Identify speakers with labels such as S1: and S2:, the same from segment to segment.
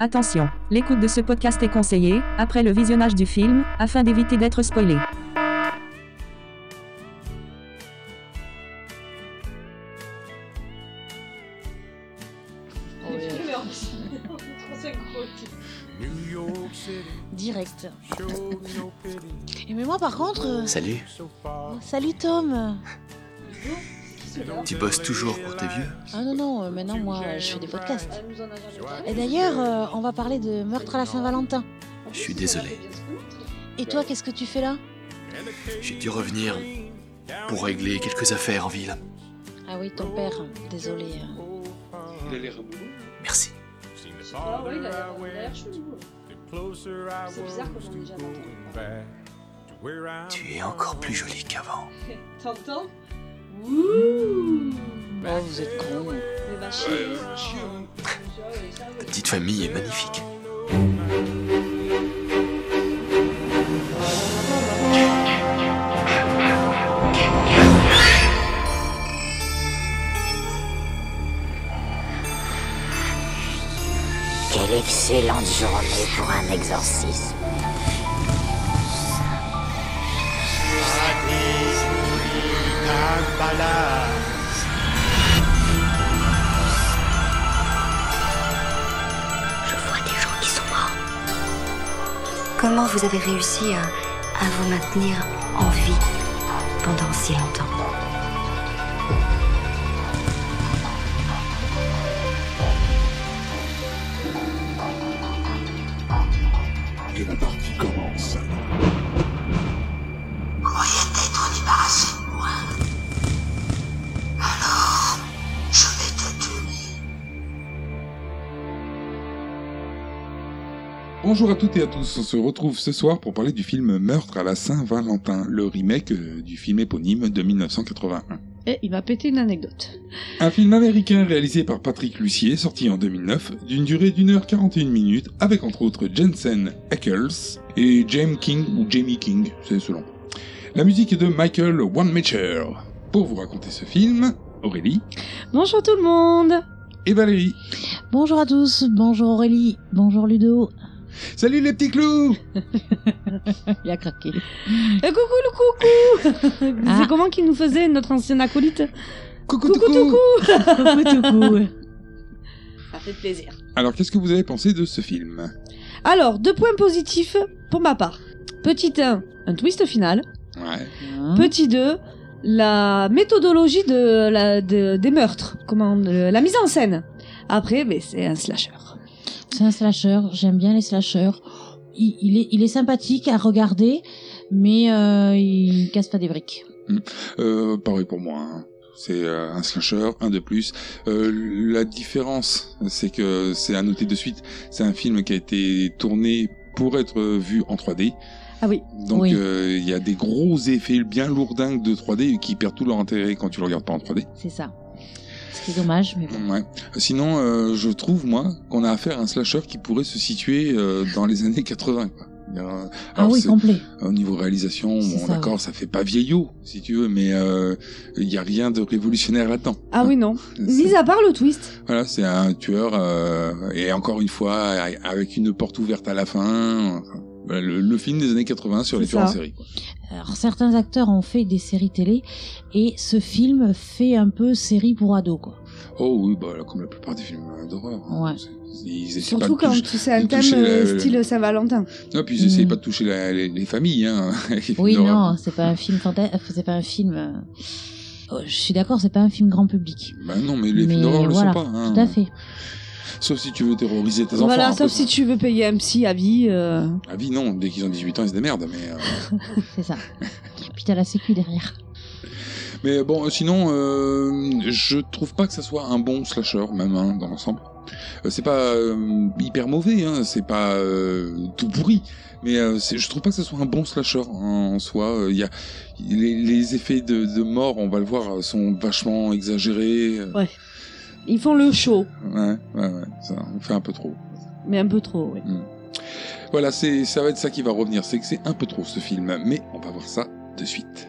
S1: Attention, l'écoute de ce podcast est conseillée, après le visionnage du film, afin d'éviter d'être spoilé.
S2: Direct. Et mais moi par contre, euh,
S3: Salut,
S2: salut Tom.
S3: tu bosses toujours pour tes vieux
S2: Ah non non, euh, maintenant moi euh, je fais des podcasts. Et d'ailleurs, euh, on va parler de meurtre à la Saint-Valentin.
S3: Je suis désolé,
S2: Et toi, qu'est-ce que tu fais là
S3: j'ai dû revenir pour régler quelques affaires en ville.
S2: Ah oui, ton père. Désolé. euh.
S3: Merci.
S4: Ah C'est bizarre comme on est déjà
S3: Tu es encore plus jolie qu'avant.
S4: T'entends Ouh
S2: Oh, vous êtes con.
S4: Les machines
S3: Ta petite famille est magnifique.
S5: Quelle excellente journée pour un exorcisme. Je vois des gens qui sont morts.
S6: Comment vous avez réussi à, à vous maintenir en vie pendant si longtemps
S7: Bonjour à toutes et à tous, on se retrouve ce soir pour parler du film Meurtre à la Saint-Valentin, le remake euh, du film éponyme de 1981.
S8: Et Eh, il va péter une anecdote.
S7: Un film américain réalisé par Patrick Lucier, sorti en 2009, d'une durée d'une heure 41 minutes, avec entre autres Jensen Ackles et James King ou Jamie King, c'est selon. La musique est de Michael Wanmacher. Pour vous raconter ce film, Aurélie
S8: Bonjour tout le monde
S7: et Valérie.
S2: Bonjour à tous. Bonjour Aurélie. Bonjour Ludo.
S7: Salut les petits clous
S2: Il a craqué.
S8: Et coucou le coucou
S2: Ah.
S8: C'est comment qu'il nous faisait notre ancien acolyte
S7: Coucou
S8: Coucou
S7: toucou
S8: coucou
S2: Coucou, coucou.
S4: Ça fait plaisir.
S7: Alors qu'est-ce que vous avez pensé de ce film
S8: Alors, deux points positifs pour ma part. Petit 1, un twist final.
S7: Ouais.
S8: Petit 2, la méthodologie de, la, de- des meurtres. Comment euh, La mise en scène. Après, ben, c'est un slasher.
S9: C'est un slasher, j'aime bien les slashers. Il, il est, il est sympathique à regarder, mais euh, il casse pas des briques.
S7: Euh, pareil pour moi. hein. C'est euh, un slasher, un de plus. Euh, la différence, c'est que c'est à noter de suite, c'est un film qui a été tourné pour être vu en 3D.
S8: Ah oui.
S7: Donc euh,
S9: Oui.
S7: il y a des gros effets bien lourdingues de 3D qui perdent tout leur intérêt quand tu le regardes pas en 3D.
S9: C'est ça. Ce qui est dommage, mais bon.
S7: Ouais. Sinon, euh, je trouve moi qu'on a affaire à un slasher qui pourrait se situer euh, dans les années 80. Quoi. Il y a- Alors,
S9: Ah oui,
S7: c'est-
S9: complet.
S7: Au niveau réalisation,
S9: C'est
S7: bon,
S9: ça,
S7: d'accord, ça fait pas vieillot, si tu veux, mais euh, il y a rien de révolutionnaire là-dedans.
S8: Ah oui, non.
S7: C'est-
S8: Mis à part le twist.
S7: Voilà, c'est un tueur, euh, et encore une fois, a- avec une porte ouverte à la fin. Enfin, voilà, le, le film des années 80 sur les
S8: C'est
S7: tueurs en
S8: ça.
S7: série. quoi.
S9: Alors, certains acteurs ont fait des séries télé, et ce film fait un peu série pour ados, quoi.
S7: Oh oui, bah, comme la plupart des films d'horreur. hein.
S9: Ouais.
S7: C'est- Ils essaient pas de
S8: Surtout quand
S7: toucher-
S8: c'est un
S7: de
S8: thème
S7: toucher
S8: euh,
S7: le-
S8: style Saint-Valentin.
S7: Non, Ah, puis ils essayaient
S9: Mm.
S7: pas de toucher la- les, les familles. Hein, les films
S9: Oui,
S7: d'horreur.
S9: non, c'est pas un film fanta- euh, c'est pas un film. euh, oh, je suis d'accord, c'est pas un film grand public.
S7: Bah non, mais les films
S9: Mais
S7: d'horreur
S9: voilà,
S7: le sont pas. hein.
S9: Tout à fait.
S7: Sauf si tu veux terroriser tes enfants.
S8: Voilà,
S7: un
S8: sauf
S7: peu.
S8: si tu veux payer un psy à vie. euh,
S7: Ah oui, non, dès qu'ils ont 18 ans, ils se démerdent. Mais, euh,
S9: C'est ça. Puis t'as la sécu derrière.
S7: Mais bon, sinon, euh, je trouve pas que ça soit un bon slasher, même, hein, dans l'ensemble. Euh, C'est pas euh, hyper mauvais, hein, c'est pas euh, tout pourri, mais euh, c'est- je trouve pas que ce soit un bon slasher hein, en soi. Euh, Il y a les, les effets de, de mort, on va le voir, euh, sont vachement exagérés. euh,
S8: Ils font le show,
S7: Ouais, ouais, ouais, ça on fait un peu trop.
S8: mais un peu trop, oui.
S7: Voilà, c'est ça va être ça qui va revenir, c'est que c'est un peu trop ce film, mais on va voir ça de suite.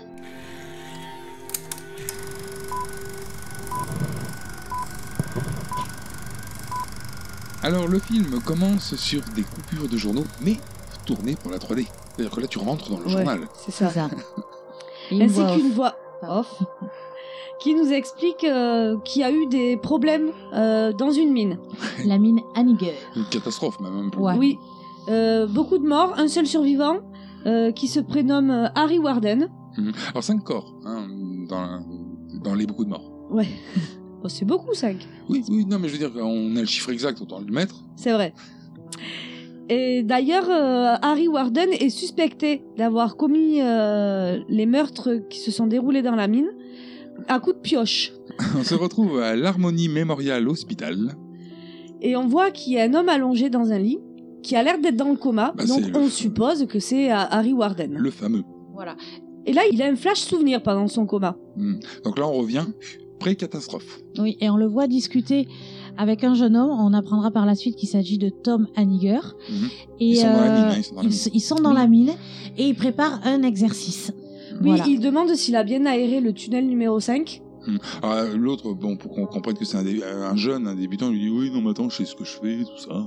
S7: Alors le film commence sur des coupures de journaux, mais tournées pour la 3D. C'est-à-dire que là tu rentres dans le
S8: Ouais.
S7: journal.
S8: C'est
S9: C'est
S8: ça.
S9: ça. Et une
S8: Ainsi
S9: voix
S8: qu'une
S9: off.
S8: voix off qui nous explique euh, qu'il y a eu des problèmes euh, dans une mine.
S9: La mine Hanniger.
S7: Une catastrophe même. hein, un peu.
S9: Ouais.
S8: Oui, Euh, beaucoup de morts, un seul survivant euh, qui se prénomme euh, Harry Warden.
S7: Mhm. Alors cinq corps hein, dans, dans les beaucoup de morts.
S8: Ouais, Bon, Oh, c'est beaucoup 5,
S7: Oui, oui, non, mais je veux dire qu'on a le chiffre exact, autant le mettre.
S8: c'est vrai. Et d'ailleurs, euh, Harry Warden est suspecté d'avoir commis euh, les meurtres qui se sont déroulés dans la mine à coups de pioche.
S7: On se retrouve à l'Harmonie Memorial Hospital.
S8: Et on voit qu'il y a un homme allongé dans un lit qui a l'air d'être dans le coma,
S7: Bah,
S8: donc
S7: c'est le-
S8: on suppose que c'est euh, Harry Warden.
S7: Le fameux.
S8: Voilà. Et là, il a un flash souvenir pendant son coma.
S7: Donc là, on revient pré-catastrophe.
S9: Oui, et on le voit discuter avec un jeune homme. On apprendra par la suite qu'il s'agit de Tom Hanniger.
S7: Mhm.
S9: Et,
S7: Ils sont dans la mine,
S9: euh,
S7: hein, ils sont dans la
S9: ils
S7: mine.
S9: s- ils sont dans la mine et ils préparent un exercice.
S8: Oui,
S9: Voilà.
S8: il demande s'il a bien aéré le tunnel numéro 5.
S7: Ah, L'autre, bon, pour qu'on comprenne que c'est un, dé- un jeune, un débutant, il lui dit Oui, non, mais attends, je sais ce que je fais, tout ça.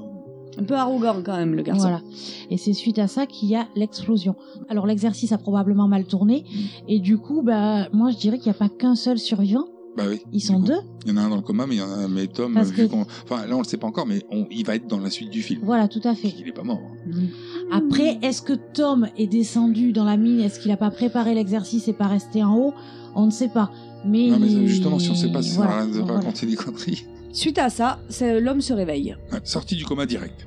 S8: Un peu arrogant quand même, le garçon.
S9: Voilà. Et c'est suite à ça qu'il y a l'explosion. Alors l'exercice a probablement mal tourné
S7: Mm.
S9: et du coup, bah, moi je dirais qu'il n'y a pas qu'un seul survivant.
S7: Bah oui.
S9: Ils sont
S7: Du coup,
S9: deux.
S7: Il y en a un dans le coma, mais il y en a un, mais Tom,
S9: Parce
S7: vu
S9: que-
S7: qu'on- Enfin, là, on le sait pas encore, mais on- il va être dans la suite du film.
S9: Voilà, tout à fait.
S7: Il est pas mort. hein.
S9: Après, est-ce que Tom est descendu dans la mine Est-ce qu'il n'a pas préparé l'exercice et pas resté en haut On ne sait pas. Mais
S7: Non, mais ça, justement, si on sait pas, ça sert à
S9: Voilà,
S7: rien de
S9: voilà.
S7: raconter des conneries.
S8: Suite à ça, c'est- l'homme se réveille.
S7: Ouais, Sorti du coma direct.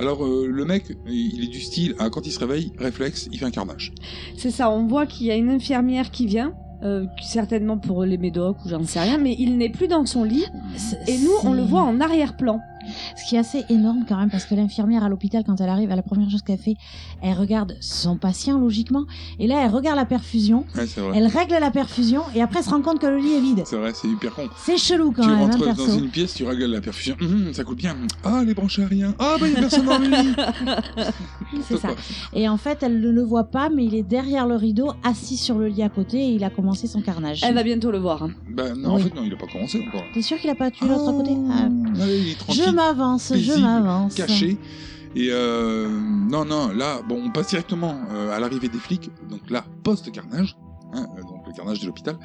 S7: Alors, euh, le mec, il est du style, ah, quand il se réveille, réflexe, il fait un carnage.
S8: C'est ça, on voit qu'il y a une infirmière qui vient, euh, qui- certainement pour les médocs ou j'en sais rien, mais il n'est plus dans son lit.
S9: C'est-
S8: Et nous, on le
S9: c'est-
S8: voit en arrière-plan.
S9: Ce qui est assez énorme quand même, parce que l'infirmière à l'hôpital, quand elle arrive, la première chose qu'elle fait, elle regarde son patient, logiquement. Et là, elle regarde la perfusion,
S7: Ouais, c'est vrai.
S9: elle règle la perfusion, et après, elle se rend compte que le lit est vide.
S7: C'est vrai, c'est hyper con.
S9: C'est chelou quand
S7: tu
S9: même, hein,
S7: rentres
S9: perso.
S7: dans une pièce, tu régales la perfusion. Hum, hum, ça coûte bien. Ah, les branches à rien. Ah, bah, il y a personne dans le lit.
S9: C'est ça.
S7: Quoi.
S9: Et en fait, elle ne le voit pas, mais il est derrière le rideau, assis sur le lit à côté, et il a commencé son carnage.
S8: Elle va bientôt le voir. hein.
S7: Bah, non, en
S9: Oui.
S7: fait, non, il a pas commencé encore.
S9: T'es sûr qu'il a pas tué l'autre à côté Ah.
S7: Ah, ouais, il est tranquille,
S9: Je m'avance, je
S7: paisible,
S9: m'avance.
S7: caché. Et euh, non, non, là, bon, on passe directement euh, à l'arrivée des flics. Donc là, post-carnage. hein, euh, donc le carnage de l'hôpital.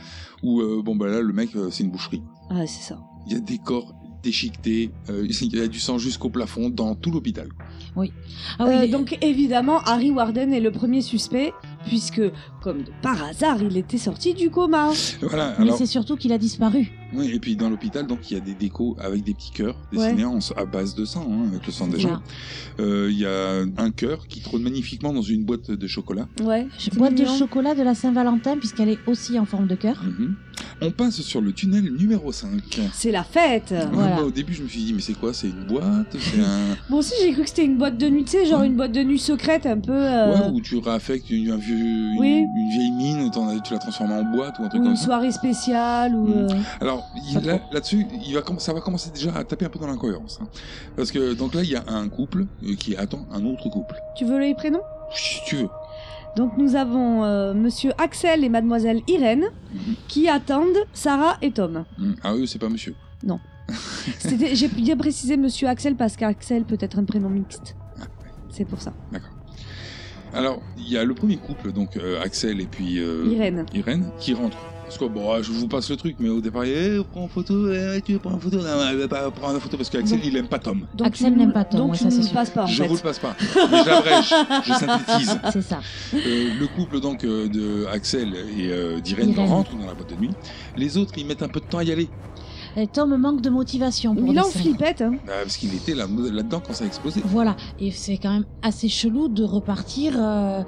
S7: Où, euh, bon, bah là, le mec, euh, c'est une boucherie.
S8: Ah, c'est ça.
S7: Il y a des corps déchiquetés. euh, il y a du sang jusqu'au plafond dans tout l'hôpital.
S9: Ah oui,
S8: Euh,
S9: il est-
S8: donc évidemment, Harry Warden est le premier suspect, puisque, comme de par hasard, il était sorti du coma.
S7: Voilà,
S9: Mais
S7: alors.
S9: c'est surtout qu'il a disparu.
S7: Oui, et puis dans l'hôpital, donc il y a des décos avec des petits cœurs
S8: Ouais.
S7: dessinés en- à base de sang, hein, avec le sang des gens. Euh, Il y a un cœur qui trône magnifiquement dans une boîte de chocolat.
S8: Ouais.
S9: Je- Boîte de
S8: mignon.
S9: chocolat de la Saint-Valentin, puisqu'elle est aussi en forme de cœur.
S7: Mhm. On passe sur le tunnel numéro 5.
S8: C'est la fête
S9: Voilà.
S7: Moi, au début, je me suis dit, mais c'est quoi C'est une boîte C'est un.
S8: Moi aussi, j'ai cru que c'était une boîte de nuit, tu sais, genre
S7: Ouais.
S8: une boîte de nuit secrète, un peu. euh,
S7: Ouais, où tu réaffectes une, un vieux- une-
S8: Oui.
S7: une vieille mine, t'en as- tu la transformes en boîte ou un
S8: ou
S7: truc
S8: une
S7: comme ça.
S8: soirée spéciale, ou.
S7: Mm.
S8: euh,
S7: Alors il-
S8: Pas
S7: là- là-dessus, il va comm- ça va commencer déjà à taper un peu dans l'incohérence. hein. Parce que donc là, il y a un couple euh, qui attend un autre couple.
S8: Tu veux les prénoms
S7: Si tu veux.
S8: Donc, nous avons euh, monsieur Axel et mademoiselle Irène
S7: Mhm.
S8: qui attendent Sarah et Tom.
S7: Mm. Ah, eux, c'est pas monsieur.
S8: C'était- j'ai bien précisé monsieur Axel parce qu'Axel peut être un prénom mixte. C'est pour ça.
S7: Alors, il y a le premier couple, donc euh, Axel et puis euh,
S8: Irène.
S7: Irène, qui rentre. Parce que bon, ah, je vous passe le truc, mais au départ, il dit, Eh, prends une photo, eh, tu veux prendre une photo, non, elle veut pas prendre une photo parce qu'Axel,
S8: Donc-
S7: il aime pas Tom.
S8: Donc,
S9: Axel
S8: tu nous-
S9: n'aime pas Tom,
S8: Donc,
S9: ouais,
S8: tu
S9: ça,
S8: nous
S9: c'est
S8: le
S9: sûr.
S8: passes pas, en
S7: je
S8: fait.
S7: vous le passe pas, mais je l'abrège, je synthétise.
S8: Ah.
S9: C'est ça.
S7: Euh, le couple donc euh, de Axel et euh, d'Irène
S9: Irène.
S7: rentre dans la boîte de nuit. Les autres, ils mettent un peu de temps à y aller,
S9: Et Tom manque de motivation pour
S8: Mais il est en
S9: descendre.
S8: flippette, hein.
S7: Ah, parce qu'il était là- là-dedans quand ça a explosé.
S9: Voilà, et c'est quand même assez chelou de repartir. euh,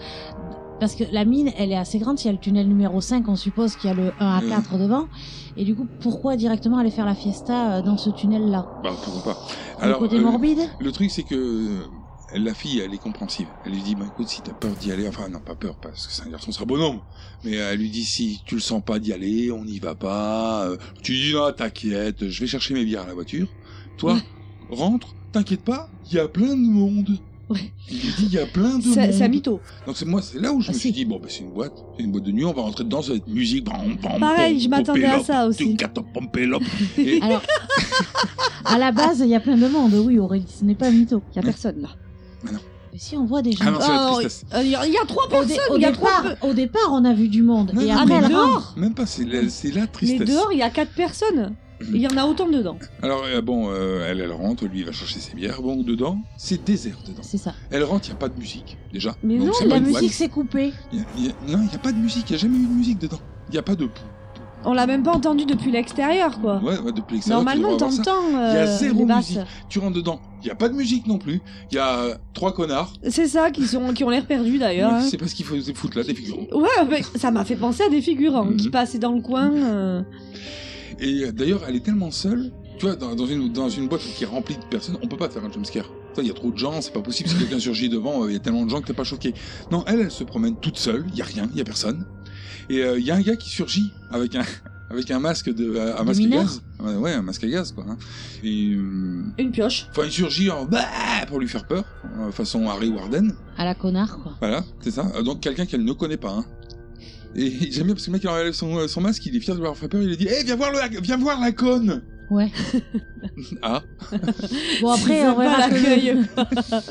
S9: Parce que la mine, elle est assez grande. S'il y a le tunnel numéro 5, on suppose qu'il y a le 1 à
S7: Oui.
S9: 4 devant. Et du coup, pourquoi directement aller faire la fiesta euh, dans ce tunnel-là
S7: Bah, pourquoi pas.
S9: Le côté
S7: euh,
S9: morbide
S7: Le truc, c'est que euh, la fille, elle est compréhensive. Elle lui dit, bah écoute, si t'as peur d'y aller, enfin non, pas peur, parce que c'est un garçon, c'est un bonhomme. Mais euh, elle lui dit, si tu le sens pas d'y aller, on n'y va pas. Euh, Tu dis, non, t'inquiète, je vais chercher mes bières à la voiture. Toi, rentre, t'inquiète pas, il y a plein de monde. Il lui dit, il y a plein de
S8: C'est
S7: monde.
S8: c'est un mytho.
S7: Donc c'est moi, c'est là où je
S8: Ah,
S7: me
S8: si.
S7: suis dit bon, ben c'est une boîte, c'est une boîte de nuit, on va rentrer dedans, ça va être musique. Bam, bam,
S8: Pareil,
S7: pom,
S8: je m'attendais à
S7: pompélope,
S8: ça aussi.
S7: tucata, pompélope.
S9: Alors, à la base, il y a plein de monde, oui, Aurélie, ce n'est pas mytho.
S8: Il y a personne là.
S9: Mais si, on voit des gens.
S7: Ah non, c'est la
S8: Ah,
S7: tristesse.
S8: Il y, a- il y a trois
S9: Au, dé-
S8: personnes,
S9: au
S8: il y a trois. Ah,
S9: départ, au départ, on a vu du monde.
S7: Non,
S9: et
S7: non,
S9: après,
S8: mais
S9: elle rentre.
S8: dehors
S7: Même pas, c'est la, c'est la
S8: Mais
S7: tristesse.
S8: dehors, il y a quatre personnes. Et Il y en a autant dedans.
S7: Alors euh, bon, euh, elle, elle rentre, lui il va chercher ses bières. Bon, dedans, c'est désert dedans.
S9: C'est ça.
S7: Elle rentre, il n'y a pas de musique déjà.
S8: Mais
S7: Donc,
S8: non,
S7: c'est
S8: mais
S7: pas
S9: La
S7: une
S9: musique s'est coupée.
S7: boîte. Il y a- il y a- non, il n'y a pas de musique, il n'y a jamais eu de musique dedans. Il n'y a pas de.
S8: On l'a même pas entendu depuis l'extérieur, quoi.
S7: Ouais, ouais, depuis que ça va, tu
S8: Normalement,
S7: devrais avoir ça.
S8: t'entends
S7: Il y a
S8: euh,
S7: zéro
S8: les basses.
S7: musique. Tu rentres dedans, il n'y a pas de musique non plus. Il y a euh, trois connards.
S8: C'est ça, qui, sont, qui ont l'air perdus d'ailleurs. hein.
S7: C'est parce qu'il faut se foutre là des figurants.
S8: Ouais, mais ça m'a fait penser à des figurants
S7: Mhm.
S8: qui passaient dans le coin. euh.
S7: Et euh, d'ailleurs, elle est tellement seule. Tu vois, dans, dans une, dans une boîte qui est remplie de personnes, on peut pas faire un jumpscare. Tu vois, Il y a trop de gens, c'est pas possible. Si quelqu'un surgit devant, euh, il y a tellement de gens que t'es pas choqué. Non, elle, elle se promène toute seule. Il y a rien, il y a personne. Et euh, il y a un gars qui surgit avec un avec un masque de euh, un
S9: De
S7: masque à
S9: mineur
S7: gaz. Ouais, ouais, un masque à gaz quoi. hein. Et euh,
S8: Une pioche.
S7: enfin, il surgit en bah pour lui faire peur, euh, façon Harry Warden.
S9: À la connard, quoi.
S7: Voilà, c'est ça. Euh, Donc quelqu'un qu'elle ne connaît pas. Hein. Et j'aime bien parce que le mec il enlève son, euh, son masque, il est fier de lui avoir fait peur, il lui dit Eh, viens voir, le, viens voir la conne
S9: Ouais.
S7: Ah,
S9: Bon, après,
S8: C'est
S9: on verra
S8: pas
S9: que
S8: l'accueil.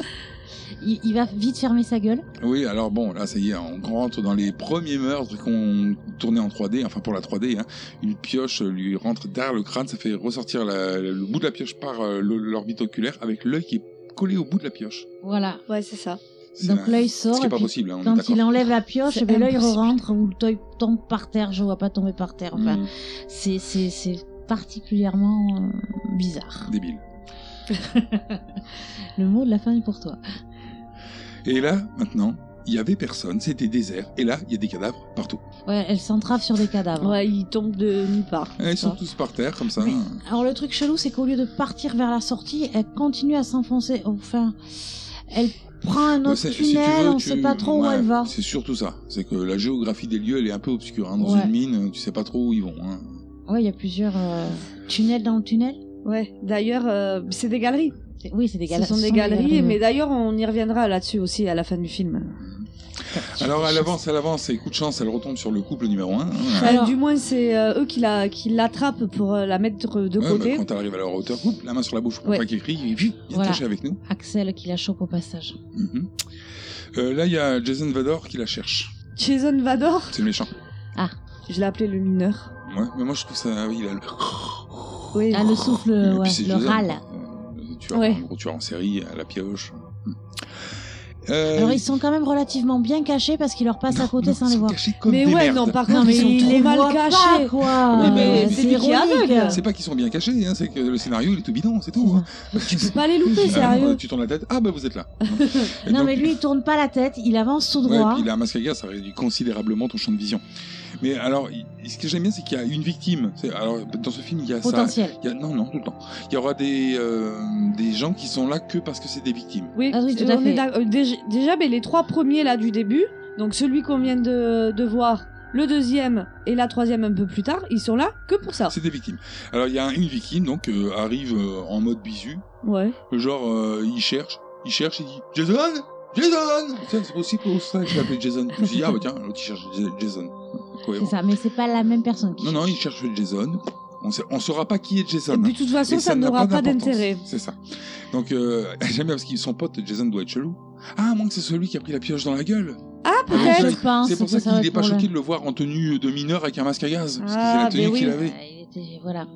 S9: il, il va vite fermer sa gueule.
S7: oui, alors bon, là ça y est, on rentre dans les premiers meurtres qu'on tournait en 3D, enfin pour la 3D, hein. une pioche lui rentre derrière le crâne, ça fait ressortir la- le bout de la pioche par euh, le- l'orbite oculaire avec l'œil qui est collé au bout de la pioche.
S9: Voilà.
S8: Ouais, c'est ça.
S7: C'est
S9: Donc
S7: un-
S9: l'œil
S7: Ce
S9: sort.
S7: qui
S9: et
S7: est pas
S9: puis
S7: possible, hein, on est
S9: Quand
S7: d'accord.
S9: il enlève la pioche,
S8: C'est
S9: eh ben, l'œil
S8: impossible.
S9: rentre ou l'œil tombe par terre. Je vois pas tomber par terre. Enfin,
S7: Mmh,
S9: c'est- c'est c'est particulièrement euh, bizarre.
S7: débile.
S9: Le mot de la fin est pour toi.
S7: Et là, maintenant, il y avait personne, c'était désert, et là, il y a des cadavres partout.
S9: Ouais, elle s'entrave sur des cadavres.
S8: Ouais, il tombe de nulle part.
S7: Et ils sont
S9: Ah.
S8: Ça.
S7: tous par terre comme ça. hein.
S9: Oui. Alors le truc chelou, c'est qu'au lieu de partir vers la sortie, elle continue à s'enfoncer. Oh, Enfin, elle prend un
S7: Bah,
S9: autre
S7: c'est- si tu
S9: tunnel,
S7: veux,
S9: on
S7: tu-
S9: sait pas trop où
S7: ouais,
S9: elle va.
S7: C'est surtout ça. C'est que la géographie des lieux, elle est un peu obscure. hein. Dans
S9: Ouais.
S7: une mine, tu sais pas trop où ils vont. hein.
S9: Ouais, il y a plusieurs euh, tunnels dans le tunnel.
S8: Ouais, d'ailleurs, euh, c'est des galeries.
S9: C'est- Oui, c'est des
S8: Ce
S9: galeries.
S8: sont des galeries, mais d'ailleurs, on y reviendra là-dessus aussi à la fin du film.
S7: Alors elle avance, elle avance, et coup de chance, elle retombe sur le couple numéro hein. 1.
S8: Euh, du moins, c'est euh, eux qui la- qui l'attrapent pour euh, la mettre de côté.
S7: bah, quand elle arrive à leur hauteur, oups, la main sur la bouche pour
S8: Ouais.
S7: pas qu'ils crient, et puis, viens
S9: Voilà.
S7: te cacher avec nous.
S9: Axel qui la chope au passage.
S7: Mhm. Euh, là, il y a Jason Vador qui la cherche.
S8: Jason Vador,
S7: C'est le méchant.
S8: je l'ai appelé le mineur.
S7: Ouais, mais moi, je trouve ça. Il a le.
S8: Oui.
S9: Ah, le souffle,
S7: Et
S9: ouais,
S7: puis c'est
S9: le
S7: Jason,
S9: râle.
S7: quoi. Euh, Tu as
S8: Ouais.
S7: un gros tueur en série, à la pioche. Hmm. Euh,
S9: Alors ils sont quand même relativement bien cachés parce qu'il leur Ah passe à côté
S7: non,
S9: sans
S7: ils
S9: les
S7: sont
S9: voir.
S7: cachés comme
S8: mais
S7: des
S8: ouais,
S7: merdes.
S8: non, par contre, ils sont
S9: il
S8: trop
S9: les voit pas,
S8: mal cachés.
S9: quoi.
S7: Oui, mais-
S9: Euh,
S7: mais
S9: c'est
S8: lui qui est
S9: ironique.
S8: aveugle.
S7: C'est pas qu'ils sont bien cachés, hein, c'est que le scénario il est tout bidon, c'est tout. hein.
S8: Tu peux pas Bah, les louper,
S7: Euh,
S8: sérieux.
S7: tu tournes la tête, ah bah vous êtes là. Et
S9: Non
S7: donc-
S9: mais lui il tourne pas la tête, il avance tout
S7: Ouais,
S9: droit.
S7: puis il a un masque à gaz, ça réduit considérablement ton champ de vision. Mais alors, il- ce que j'aime bien, c'est qu'il y a une victime. C'est- Alors, dans ce film, il y a ça.
S9: Potentiel.
S7: il y a- non, non, tout le temps. Il y aura des, euh, des gens qui sont là que parce que c'est des victimes.
S8: Oui,
S9: Ah oui, tout
S8: euh,
S9: à
S8: on
S9: fait.
S8: est d'ac- euh, déjà, déjà, mais les trois premiers là du début, donc celui qu'on vient de, de voir, le deuxième et la troisième un peu plus tard, ils sont là que pour ça.
S7: C'est des victimes. Alors, il y a une victime, donc, euh, arrive euh, en mode bisu.
S8: Ouais.
S7: Genre, euh, il cherche, il cherche, il dit Jason Jason Tiens, c'est aussi pour ça que je l'appelais Jason. Je me suis dit, ah bah tiens, l'autre il cherche J- Jason. Cohérent.
S9: C'est ça, mais c'est pas la même personne. qui
S7: Non, non, il cherche Jason. On sait, on saura pas qui est Jason.
S8: Et puis
S7: hein.
S8: de toute façon,
S7: Et
S8: ça n'aura pas
S7: d'importance.
S8: d'intérêt.
S7: C'est ça. Donc, euh, j'aime bien parce que son pote Jason doit être chelou. Ah, à moins que c'est celui qui a pris la pioche dans la gueule.
S8: Ah,
S9: Ah,
S8: peut-être.
S9: je pense
S7: c'est pour
S9: que
S7: ça
S9: va
S7: qu'il n'est
S9: être
S7: pas
S9: pour le-
S7: choqué de le voir en tenue de mineur avec un masque à gaz. Parce que c'est
S8: Ah,
S7: la
S8: ben
S7: tenue
S8: oui.
S7: qu'il
S9: Ah,
S7: avait.
S9: il était- Voilà.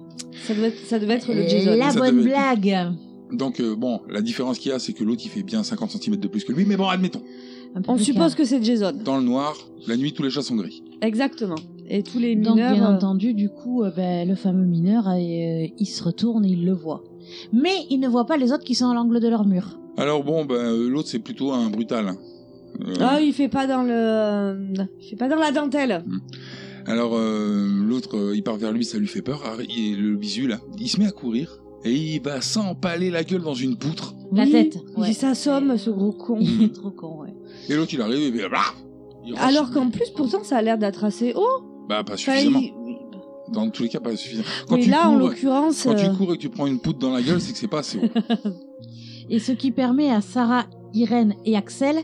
S8: Ça devait être, ça devait être le
S9: Et
S8: Jason.
S9: La
S7: Ça
S9: bonne
S7: devait-
S9: blague.
S7: Donc, euh, bon, la différence qu'il y a, c'est que l'autre il fait bien 50 cm de plus que lui. Mais bon, admettons.
S9: Un peu
S8: On
S9: plus calme.
S8: suppose que c'est Jason.
S7: Dans le noir, la nuit, tous les chats sont gris.
S8: Exactement. Et tous les
S9: Donc,
S8: mineurs.
S9: bien
S8: euh,
S9: entendu, du coup, euh, ben, le fameux mineur, euh, il se retourne et il le voit. Mais il ne voit pas les autres qui sont à l'angle de leur mur.
S7: Alors, bon, ben, euh, l'autre, c'est plutôt un brutal. hein. Euh,
S8: Ah, il fait pas dans le, il fait pas dans la dentelle.
S7: Alors euh, l'autre, euh, il part vers lui, ça lui fait peur. Harry, il- le bisu là, il se met à courir et il va s'empaler la gueule dans une poutre.
S9: La
S8: Oui,
S9: tête. ouais.
S8: Il s'assomme, ce gros con.
S9: Il est trop con, ouais.
S7: Et l'autre, il arrive et puis, bah, il range.
S8: Alors qu'en plus, pourtant, ça a l'air d'être assez haut.
S7: bah pas
S8: Enfin,
S7: suffisamment.
S8: il-
S7: Dans tous les cas, pas suffisamment. Quand
S8: Mais
S7: tu
S8: là, en
S7: cours,
S8: l'occurrence,
S7: quand
S8: euh,
S7: tu cours et que tu prends une poutre dans la gueule, c'est que c'est pas assez. haut.
S9: Et ce qui permet à Sarah Irène et Axel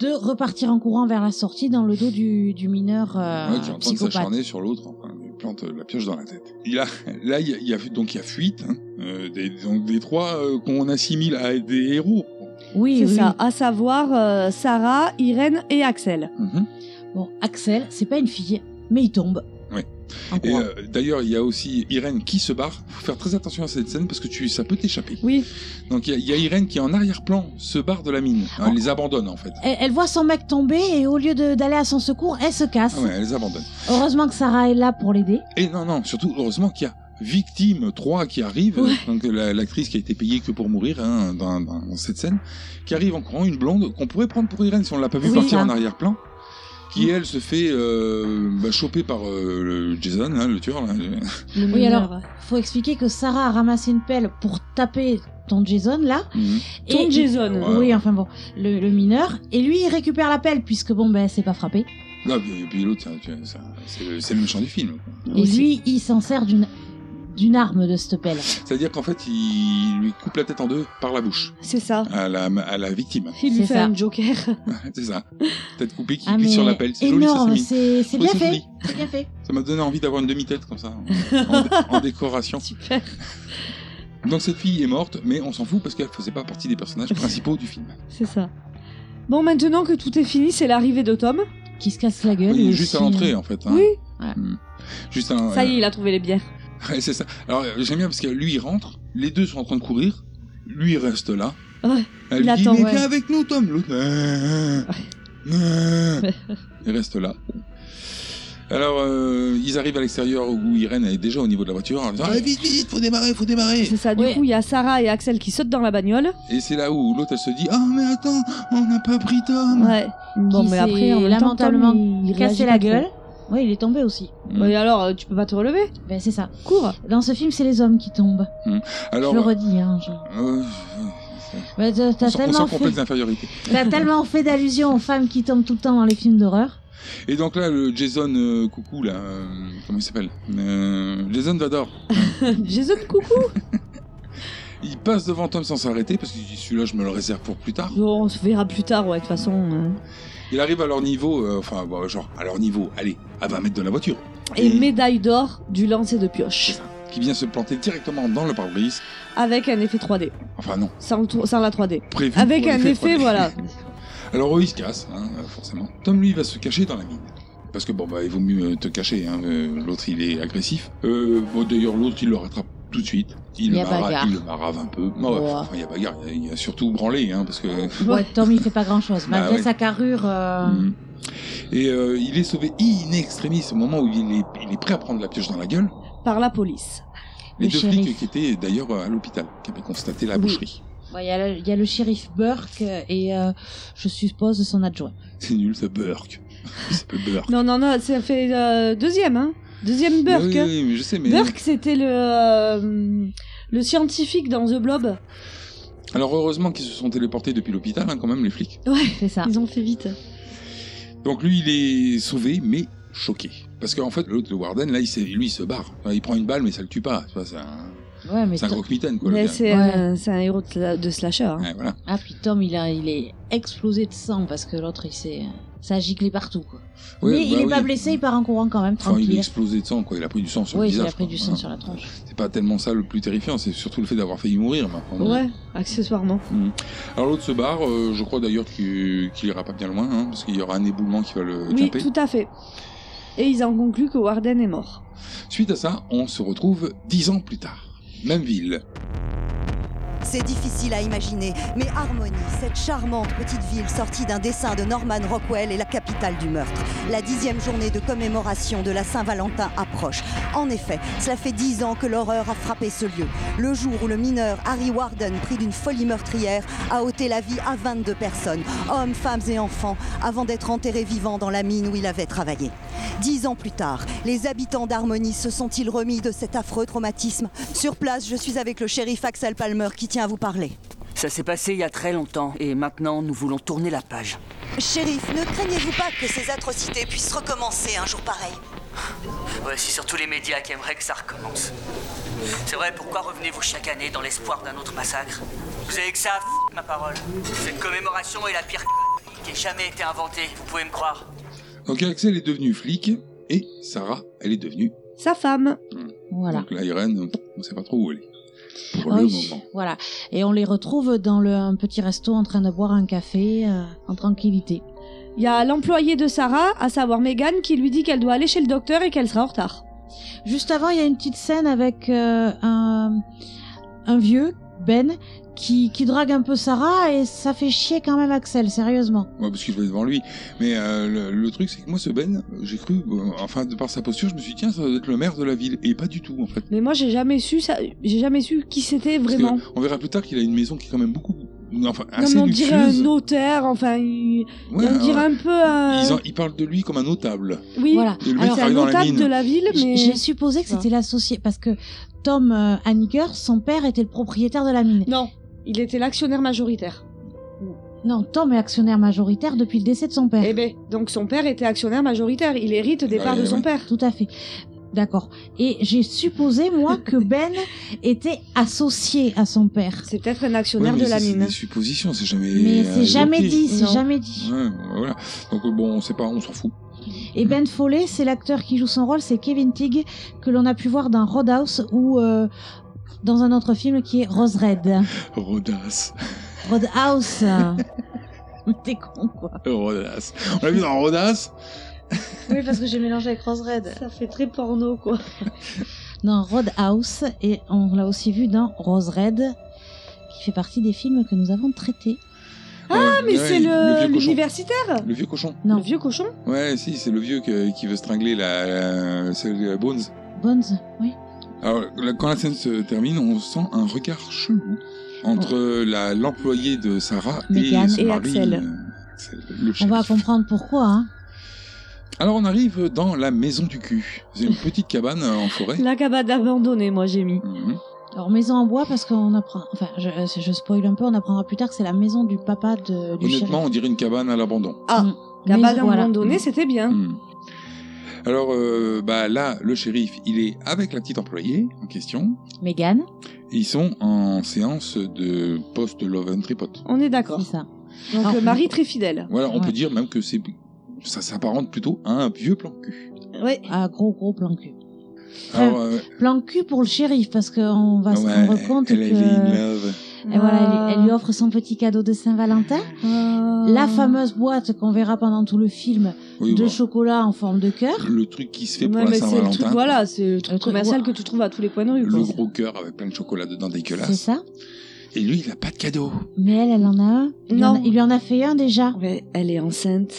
S9: de repartir en courant vers la sortie dans le dos du, du mineur euh,
S7: Ouais, qui est en train de
S9: psychopathe.
S7: s'acharner sur l'autre, enfin, il plante euh, la pioche dans la tête. Et là, là, il y a- il y a, donc il y a fuite, hein, euh, des, donc des trois euh, qu'on assimile à des héros.
S9: Oui,
S8: C'est
S9: oui,
S8: ça, à savoir euh, Sarah, Irène et Axel.
S7: Mhm.
S9: Bon, Axel, c'est pas une fille, mais il tombe.
S7: Ouais.
S9: En
S7: Et
S9: courant.
S7: euh, d'ailleurs, il y a aussi Irène qui se barre. Faut faire très attention à cette scène parce que tu, ça peut t'échapper.
S8: Oui,
S7: Donc il y, a- il y a Irène qui en arrière-plan se barre de la mine. Hein, Elle les abandonne en fait.
S9: Elle, elle voit son mec tomber et au lieu de- d'aller à son secours, elle se casse.
S7: Ah ouais, elle les abandonne.
S9: Heureusement que Sarah est là pour l'aider.
S7: Et non, non, surtout, heureusement qu'il y a Victime 3 qui arrive,
S8: Ouais.
S7: donc la- l'actrice qui a été payée que pour mourir hein, dans, dans- dans cette scène, qui arrive en courant, une blonde qu'on pourrait prendre pour Irène si on l'a pas vu
S9: Oui,
S7: partir
S9: hein. Mm.
S7: en arrière-plan, qui elle se fait euh, bah, choper par euh, le Jason, hein, le tueur. Là.
S9: Oui, alors, faut expliquer que Sarah a ramassé une pelle pour taper ton Jason là.
S7: Mhm.
S8: Ton
S9: Et-
S8: Jason.
S7: Ouais.
S9: Oui, enfin bon, le, le mineur. Et lui, il récupère la pelle puisque bon, ben, c'est pas frappé.
S7: Là, puis, puis l'autre, c'est- c'est- c'est- c'est le- c'est le méchant du film. quoi.
S9: Et lui, il s'en sert d'une d'une arme de cette pelle.
S7: C'est-à-dire qu'en fait, il lui coupe la tête en deux par la bouche
S8: c'est ça.
S7: à la, à la victime.
S8: Il lui
S9: C'est
S8: fait
S9: ça.
S8: un joker.
S7: c'est ça. Tête coupée qui
S9: Ah,
S7: glisse
S9: mais
S7: sur la pelle. C'est joli, ça, c'est
S9: énorme,
S7: mignon.
S9: c'est c'est
S7: Je
S9: bien
S7: trouve ça
S9: fait.
S7: joli.
S9: C'est bien fait.
S7: Ça m'a donné envie d'avoir une demi-tête comme ça, en, en décoration.
S8: Super.
S7: Donc cette fille est morte, mais on s'en fout parce qu'elle faisait pas partie des personnages principaux du film.
S8: C'est ça. Bon, maintenant que tout est fini, c'est l'arrivée de Tom.
S9: Qui se casse la gueule.
S7: Oui,
S9: et
S7: juste à
S9: aussi,
S7: l'entrée en fait. hein.
S8: Oui,
S7: Juste à-
S8: ça y est, il a trouvé les bières.
S7: Ouais, c'est ça. Alors euh, j'aime bien parce que lui il rentre, les deux sont en train de courir, lui il reste là.
S8: Ouais,
S7: Elle
S8: il
S7: lui dit
S8: attend,
S7: mais
S8: ouais.
S7: viens avec nous Tom. L'autre euh, euh, il reste là. Alors euh, ils arrivent à l'extérieur où Irène est déjà au niveau de la voiture. en disant, Ah, vite vite faut démarrer faut démarrer.
S8: C'est ça. Du
S9: Ouais.
S8: coup, il y a Sarah et Axel qui sautent dans la bagnole.
S7: Et c'est là où l'autre elle se dit ah mais attends on n'a pas pris Tom.
S8: Ouais. Bon,
S9: Qui
S8: mais
S9: s'est
S8: après, en même temps,
S9: lamentablement
S8: Tom, il, il
S9: Casser
S8: réagit
S9: la
S8: pas trop.
S9: gueule. Oui, il est tombé aussi.
S8: Ouais, Et alors, euh, tu peux pas te relever
S9: Ben, c'est ça.
S8: Cours.
S9: Dans ce film, c'est les hommes qui tombent.
S7: Alors
S9: je le redis. Hein, je-
S7: euh,
S9: Ben, t'as- t'as
S7: on sent- on sent
S9: tellement,
S7: complexe
S9: fait...
S7: d'infériorité.
S9: t'as tellement fait d'allusions aux femmes qui tombent tout le temps dans les films d'horreur.
S7: Et donc là, le Jason euh, Coucou, là, euh, comment il s'appelle Euh, Jason Vador,
S8: Jason, coucou.
S7: il passe devant Tom sans s'arrêter parce qu'il dit celui-là, je me le réserve pour plus tard.
S8: Bon, on se verra plus tard, ouais, de toute façon. euh.
S7: Il arrive à leur niveau, euh, enfin, bon, genre, à leur niveau, allez, à 20 mètres de la voiture.
S8: Et médaille d'or du lancer de pioche.
S7: Qui vient se planter directement dans le pare-brise.
S8: Avec un effet 3D.
S7: Enfin, non,
S8: Sans, le tour- sans la 3D.
S7: prévu.
S8: Avec
S7: pour
S8: un
S7: l'effet
S8: effet,
S7: 3D.
S8: voilà.
S7: Alors eux, ils se cassent, hein, euh, forcément. Tom, lui, va se cacher dans la mine. Parce que bon, bah, il vaut mieux euh, te cacher, hein, euh, l'autre, il est agressif. Euh, bon, d'ailleurs, l'autre, il le rattrape tout de suite. Il,
S9: Il y
S7: le
S9: a
S7: marave,
S9: bagarre.
S7: il le marave un peu. Non, ouais,
S9: Ouais.
S7: enfin, il y a bagarre, il y a- il y a surtout branlé, hein, parce que...
S9: Ouais, Tom, il fait pas grand chose.
S7: Bah
S9: Malgré
S7: ouais.
S9: sa carrure. euh,
S7: Mhm. Et euh, il est sauvé in extremis au moment où il est, il est prêt à prendre la pioche dans la gueule.
S8: Par la police.
S7: Les
S9: Le
S7: deux
S9: shérif.
S7: flics qui étaient d'ailleurs à l'hôpital, qui avaient constaté la
S8: Oui.
S7: boucherie.
S9: Bon, Il y, a le- il y a le shérif Burke et euh, je suppose son adjoint.
S7: C'est nul, ça Burke. C'est pas Burke.
S8: Non, non, non, ça fait euh, deuxième, hein. Deuxième
S7: Mais
S8: Burke.
S9: hein.
S7: Oui, oui, mais je sais, mais.
S8: Burke, c'était le, euh, le scientifique dans The Blob.
S7: Alors heureusement qu'ils se sont téléportés depuis l'hôpital, hein, quand même, les flics.
S8: Ouais,
S9: C'est ça.
S8: ils ont fait vite.
S7: Donc lui, il est sauvé, mais choqué. Parce qu'en fait, l'autre, le Warden, là, il s'est- lui, il se barre. Enfin, il prend une balle, mais ça le tue pas. Tu vois, C'est un,
S9: Ouais, mais
S7: c'est un
S9: Tom-
S7: croque-mitaine, quoi. le
S8: Mais
S7: gars.
S8: c'est
S9: Ouais.
S8: un, c'est un héros de, sla- de slasher. hein.
S7: Ouais, voilà.
S9: Ah, puis Tom, il, a, il est explosé de sang parce que l'autre, il s'est. Ça a giclé partout, quoi.
S7: Ouais,
S9: mais il
S7: bah
S9: est pas
S7: oui.
S9: blessé, il part en courant quand même,
S7: Enfin, il est
S9: tranquille.
S7: explosé de sang, quoi. Il a pris du sang sur le
S9: oui, il
S7: visage.
S9: a pris
S7: quoi.
S9: du sang
S7: Voilà.
S9: sur la tronche.
S7: C'est pas tellement ça le plus terrifiant, c'est surtout le fait d'avoir failli mourir. maintenant.
S8: Ouais, accessoirement.
S7: Alors l'autre se barre, euh, je crois d'ailleurs qu'il qu'il ira pas bien loin, hein, parce qu'il y aura un éboulement qui va le
S8: Oui,
S7: taper.
S8: tout à fait. Et ils en concluent que Warden est mort.
S7: Suite à ça, on se retrouve dix ans plus tard. Même ville.
S10: C'est difficile à imaginer, mais Harmony, cette charmante petite ville sortie d'un dessin de Norman Rockwell, est la capitale du meurtre. La dixième journée de commémoration de la Saint-Valentin approche. En effet, cela fait dix ans que l'horreur a frappé ce lieu. Le jour où le mineur Harry Warden, pris d'une folie meurtrière, a ôté la vie à 22 personnes, hommes, femmes et enfants, avant d'être enterré vivant dans la mine où il avait travaillé. Dix ans plus tard, les habitants d'Harmonie se sont-ils remis de cet affreux traumatisme Sur place, je suis avec le shérif Axel Palmer qui tient à vous parler.
S11: Ça s'est passé il y a très longtemps et maintenant nous voulons tourner la page.
S10: Shérif, ne craignez-vous pas que ces atrocités puissent recommencer un jour pareil
S11: Ouais, c'est surtout les médias qui aimeraient que ça recommence. C'est vrai, pourquoi revenez-vous chaque année dans l'espoir d'un autre massacre Vous avez que ça à f- ma parole. Cette commémoration est la pire c- qui ait jamais été inventée, vous pouvez me croire.
S7: Donc Axel est devenu flic et Sarah, elle est devenue.
S8: Sa femme.
S9: Voilà.
S7: Donc là, Irène, on sait pas trop où elle est. Pour le
S9: Oui,
S7: moment.
S9: Voilà. Et on les retrouve dans le, un petit resto en train de boire un café euh, en tranquillité.
S8: Il y a l'employé de Sarah, à savoir Megan, qui lui dit qu'elle doit aller chez le docteur et qu'elle sera en retard.
S9: Juste avant, il y a une petite scène avec euh, un, un vieux, Ben, qui, qui drague un peu Sarah et ça fait chier quand même Axel, sérieusement.
S7: Ouais, parce qu'il va devant lui. Mais euh, le, le truc, c'est que moi, ce Ben, j'ai cru, euh, enfin, de par sa posture, je me suis dit, tiens, ça doit être le maire de la ville. Et pas du tout, en fait.
S8: Mais moi, j'ai jamais su ça, j'ai jamais su qui c'était
S7: Parce que
S8: vraiment.
S7: on verra plus tard qu'il a une maison qui est quand même beaucoup. Enfin,
S8: Non,
S7: assez
S8: mais on dirait un
S7: luxueuse.
S8: notaire, enfin, il-
S7: Ouais,
S8: on dirait euh, un peu un.
S7: Ils, en- ils parlent de lui comme un notable.
S8: Oui, voilà.
S7: Et le mec travaille dans la mine.
S8: ville,
S9: mais. J'ai supposé que c'était l'associé parce que Tom euh, Hanniger, son père, était le propriétaire de la mine.
S8: Non, il était l'actionnaire majoritaire.
S9: Non, Tom est actionnaire majoritaire depuis le décès de son père.
S8: Eh ben, donc son père était actionnaire majoritaire. Il hérite
S7: Ah,
S8: des
S7: eh
S8: parts de son père.
S9: Tout à fait. D'accord. Et j'ai supposé, moi, que Ben était associé à son père.
S8: C'est peut-être un
S7: Ouais,
S8: actionnaire
S7: mais
S8: de
S7: ça,
S8: la
S7: C'est
S8: mine.
S7: des suppositions, c'est jamais.
S9: Mais
S7: euh,
S9: c'est jamais
S7: évoqué.
S9: dit, c'est Non. jamais dit.
S7: Ouais, bah voilà. Donc euh, bon, on sait pas, on s'en fout.
S9: Et Ben Foley, c'est l'acteur qui joue son rôle, c'est Kevin Tigg, que l'on a pu voir dans Roadhouse ou euh, dans un autre film qui est Rose Red.
S7: Rodas.
S9: Roadhouse. T'es con, quoi.
S7: Rodas. On l'a vu dans Rodas.
S9: Oui, parce que j'ai mélangé avec Rose Red.
S8: Ça fait très porno, quoi.
S9: Dans Roadhouse, et on l'a aussi vu dans Rose Red, qui fait partie des films que nous avons traités.
S8: Ah, mais
S7: Ouais,
S8: c'est
S7: le vieux
S8: le
S7: cochon.
S8: l'universitaire
S7: Le vieux cochon.
S9: Non.
S8: Le vieux cochon
S7: Ouais, si, c'est le vieux que- qui veut strangler la, la- celle de Bones.
S9: Bones, oui.
S7: Alors, là, quand la scène se termine, on sent un regard chelou entre la l'employée de Sarah
S9: Megan
S7: et son
S9: et
S7: mari,
S9: Axel.
S7: euh, Axel, le
S9: On
S7: chef.
S9: va comprendre pourquoi. Hein.
S7: Alors, on arrive dans la maison du cul. C'est une petite cabane euh, en forêt. Mhm.
S8: La cabane abandonnée, moi j'ai mis.
S9: Alors, maison en bois, parce qu'on apprend. Enfin, je, euh, je spoil un peu, on apprendra plus tard que c'est la maison du papa de, du shérif.
S7: Honnêtement, on dirait une cabane à l'abandon. Hmm.
S8: Ah,
S9: Mais
S8: cabane
S9: voilà.
S8: abandonnée, c'était bien.
S7: Alors, euh, bah, là, le shérif, il est avec la petite employée en question.
S9: Megan,
S7: Ils sont en séance de post-love and tripod.
S8: on est d'accord.
S9: C'est ça.
S8: Donc,
S9: Alors,
S8: euh, mari très fidèle.
S7: Voilà, on peut dire même que c'est ça s'apparente plutôt à un vieux plan cul.
S8: Ouais.
S9: Ah, gros, gros plan cul.
S7: Alors, euh,
S9: Plan cul pour le shérif, Ah. parce qu'on va se
S7: Ah ouais,
S9: rendre compte
S7: elle,
S9: que.
S7: elle est in love.
S9: Et
S8: Ah.
S9: voilà, elle, lui- elle lui offre son petit cadeau de Saint-Valentin.
S8: Euh,
S9: La
S8: Hmm.
S9: fameuse boîte qu'on verra pendant tout le film
S7: Oui,
S9: de
S7: bon.
S9: chocolat en forme de cœur.
S7: Le truc qui se fait
S8: Ouais,
S7: pour la
S8: mais c'est le
S7: Saint-Valentin.
S8: truc, voilà, c'est le truc
S9: truc
S8: commercial que
S9: roi.
S8: tu trouves à tous les coins de rue.
S7: Le
S8: quoi.
S7: gros cœur avec plein de chocolat dedans dégueulasse.
S9: C'est ça.
S7: Et lui, il a pas de cadeau.
S9: Mais elle, elle en a un. Il,
S8: Non.
S9: en a- il lui en a fait un déjà.
S8: Mais elle est enceinte.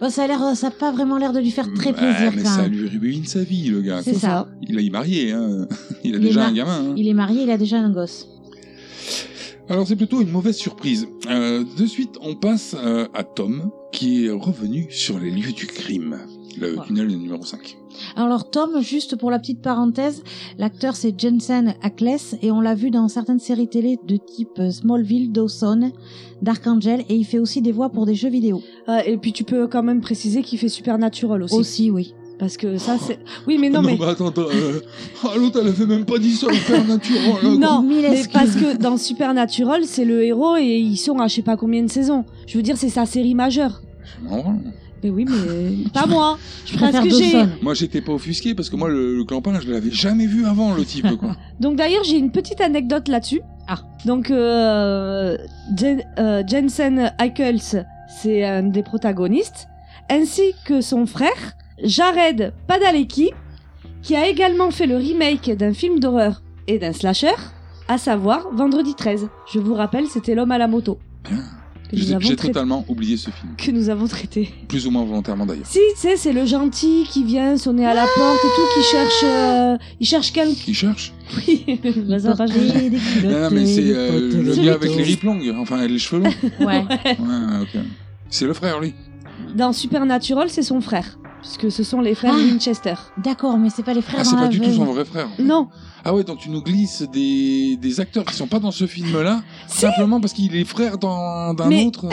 S9: Bon, ça a l'air, ça a pas vraiment l'air de lui faire très
S7: Bah,
S9: plaisir
S7: mais
S9: quand
S7: ça
S9: même.
S7: lui ruine sa vie, le gars.
S9: C'est
S7: quoi.
S9: ça.
S7: Il est marié, hein. Il a
S9: est
S7: déjà
S9: mar-
S7: un gamin. hein.
S9: Il est marié, il a déjà un gosse.
S7: Alors c'est plutôt une mauvaise surprise. Euh, de suite, on passe euh, à Tom, qui est revenu sur les lieux du crime. Le tunnel numéro 5.
S9: Alors Tom, juste pour la petite parenthèse, l'acteur c'est Jensen Ackles et on l'a vu dans certaines séries télé de type euh, Smallville, Dawson, Dark Angel et il fait aussi des voix pour des jeux vidéo.
S8: Ah, et puis tu peux quand même préciser qu'il fait Supernatural aussi.
S9: Aussi, oui.
S8: Parce que ça, c'est. Oui, mais non, mais.
S7: attends, attends, euh, ah, l'autre, elle avait même pas dit ça, le père naturel. là,
S8: Non,
S7: quoi.
S8: mais parce que dans Supernatural, c'est le héros et ils sont à je sais pas combien de saisons. Je veux dire, c'est sa série majeure.
S7: Non.
S8: Mais oui, mais. pas moi Je préfère
S9: préfère Dawson.
S7: Moi, j'étais pas offusqué parce que moi, le, le clampin, je l'avais jamais vu avant, le type, quoi.
S8: Donc d'ailleurs, j'ai une petite anecdote là-dessus. Ah. Donc euh, Jen- euh, Jensen Ackles, c'est un des protagonistes, ainsi que son frère Jared Padalecki, qui a également fait le remake d'un film d'horreur et d'un slasher, à savoir Vendredi 13. Je vous rappelle, c'était l'homme à la moto. Que nous
S7: J'ai
S8: avons
S7: j'ai
S8: traité-
S7: totalement oublié ce film.
S8: Que nous avons traité.
S7: Plus ou moins volontairement, d'ailleurs.
S8: Si, tu sais, c'est le gentil qui vient sonner à la porte et tout, qui cherche, euh, il cherche quelqu'un.
S7: Qui cherche
S8: Oui, bah, ça va pas jouer.
S7: Non, non, mais c'est euh, le
S8: Celui
S7: gars avec
S8: qui-
S7: les rips longues, enfin, les cheveux longs.
S8: Ouais.
S7: Ouais, ok. C'est le frère, lui.
S8: Dans Supernatural, c'est son frère, puisque ce sont les frères Winchester.
S9: D'accord, mais c'est pas les frères
S7: Ah, c'est pas du tout son vrai frère.
S8: Non.
S7: Ah ouais, donc tu nous glisses des, des acteurs qui sont pas dans ce film-là, simplement parce qu'il est frère dans- d'un
S8: Mais-
S7: autre.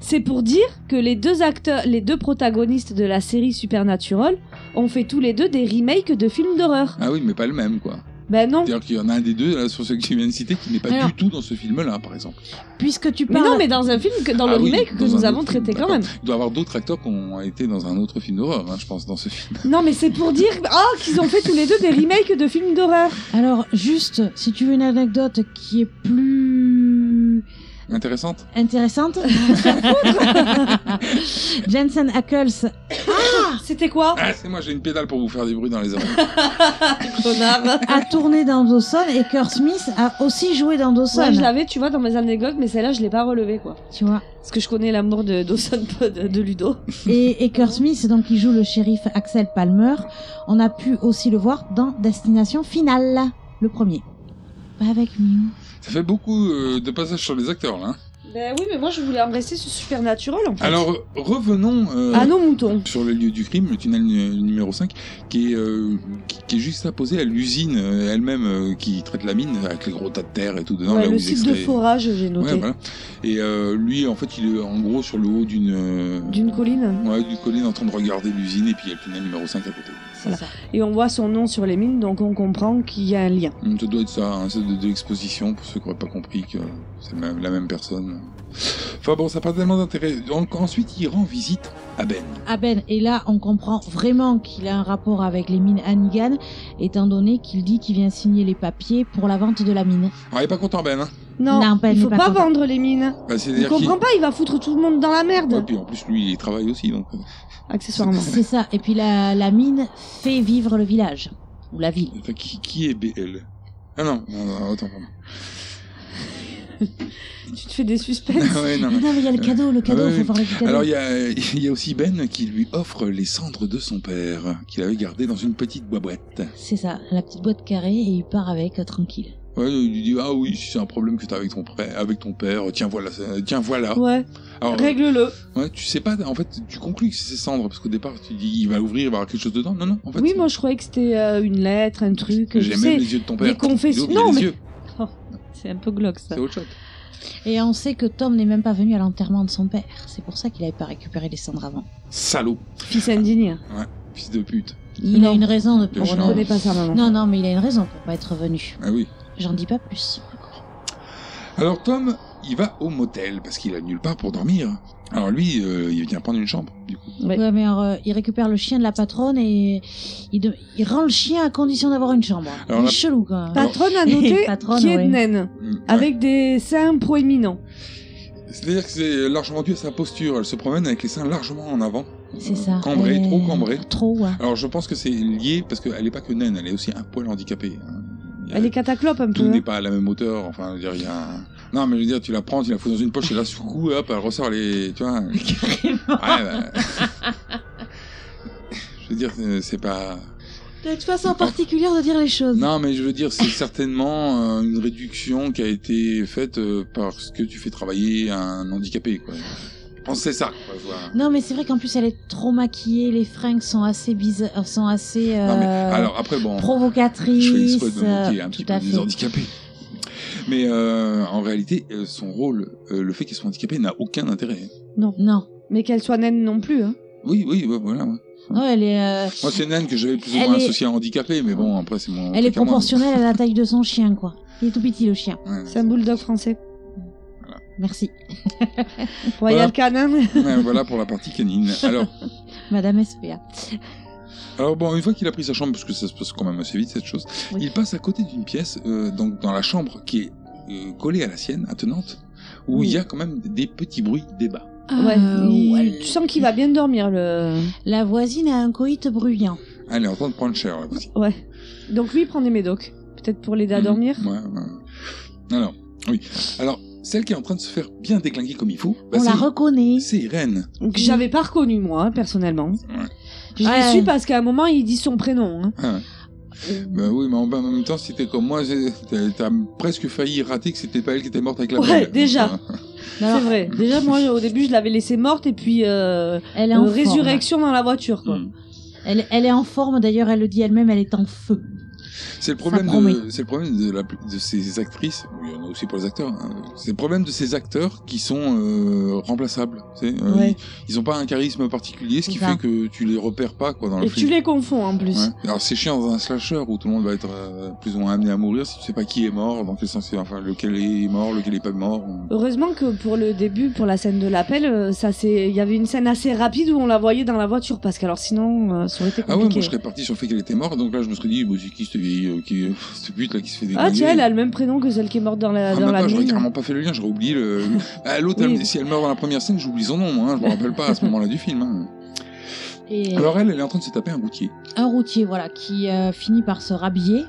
S8: C'est pour dire que les deux acteurs, les deux protagonistes de la série Supernatural ont fait tous les deux des remakes de films d'horreur.
S7: Ah oui, mais pas le même, quoi.
S8: Ben non.
S7: C'est-à-dire qu'il y en a un des deux, là, sur ceux que tu viens de citer, qui n'est pas
S8: Alors.
S7: du tout dans ce film-là, par exemple.
S9: Puisque tu
S8: Mais non, mais dans un film, que, dans
S7: Ah
S8: le
S7: oui,
S8: remake que
S7: dans
S8: nous
S7: un
S8: avons
S7: autre
S8: traité
S7: film,
S8: quand même.
S7: d'accord. Il doit y avoir d'autres acteurs qui ont été dans un autre film d'horreur, hein, je pense, dans ce film.
S8: Non, mais c'est pour dire oh, qu'ils ont fait tous les deux des remakes de films d'horreur.
S9: Alors, juste, si tu veux une anecdote qui est plus
S7: Intéressante
S9: intéressante, Jensen Ackles.
S8: Ah, c'était quoi
S7: Ah, c'est moi, j'ai une pédale pour vous faire des bruits dans les oreilles.
S9: a tourné dans Dawson et Kurt Smith a aussi joué dans Dawson.
S8: Ouais, je l'avais, tu vois, dans mes anecdotes, mais celle-là, je l'ai pas relevée, quoi.
S9: Tu vois.
S8: Parce que je connais l'amour de Dawson Pod- de, Ludo.
S9: et, et Kurt Smith, donc, il joue le shérif Axel Palmer. On a pu aussi le voir dans Destination Finale, le premier. Pas avec Mew.
S7: Ça fait beaucoup euh, de passages sur les acteurs, là. hein.
S8: Ben oui, mais moi, je voulais en rester sur Supernatural, en fait.
S7: Alors, revenons euh,
S8: À nos moutons.
S7: sur le lieu du crime, le tunnel nu- numéro 5, qui est, euh, qui, qui est juxtaposé à l'usine euh, elle-même euh, qui traite la mine, avec les gros tas de terre et tout dedans.
S8: Ouais,
S7: là où
S8: le
S7: ils
S8: site de
S7: extraient-
S8: forage, j'ai noté.
S7: Ouais, voilà. Et euh, lui, en fait, il est en gros sur le haut d'une... euh,
S8: D'une colline.
S7: Ouais, d'une colline en train de regarder l'usine et puis il y a le tunnel numéro 5 à côté.
S8: Voilà. Et on voit son nom sur les mines, donc on comprend qu'il y a un lien.
S7: Hum, Ça doit être ça, hein, ça doit être de l'exposition pour ceux qui n'auraient pas compris que c'est la même- la même personne. Enfin bon, ça n'a pas tellement d'intérêt. Donc, Ensuite, il rend visite à Ben.
S9: Ah ben, et là, on comprend vraiment qu'il a un rapport avec les mines Hannigan, étant donné qu'il dit qu'il vient signer les papiers pour la vente de la mine.
S7: Alors, il est pas content, Ben. Hein
S8: Non,
S9: Non, Ben
S8: il faut
S9: n'est
S8: pas,
S9: pas content.
S8: vendre les mines.
S7: Bah,
S8: Il
S7: C'est-à-dire qu'il-
S8: comprend pas, il va foutre tout le monde dans la merde.
S7: Ouais, puis en plus, lui, il travaille aussi, donc. euh,
S8: Accessoirement.
S9: C'est ça. Et puis la, la mine fait vivre le village. Ou la ville.
S7: enfin, qui, qui est BL Ah non, non, non, autant pour moi.
S8: Tu te fais des suspects.
S7: Ouais, non, mais-
S9: Non, mais il y a le cadeau, le cadeau,
S7: Ah ouais.
S9: faut parler
S8: Ben.
S9: du cadeau.
S7: Alors, il y a, il y a aussi Ben qui lui offre les cendres de son père, qu'il avait gardées dans une petite boîte.
S9: C'est ça, la petite boîte carrée et il part avec, euh, tranquille.
S7: Ouais, il lui dit Ah oui, si c'est un problème que t'as avec ton, pré- avec ton père, tiens voilà. ça- Tiens voilà.
S8: Ouais,
S7: Alors, euh,
S8: règle-le.
S7: Ouais, tu sais pas, en fait, tu conclus que c'est ses cendres, parce qu'au départ, tu dis, il va l'ouvrir, il va y avoir quelque chose dedans. Non, non, en fait,
S8: oui, moi je croyais que c'était euh, une lettre, un truc.
S7: j'ai
S8: tu
S7: même
S8: sais,
S7: les yeux de ton père.
S8: Des confessions.
S7: Il ouvre, il y a
S8: Non,
S7: les
S8: mais.
S7: yeux.
S8: Oh, c'est un peu glauque ça.
S7: c'est autre chose.
S9: Et on sait que Tom n'est même pas venu à l'enterrement de son père. C'est pour ça qu'il n'avait pas récupéré les cendres avant.
S7: Salaud.
S8: Fils indigné.
S7: Ouais, fils de pute.
S9: Il a une raison de
S7: Le
S9: pour
S7: chien.
S9: ne-
S8: Connais pas ça, maman.
S9: Non, non, mais il a une raison pour pas être venu.
S7: Ah oui.
S9: J'en dis pas plus.
S7: Alors, Tom, il va au motel, parce qu'il a nulle part pour dormir. Alors, lui, euh, il vient prendre une chambre, du coup.
S8: Ouais.
S9: Ouais, mais alors, euh, il récupère le chien de la patronne et il, de- il rend le chien à condition d'avoir une chambre.
S7: Alors,
S9: il est
S7: la-
S9: chelou quand même.
S8: Patronne à noter
S9: Patronne,
S8: qui est
S9: ouais.
S8: naine,
S7: Mm, ouais.
S8: avec des seins proéminents.
S7: C'est-à-dire que c'est largement dû à sa posture. Elle se promène avec les seins largement en avant.
S9: C'est ça.
S7: Cambrée,
S9: Elle est-
S7: trop cambrée.
S9: Trop, ouais.
S7: Alors, je pense que c'est lié, parce qu'elle est pas que naine, elle est aussi un poil handicapée. hein. Il y a-
S8: Elle est cataclope un
S7: tout
S8: peu.
S7: n'est
S8: hein.
S7: pas à la même hauteur. Enfin, je veux dire, il y a. un- Non, mais je veux dire, tu la prends, tu la fous dans une poche, et là, sur le coup, hop, elle ressort les. Tu vois. Carrément. Ouais, bah... Je veux dire, euh, c'est pas.
S9: T'as une façon particulière de dire les choses.
S7: Non, mais je veux dire, c'est certainement euh, une réduction qui a été faite euh, parce que tu fais travailler un handicapé, quoi. Je pense que c'est ça, quoi. voilà.
S9: Non, mais c'est vrai qu'en plus elle est trop maquillée, les fringues sont assez bizarres, sont assez euh,
S7: Non, mais alors après, bon.
S9: provocatrices.
S7: Je fais exprès de me moquer
S9: euh,
S7: un petit
S9: tout
S7: peu
S9: à
S7: des
S9: fait.
S7: handicapés. Mais euh, en réalité, euh, son rôle, euh, le fait qu'il soit handicapé, n'a aucun intérêt.
S9: Non.
S8: Mais qu'elle soit naine non plus. hein.
S7: Oui, oui, ouais, voilà. ouais.
S9: Non, elle est, euh,
S7: Moi, c'est Nan que j'avais plus ou
S9: Elle
S7: moins
S9: est-
S7: associé à handicapé, mais bon, après, c'est mon.
S9: elle est
S7: truc à moi.
S9: proportionnelle à la taille de son chien, quoi. Il est tout petit le chien.
S7: Ouais.
S8: C'est un bulldog français.
S9: Merci,
S7: Voilà.
S8: Royal Canin.
S7: Ouais, voilà pour la partie canine. Alors,
S9: Madame SPA.
S7: alors bon, une fois qu'il a pris sa chambre, parce que ça se passe quand même assez vite cette chose,
S9: Oui.
S7: il passe à côté d'une pièce, euh, donc dans la chambre qui est euh, collée à la sienne, attenante, où
S8: Oui.
S7: il y a quand même des petits bruits des bas.
S8: Ouais,
S9: Euh,
S8: il-
S9: ouais.
S8: Tu sens qu'il va bien dormir le.
S9: La voisine a un coït bruyant.
S7: Elle est en train de prendre cher, là, aussi.
S8: Ouais. Donc lui il prend des médocs, peut-être pour l'aider à
S7: Mhm.
S8: dormir.
S7: Ouais, ouais. Alors, oui. Alors, celle qui est en train de se faire bien déglinguer comme il faut, bah,
S9: On la
S7: c'est-
S9: reconnaît.
S7: c'est Irène.
S8: Que j'avais pas reconnu moi hein, personnellement.
S7: Ouais.
S8: Je l'ai
S9: Ouais.
S8: su parce qu'à un moment il dit son prénom. hein.
S7: Ah ouais. Bah oui, mais en en même temps, si t'es comme moi, j'ai- t'as t'as presque failli rater que c'était pas elle qui était morte avec la
S8: Ouais,
S7: pelle.
S8: déjà.
S7: Donc, euh,
S9: Alors,
S8: C'est vrai. Déjà moi au début je l'avais laissée morte et puis euh,
S9: Elle est
S8: euh,
S9: en forme.
S8: résurrection dans la voiture quoi.
S7: hmm.
S9: Elle, elle est en forme d'ailleurs. Elle le dit elle-même. Elle est en feu.
S7: C'est le problème
S9: promet.
S7: de, c'est le problème de, la, de ces actrices. Bon, il y en a aussi pour les acteurs. hein. C'est le problème de ces acteurs qui sont euh, remplaçables. tu sais, euh,
S8: Ouais.
S7: Ils n'ont pas un charisme particulier, ce qui
S8: C'est ça.
S7: fait que tu les repères pas quoi dans le
S8: Et tu
S7: film.
S8: les confonds en plus.
S7: Ouais. Alors c'est chiant dans un slasher où tout le monde va être euh, plus ou moins amené à mourir si tu sais pas qui est mort, dans quel sens, c'est- enfin lequel est mort, lequel est pas mort.
S8: Heureusement que pour le début, pour la scène de l'appel, euh, ça c'est, il y avait une scène assez rapide où on la voyait dans la voiture parce que alors sinon, euh, ça aurait été
S7: Ah ouais,
S8: compliqué.
S7: moi je serais parti sur le fait qu'elle était morte, donc là je me serais dit, bon, c'est qui cette vieille, euh, qui, euh, cette pute là qui se fait
S8: Ah,
S7: déglinguer
S8: tiens, elle a le même prénom que celle qui est morte dans la
S7: Ah,
S8: Euh, dans
S7: même
S8: la
S7: pas, j'aurais
S8: mine.
S7: carrément pas fait le lien, j'aurais oublié le. Ah, L'autre,
S8: Oui.
S7: elle- si elle meurt dans la première scène, j'oublie son nom, hein, je me rappelle pas à ce moment-là du film. hein.
S9: Et
S7: Alors elle, elle est en train de se taper un goutier.
S9: un routier, voilà, qui euh, finit par se rhabiller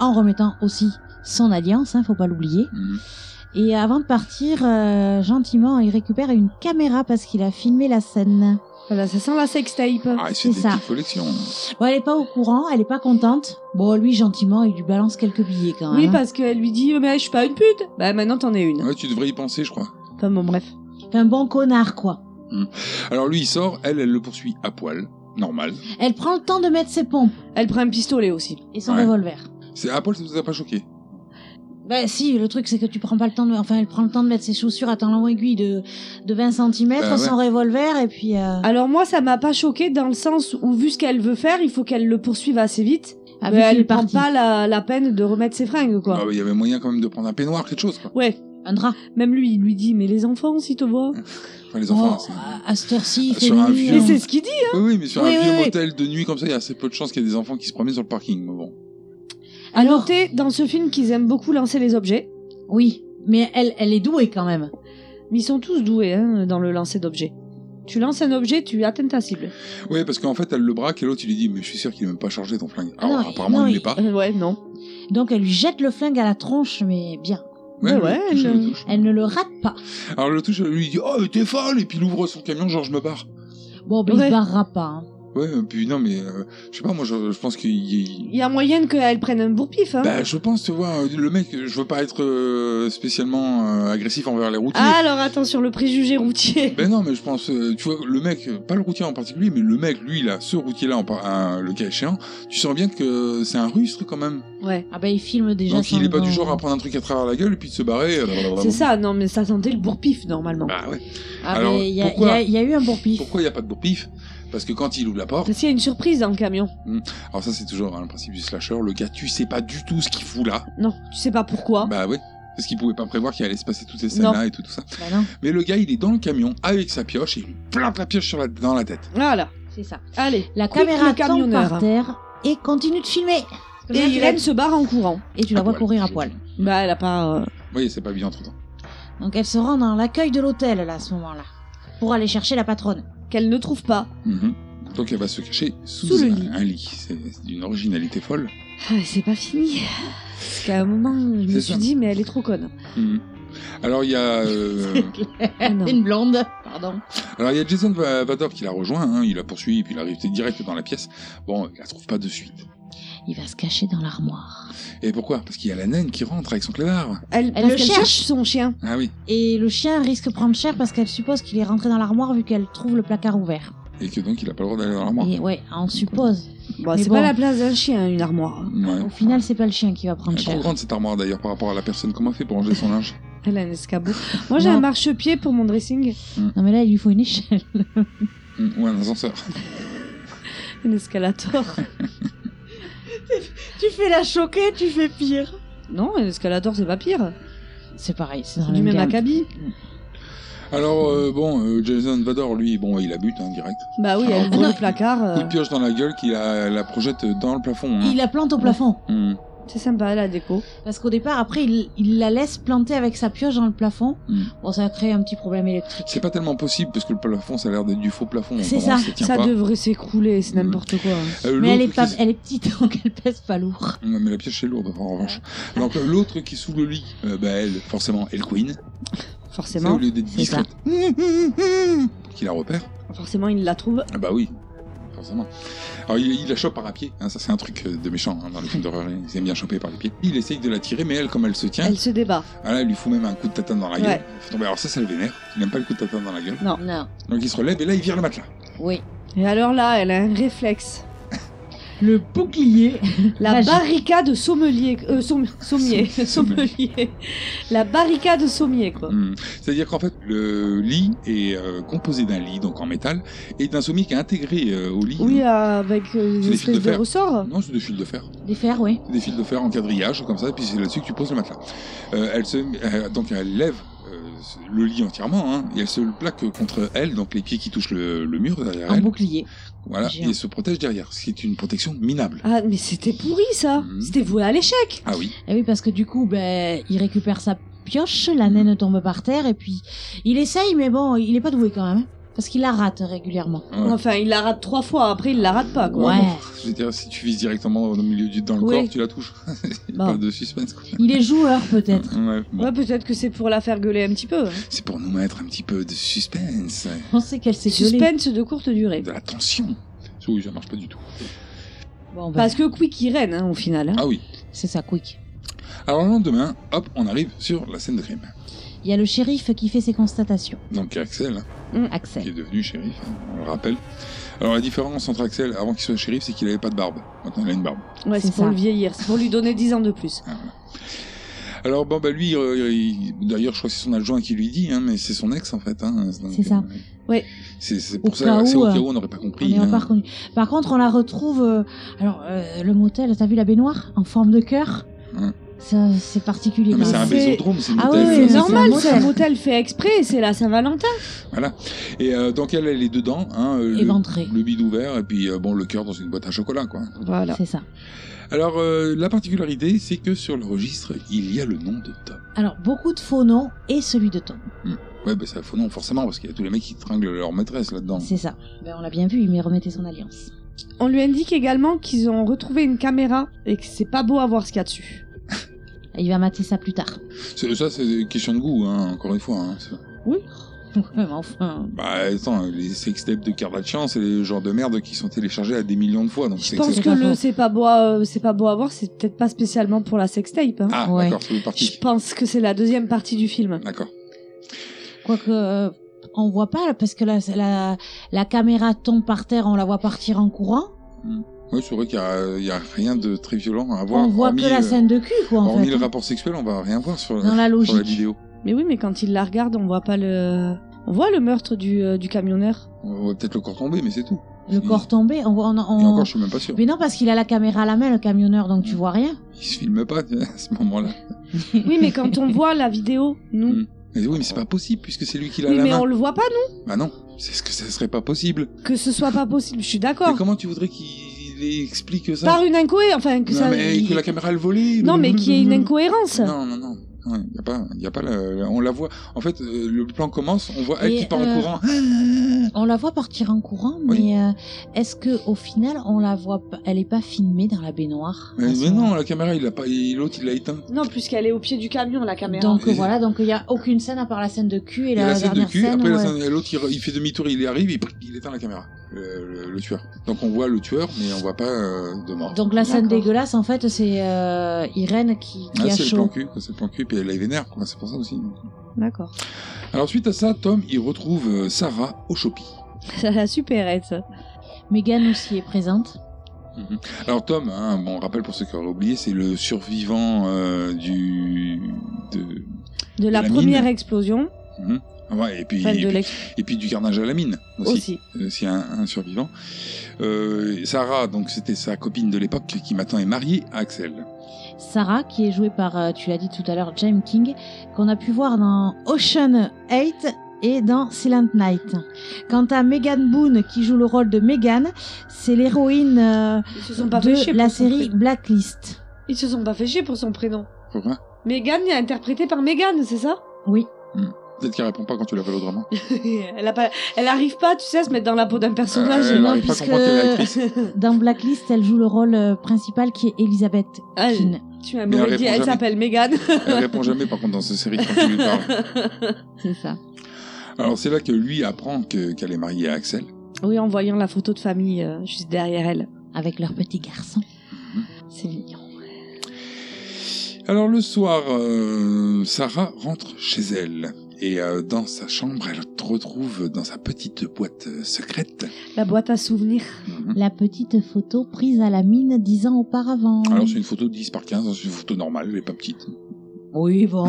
S9: en remettant aussi son alliance, hein, faut pas l'oublier.
S8: Mm.
S9: Et avant de partir, euh, gentiment, il récupère une caméra parce qu'il a filmé la scène.
S8: Voilà, ça sent la sextape.
S7: Ah, c'est
S9: c'est
S7: des
S9: ça.
S7: petites collections. hein.
S9: Bon, elle est pas au courant, elle est pas contente. Bon, lui, gentiment, il lui balance quelques billets quand même. hein.
S8: Oui, parce qu'elle lui dit, mais je suis pas une pute. Bah maintenant t'en es une.
S7: Ouais, tu devrais y penser, je crois.
S8: Enfin bon, bref.
S9: Un bon connard, quoi.
S7: Mm. Alors lui, il sort, elle, elle le poursuit à poil, normal.
S9: Elle prend le temps de mettre ses pompes.
S8: Elle prend un pistolet aussi.
S9: Et son
S7: Ouais.
S9: revolver.
S7: C'est à poil, ça vous a pas choqué
S9: Ben si, le truc c'est que tu prends pas le temps de... Enfin, elle prend le temps de mettre ses chaussures à temps long aiguille de, de 20 cm,
S8: Bah
S7: Ben
S8: ouais.
S9: son revolver, et puis... euh,
S8: Alors moi, ça m'a pas choqué dans le sens où vu ce qu'elle veut faire, il faut qu'elle le poursuive assez vite.
S9: Ah,
S8: mais
S9: vu qu'il est
S8: elle prend
S9: parti.
S8: pas la, la peine de remettre ses fringues quoi.
S7: Ah bah, il y avait moyen quand même de prendre un peignoir, quelque chose, quoi.
S8: Ouais.
S9: Un drap.
S8: Même lui, il lui dit, mais les enfants, si te voient.
S7: Enfin, les enfants,
S8: Oh,
S7: c'est-
S9: à cette heure-ci, il fait
S7: Sur un
S9: nuit,
S7: vieux-
S9: hein.
S8: Mais c'est ce qu'il dit, hein.
S7: Oui, oui, mais sur
S8: Oui,
S7: un
S8: oui,
S7: vieux
S8: oui.
S7: motel de nuit comme ça, il y a assez peu de chances qu'il y ait des enfants qui se promènent sur le parking. Mais bon.
S8: À noter dans ce film qu'ils aiment beaucoup lancer les objets.
S9: Oui, mais elle, elle est douée quand même.
S8: Mais ils sont tous doués hein, dans le lancer d'objets. Tu lances un objet, tu atteins ta cible.
S7: Oui, parce qu'en fait, elle le braque et l'autre, il lui dit Mais je suis sûr qu'il est même pas chargé ton flingue.
S9: Ah
S7: Alors,
S9: non,
S7: apparemment,
S9: non,
S7: il
S9: il-
S7: l'est pas.
S8: ouais, non.
S9: Donc elle lui jette le flingue à la tronche, mais bien.
S7: Ouais, Ouais, ouais, touche, elle- elle touche.
S9: elle ne le rate pas.
S7: Alors, le touche, elle lui dit Oh, mais t'es folle Et puis, il ouvre son camion, genre, je me barre.
S9: Bon, ben, il se barrera pas. hein.
S7: Ouais, et puis non, mais euh, je sais pas, moi, je, je pense qu'il. il-
S8: Il y a moyen qu'elle prenne un bourpif. Hein.
S7: Bah, je pense, tu vois, euh, le mec, je veux pas être euh, spécialement euh, agressif envers les routiers.
S8: Ah, alors attends sur le préjugé routier.
S7: Ben non, mais je pense, euh, tu vois, le mec, euh, pas le routier en particulier, mais le mec, lui, là, ce routier-là, en par- un- le cas échéant, tu sens bien que c'est un rustre quand même.
S8: Ouais.
S9: Ah bah il filme déjà.
S7: Donc il est pas du genre à prendre un truc à travers la gueule et puis de se barrer. euh,
S8: C'est ça, non mais ça sentait le bourpif normalement.
S7: Ah ouais.
S9: Ah,
S7: Alors,
S9: mais il y a-
S7: pourquoi-
S9: il y a- il y a eu un bourpif.
S7: Pourquoi il n'y a pas de bourpif Parce que quand il ouvre la porte.
S8: Parce qu'il y a une surprise dans le camion.
S7: Hmm. Alors ça, c'est toujours hein, le principe du slasher. Le gars, tu sais pas du tout ce qu'il fout là.
S8: Non, tu sais pas
S9: Hein
S8: pourquoi.
S7: Bah oui. Parce qu'il pouvait pas prévoir qu'il allait se passer toutes ces
S8: Non.
S7: scènes-là et tout, tout ça.
S9: Bah non.
S7: Mais le gars, il est dans le camion avec sa pioche et il lui plante la pioche sur la- dans la tête.
S8: Voilà.
S9: C'est ça.
S8: Allez.
S9: La
S8: quick,
S9: caméra
S8: le
S9: tombe
S8: camionneur.
S9: par terre et continue de filmer.
S8: Et Irène se barre en courant.
S9: Et
S7: Ah,
S9: tu la vois courir à poil.
S8: Bah elle a pas.
S7: Oui, c'est pas bien entre temps.
S9: Donc elle se rend dans l'accueil de l'hôtel là à ce moment-là pour aller chercher la patronne
S8: qu'elle ne trouve pas.
S7: Mhm. Donc elle va se cacher sous,
S8: Sous le
S7: un-
S8: lit.
S7: un lit. C'est c'est d'une originalité folle.
S8: Ah, c'est pas fini. Parce qu'à un moment, je me
S7: C'est
S8: suis
S7: ça.
S8: dit, mais elle est trop conne.
S7: Mhm. Alors il y a. euh,
S8: Oh
S9: Une blonde, pardon.
S7: Alors il y a Jason Va- Vador qui la rejoint, hein, il la poursuit, puis il arrive direct dans la pièce. Bon, il la trouve pas de suite.
S9: Il va se cacher dans l'armoire.
S7: Et pourquoi Parce qu'il y a la naine qui rentre avec son clébard.
S8: Elle,
S9: Elle
S8: parce
S9: le
S8: qu'elle
S9: cherche.
S8: son chien.
S7: Ah oui,
S9: Et le chien risque de prendre cher parce qu'elle suppose qu'il est rentré dans l'armoire vu qu'elle trouve le placard ouvert.
S7: et que donc il a pas le droit d'aller dans l'armoire.
S9: Et ouais, on suppose.
S8: Bon,
S9: Mais
S8: c'est pas la place d'un chien, une armoire.
S7: Ouais.
S9: Au final, c'est pas le chien qui va prendre
S7: Elle est trop
S9: cher.
S7: grande cette armoire d'ailleurs par rapport à la personne. Comment elle fait pour ranger son linge
S8: Elle a un escabeau. Moi, j'ai
S9: Non.
S8: un marchepied pour mon dressing.
S9: Non mais là, il lui faut une échelle.
S7: Mm, Ou un ascenseur
S8: Un escalator.
S9: tu fais la choquer, tu fais pire.
S8: Non, un escalator, c'est pas pire.
S9: C'est pareil, c'est dans
S8: du
S9: la
S8: même
S9: gamme.
S8: acabit.
S7: Alors euh, bon, euh, Jason Vador lui, bon, il la bute hein, direct.
S8: Bah oui,
S7: Alors,
S8: elle
S7: coup,
S8: ouvre le placard. euh,
S7: coup de pioche dans la gueule qui la, la projette dans le plafond. hein.
S9: Il la plante au plafond.
S7: Mm.
S8: C'est sympa, la déco.
S9: Parce qu'au départ, après, il, il la laisse planter avec sa pioche dans le plafond.
S7: Mm.
S9: Bon, ça a créé un petit problème électrique.
S7: C'est pas tellement possible parce que le plafond ça a l'air d'être du faux plafond.
S9: C'est
S7: Vraiment,
S9: ça.
S7: tient
S8: Ça
S7: pas.
S8: devrait s'écrouler, c'est n'importe quoi.
S7: Euh,
S9: mais elle est,
S7: l'autre
S9: pas,
S7: qui-
S9: elle est petite, donc elle pèse pas lourd.
S7: Ouais, mais la pioche est lourde en revanche. Donc euh, l'autre qui est sous le lit, euh, bah elle, forcément, elle queen. Ça,
S8: Forcément.
S7: au lieu d'être
S8: C'est ça.
S7: discrète, qui la repère.
S8: Forcément, il la trouve.
S7: Ah bah oui, forcément. Alors il, il la chope par un pied, hein, ça c'est un truc euh, de méchant hein, dans les films d'horreur, ils aiment bien choper par les pieds. Il essaye de la tirer, mais elle, comme elle se tient,
S8: Elle se débat.
S7: ah là, elle lui fout même un coup de tatane dans la gueule.
S8: Ouais.
S7: Elle fait tomber. Alors ça, ça le vénère, il n'aime pas le coup de tatane dans la gueule.
S8: Non.
S9: Non.
S7: Donc il se relève et là, il vire le matelas.
S9: Oui.
S8: Et alors là, elle a un réflexe. Le bouclier. La
S9: Magique.
S8: barricade sommelier. euh, somm- sommier. sommelier. La barricade sommier, quoi.
S7: Hmm. C'est-à-dire qu'en fait, le lit est euh, composé d'un lit, donc en métal, et d'un sommier qui est intégré euh, au lit.
S8: Oui, euh, avec euh,
S7: C'est
S8: une
S7: des fils
S8: espèce
S7: de
S8: de
S7: fer.
S8: ressort.
S7: Non, c'est des fils de fer.
S9: Des fers, oui.
S7: Des fils de fer en quadrillage, comme ça, et puis c'est là-dessus que tu poses le matelas. Euh, elle se, euh, donc elle lève euh, le lit entièrement, hein, et elle se le plaque contre elle, donc les pieds qui touchent le, le mur derrière
S9: Un
S7: elle.
S9: bouclier.
S7: Voilà,
S9: Géant.
S7: et se protège derrière, ce qui est une protection minable.
S8: Ah, mais c'était pourri, ça. C'était voué à l'échec.
S7: Ah oui.
S9: Et Eh oui, parce que du coup, ben, il récupère sa pioche, la naine tombe par terre, et puis il essaye, mais bon, il est pas doué quand même. hein, Parce qu'il la rate régulièrement.
S8: Enfin, il la rate trois fois, après il la rate pas, quoi.
S7: Ouais, bon, hein, Je veux dire, si tu vises directement au milieu du dans le
S8: Oui.
S7: corps, tu la touches. Il y a
S8: Bon.
S9: Ah.
S7: Pas de suspense. quoi.
S9: Il est joueur, peut-être.
S7: Ouais, bon.
S8: Bah, Ouais, peut-être que c'est pour la faire gueuler un petit peu. hein.
S7: C'est pour nous mettre un petit peu de suspense,
S9: On sait qu'elle s'est gueulée.
S8: Suspense de courte durée.
S7: de la tension. Oui, ça marche pas du tout.
S9: Bon, ben,
S8: Parce que Quick, il règne, hein, au final. hein.
S7: Ah oui.
S9: C'est ça, quick.
S7: Alors le lendemain, hop, on arrive sur la scène de crime.
S9: Il y a le shérif qui fait ses constatations.
S7: Donc Axel, hein, qui
S9: Axel.
S7: est devenu shérif, hein, on le rappelle. Alors la différence entre Axel avant qu'il soit shérif, c'est qu'il avait pas de barbe. Maintenant il a une barbe.
S8: Ouais, c'est
S9: c'est
S8: pour
S9: ça.
S8: le vieillir, c'est pour lui donner 10 ans de plus.
S7: Alors bon bah lui, euh, il- d'ailleurs je crois que c'est son adjoint qui lui dit, hein, mais c'est son ex en fait. Hein, donc,
S9: C'est ça.
S7: euh,
S8: Ouais.
S7: C'est c'est
S9: Au
S7: pour ça,
S9: cas
S7: c'est
S9: où,
S7: au cas
S9: euh,
S7: où on n'aurait pas
S9: On
S7: compris.
S9: est
S7: hein.
S9: encore connu. Par contre, on la retrouve. euh, alors, euh, le motel, t'as vu la baignoire en forme de cœur
S7: Hein.
S9: Ça, C'est particulier.
S7: Non, mais
S9: quand
S7: c'est un
S9: même.
S8: C'est-
S7: bésodrome, c'est une
S9: Ah
S7: hôtel,
S9: ouais,
S7: ça,
S8: C'est
S9: c'est
S8: normal,
S9: un
S8: c'est un
S9: motel.
S8: motel fait exprès, c'est la Saint-Valentin.
S7: Voilà. Et euh, donc elle, elle est dedans, hein, euh,
S9: Éventrée.
S7: le, le bide ouvert et puis euh, bon le cœur dans une boîte à chocolat quoi.
S8: Voilà.
S9: C'est ça.
S7: Alors euh, la particularité, c'est que sur le registre, il y a le nom de Tom.
S9: Alors, beaucoup de faux noms et celui de Tom.
S7: Ouais, bah ça faut non forcément parce qu'il y a tous les mecs qui tringlent leur maîtresse là-dedans.
S9: C'est ça. Ben, on l'a bien vu, il m'y remettait son alliance.
S8: On lui indique également qu'ils ont retrouvé une caméra et que c'est pas beau à voir ce qu'il y a dessus.
S9: Et il va mater ça plus tard.
S7: C'est- Ça c'est une question de goût, hein, encore une fois. Hein, ça.
S9: Oui. mais enfin.
S7: bah attends, les sextapes de Kardashian, c'est les genres de merde qui sont téléchargés à des millions de fois, donc
S8: Je
S7: c'est.
S8: pense
S7: c'est-
S8: que
S9: pas
S8: le
S9: faux.
S8: c'est pas beau, à- euh, c'est pas beau à voir, c'est peut-être pas spécialement pour la sextape. hein.
S7: Ah
S9: Ouais.
S7: d'accord, c'est le parti.
S8: Je pense que c'est la deuxième partie du film.
S7: D'accord.
S9: Quoique, euh, on voit pas, parce que la, la, la caméra tombe par terre, on la voit partir en courant.
S7: Ouais, c'est vrai qu'il y a, il y a rien de très violent à voir.
S9: on voit
S7: hormis,
S9: que la
S7: euh,
S9: scène de cul, quoi, en
S7: hormis
S9: fait.
S7: le
S9: hein.
S7: rapport sexuel, on va rien voir sur,
S9: Dans la
S7: sur la
S9: logique.
S7: vidéo.
S8: Mais oui, mais quand il la regarde, on voit pas le. On voit le meurtre du, euh, du camionneur.
S7: On voit peut-être le corps tomber, mais c'est tout.
S9: Le corps tombé, on voit. On, on-
S7: Et encore, je suis même pas sûr.
S9: Mais non, parce qu'il a la caméra à la main, le camionneur, donc tu vois rien.
S7: Il se filme pas tu vois, à ce moment-là.
S8: Oui, mais quand on voit la vidéo, nous.
S7: Mm. Mais oui, mais c'est pas possible puisque c'est lui qui l'a
S8: oui,
S7: la
S8: mais
S7: main.
S8: on le voit pas,
S7: Bah non, c'est ce que ça serait pas possible.
S8: nous. Que ce soit pas possible, je suis
S7: Mais
S8: d'accord.
S7: comment tu voudrais qu'il explique ça
S8: Par une incohérence, enfin que
S7: Non,
S8: ça.
S7: mais que la caméra le volée.
S8: Non, mais qu'il y ait une incohérence.
S7: Non, non, non. Non, Il y a pas, il y a pas la- la- on la voit. En fait, euh, le plan commence, on voit elle
S9: Et,
S7: qui part en
S9: euh,
S7: courant. Ah,
S9: On la voit partir en courant,
S7: Oui.
S9: mais euh, est-ce que au final, on la voit pas Elle est pas filmée dans la baignoire. à
S7: Mais,
S9: ce
S7: mais
S9: moment-là.
S7: non, la caméra, il l'a pas, il- l'autre, il l'a éteint.
S8: Non, puisqu'elle est au pied du camion, la caméra.
S9: Donc
S7: Et-
S9: voilà, donc il y a aucune scène à part la scène de cul et
S7: Il y
S9: la,
S7: a la scène de
S9: dernière
S7: cul,
S9: scène.
S7: après la
S9: ouais.
S7: scène- l'autre, il, il fait demi-tour, il y arrive, et il éteint la caméra. Euh, le, le tueur. Donc on voit le tueur, mais on voit pas euh, de mort.
S9: Donc la scène
S8: D'accord.
S9: dégueulasse, en fait, c'est euh, Irène qui, qui
S7: Ah,
S9: a
S7: c'est le plan
S9: chaud.
S7: cul, quoi, c'est le plan cul, puis elle est vénère, quoi, c'est pour ça aussi.
S8: D'accord.
S7: Alors suite à ça, Tom, il retrouve euh, Sarah au shopping.
S8: Ça la supérette.
S9: Megan aussi est présente.
S7: Alors Tom, hein, bon, on rappelle pour ceux qui auraient oublié, c'est le survivant euh, du... De...
S8: De la,
S7: la mine.
S8: première explosion,
S7: Mhm. Ouais, et, puis,
S8: enfin
S7: et,
S8: de
S7: puis,
S8: l'ex-
S7: et puis du carnage à la mine aussi,
S8: aussi.
S7: Euh, s'il y a un, un survivant. Euh, Sarah, donc c'était sa copine de l'époque qui maintenant est mariée à Axel.
S9: Sarah, qui est jouée par, euh, tu l'as dit tout à l'heure, James King, qu'on a pu voir dans Ocean 8 et dans Silent Night. Quant à Megan Boone, qui joue le rôle de Megan, c'est l'héroïne euh,
S8: Ils se sont pas fait chier
S9: de
S8: pour
S9: la
S8: son
S9: série
S8: prénom.
S9: Blacklist.
S8: Ils se sont pas fait chier pour son prénom.
S7: Pourquoi
S8: Megan est interprétée par Megan, c'est ça
S9: Oui,
S7: Peut-être qu'elle répond pas quand tu l'appelles au drama.
S8: elle, a pas... elle arrive pas, tu sais, à se mettre dans la peau d'un personnage.
S7: Euh, elle
S9: non,
S7: arrive pas à
S9: puisque
S7: comprendre qu'elle est actrice.
S9: dans Blacklist, elle joue le rôle euh, principal qui est Elizabeth
S8: Ah,
S9: Keane.
S8: Tu m'as
S7: Mais elle
S8: m'aurais dit,
S7: répond
S8: elle
S7: jamais.
S8: s'appelle Megan.
S7: Elle répond jamais par contre dans cette série quand tu lui parles.
S9: C'est ça.
S7: Alors c'est là que lui apprend que- qu'elle est mariée à Axel.
S8: oui, en voyant la photo de famille euh, juste derrière elle.
S9: Avec leur petit garçon.
S8: C'est mignon.
S7: Alors le soir, euh, Sarah rentre chez elle Et euh, dans sa chambre, elle te retrouve dans sa petite boîte euh, secrète. Mhm.
S8: La boîte à souvenirs.
S9: La petite photo prise à la mine dix ans auparavant.
S7: Alors c'est une photo de 10 par 15, c'est une photo normale, elle est pas petite.
S9: Oui, bon.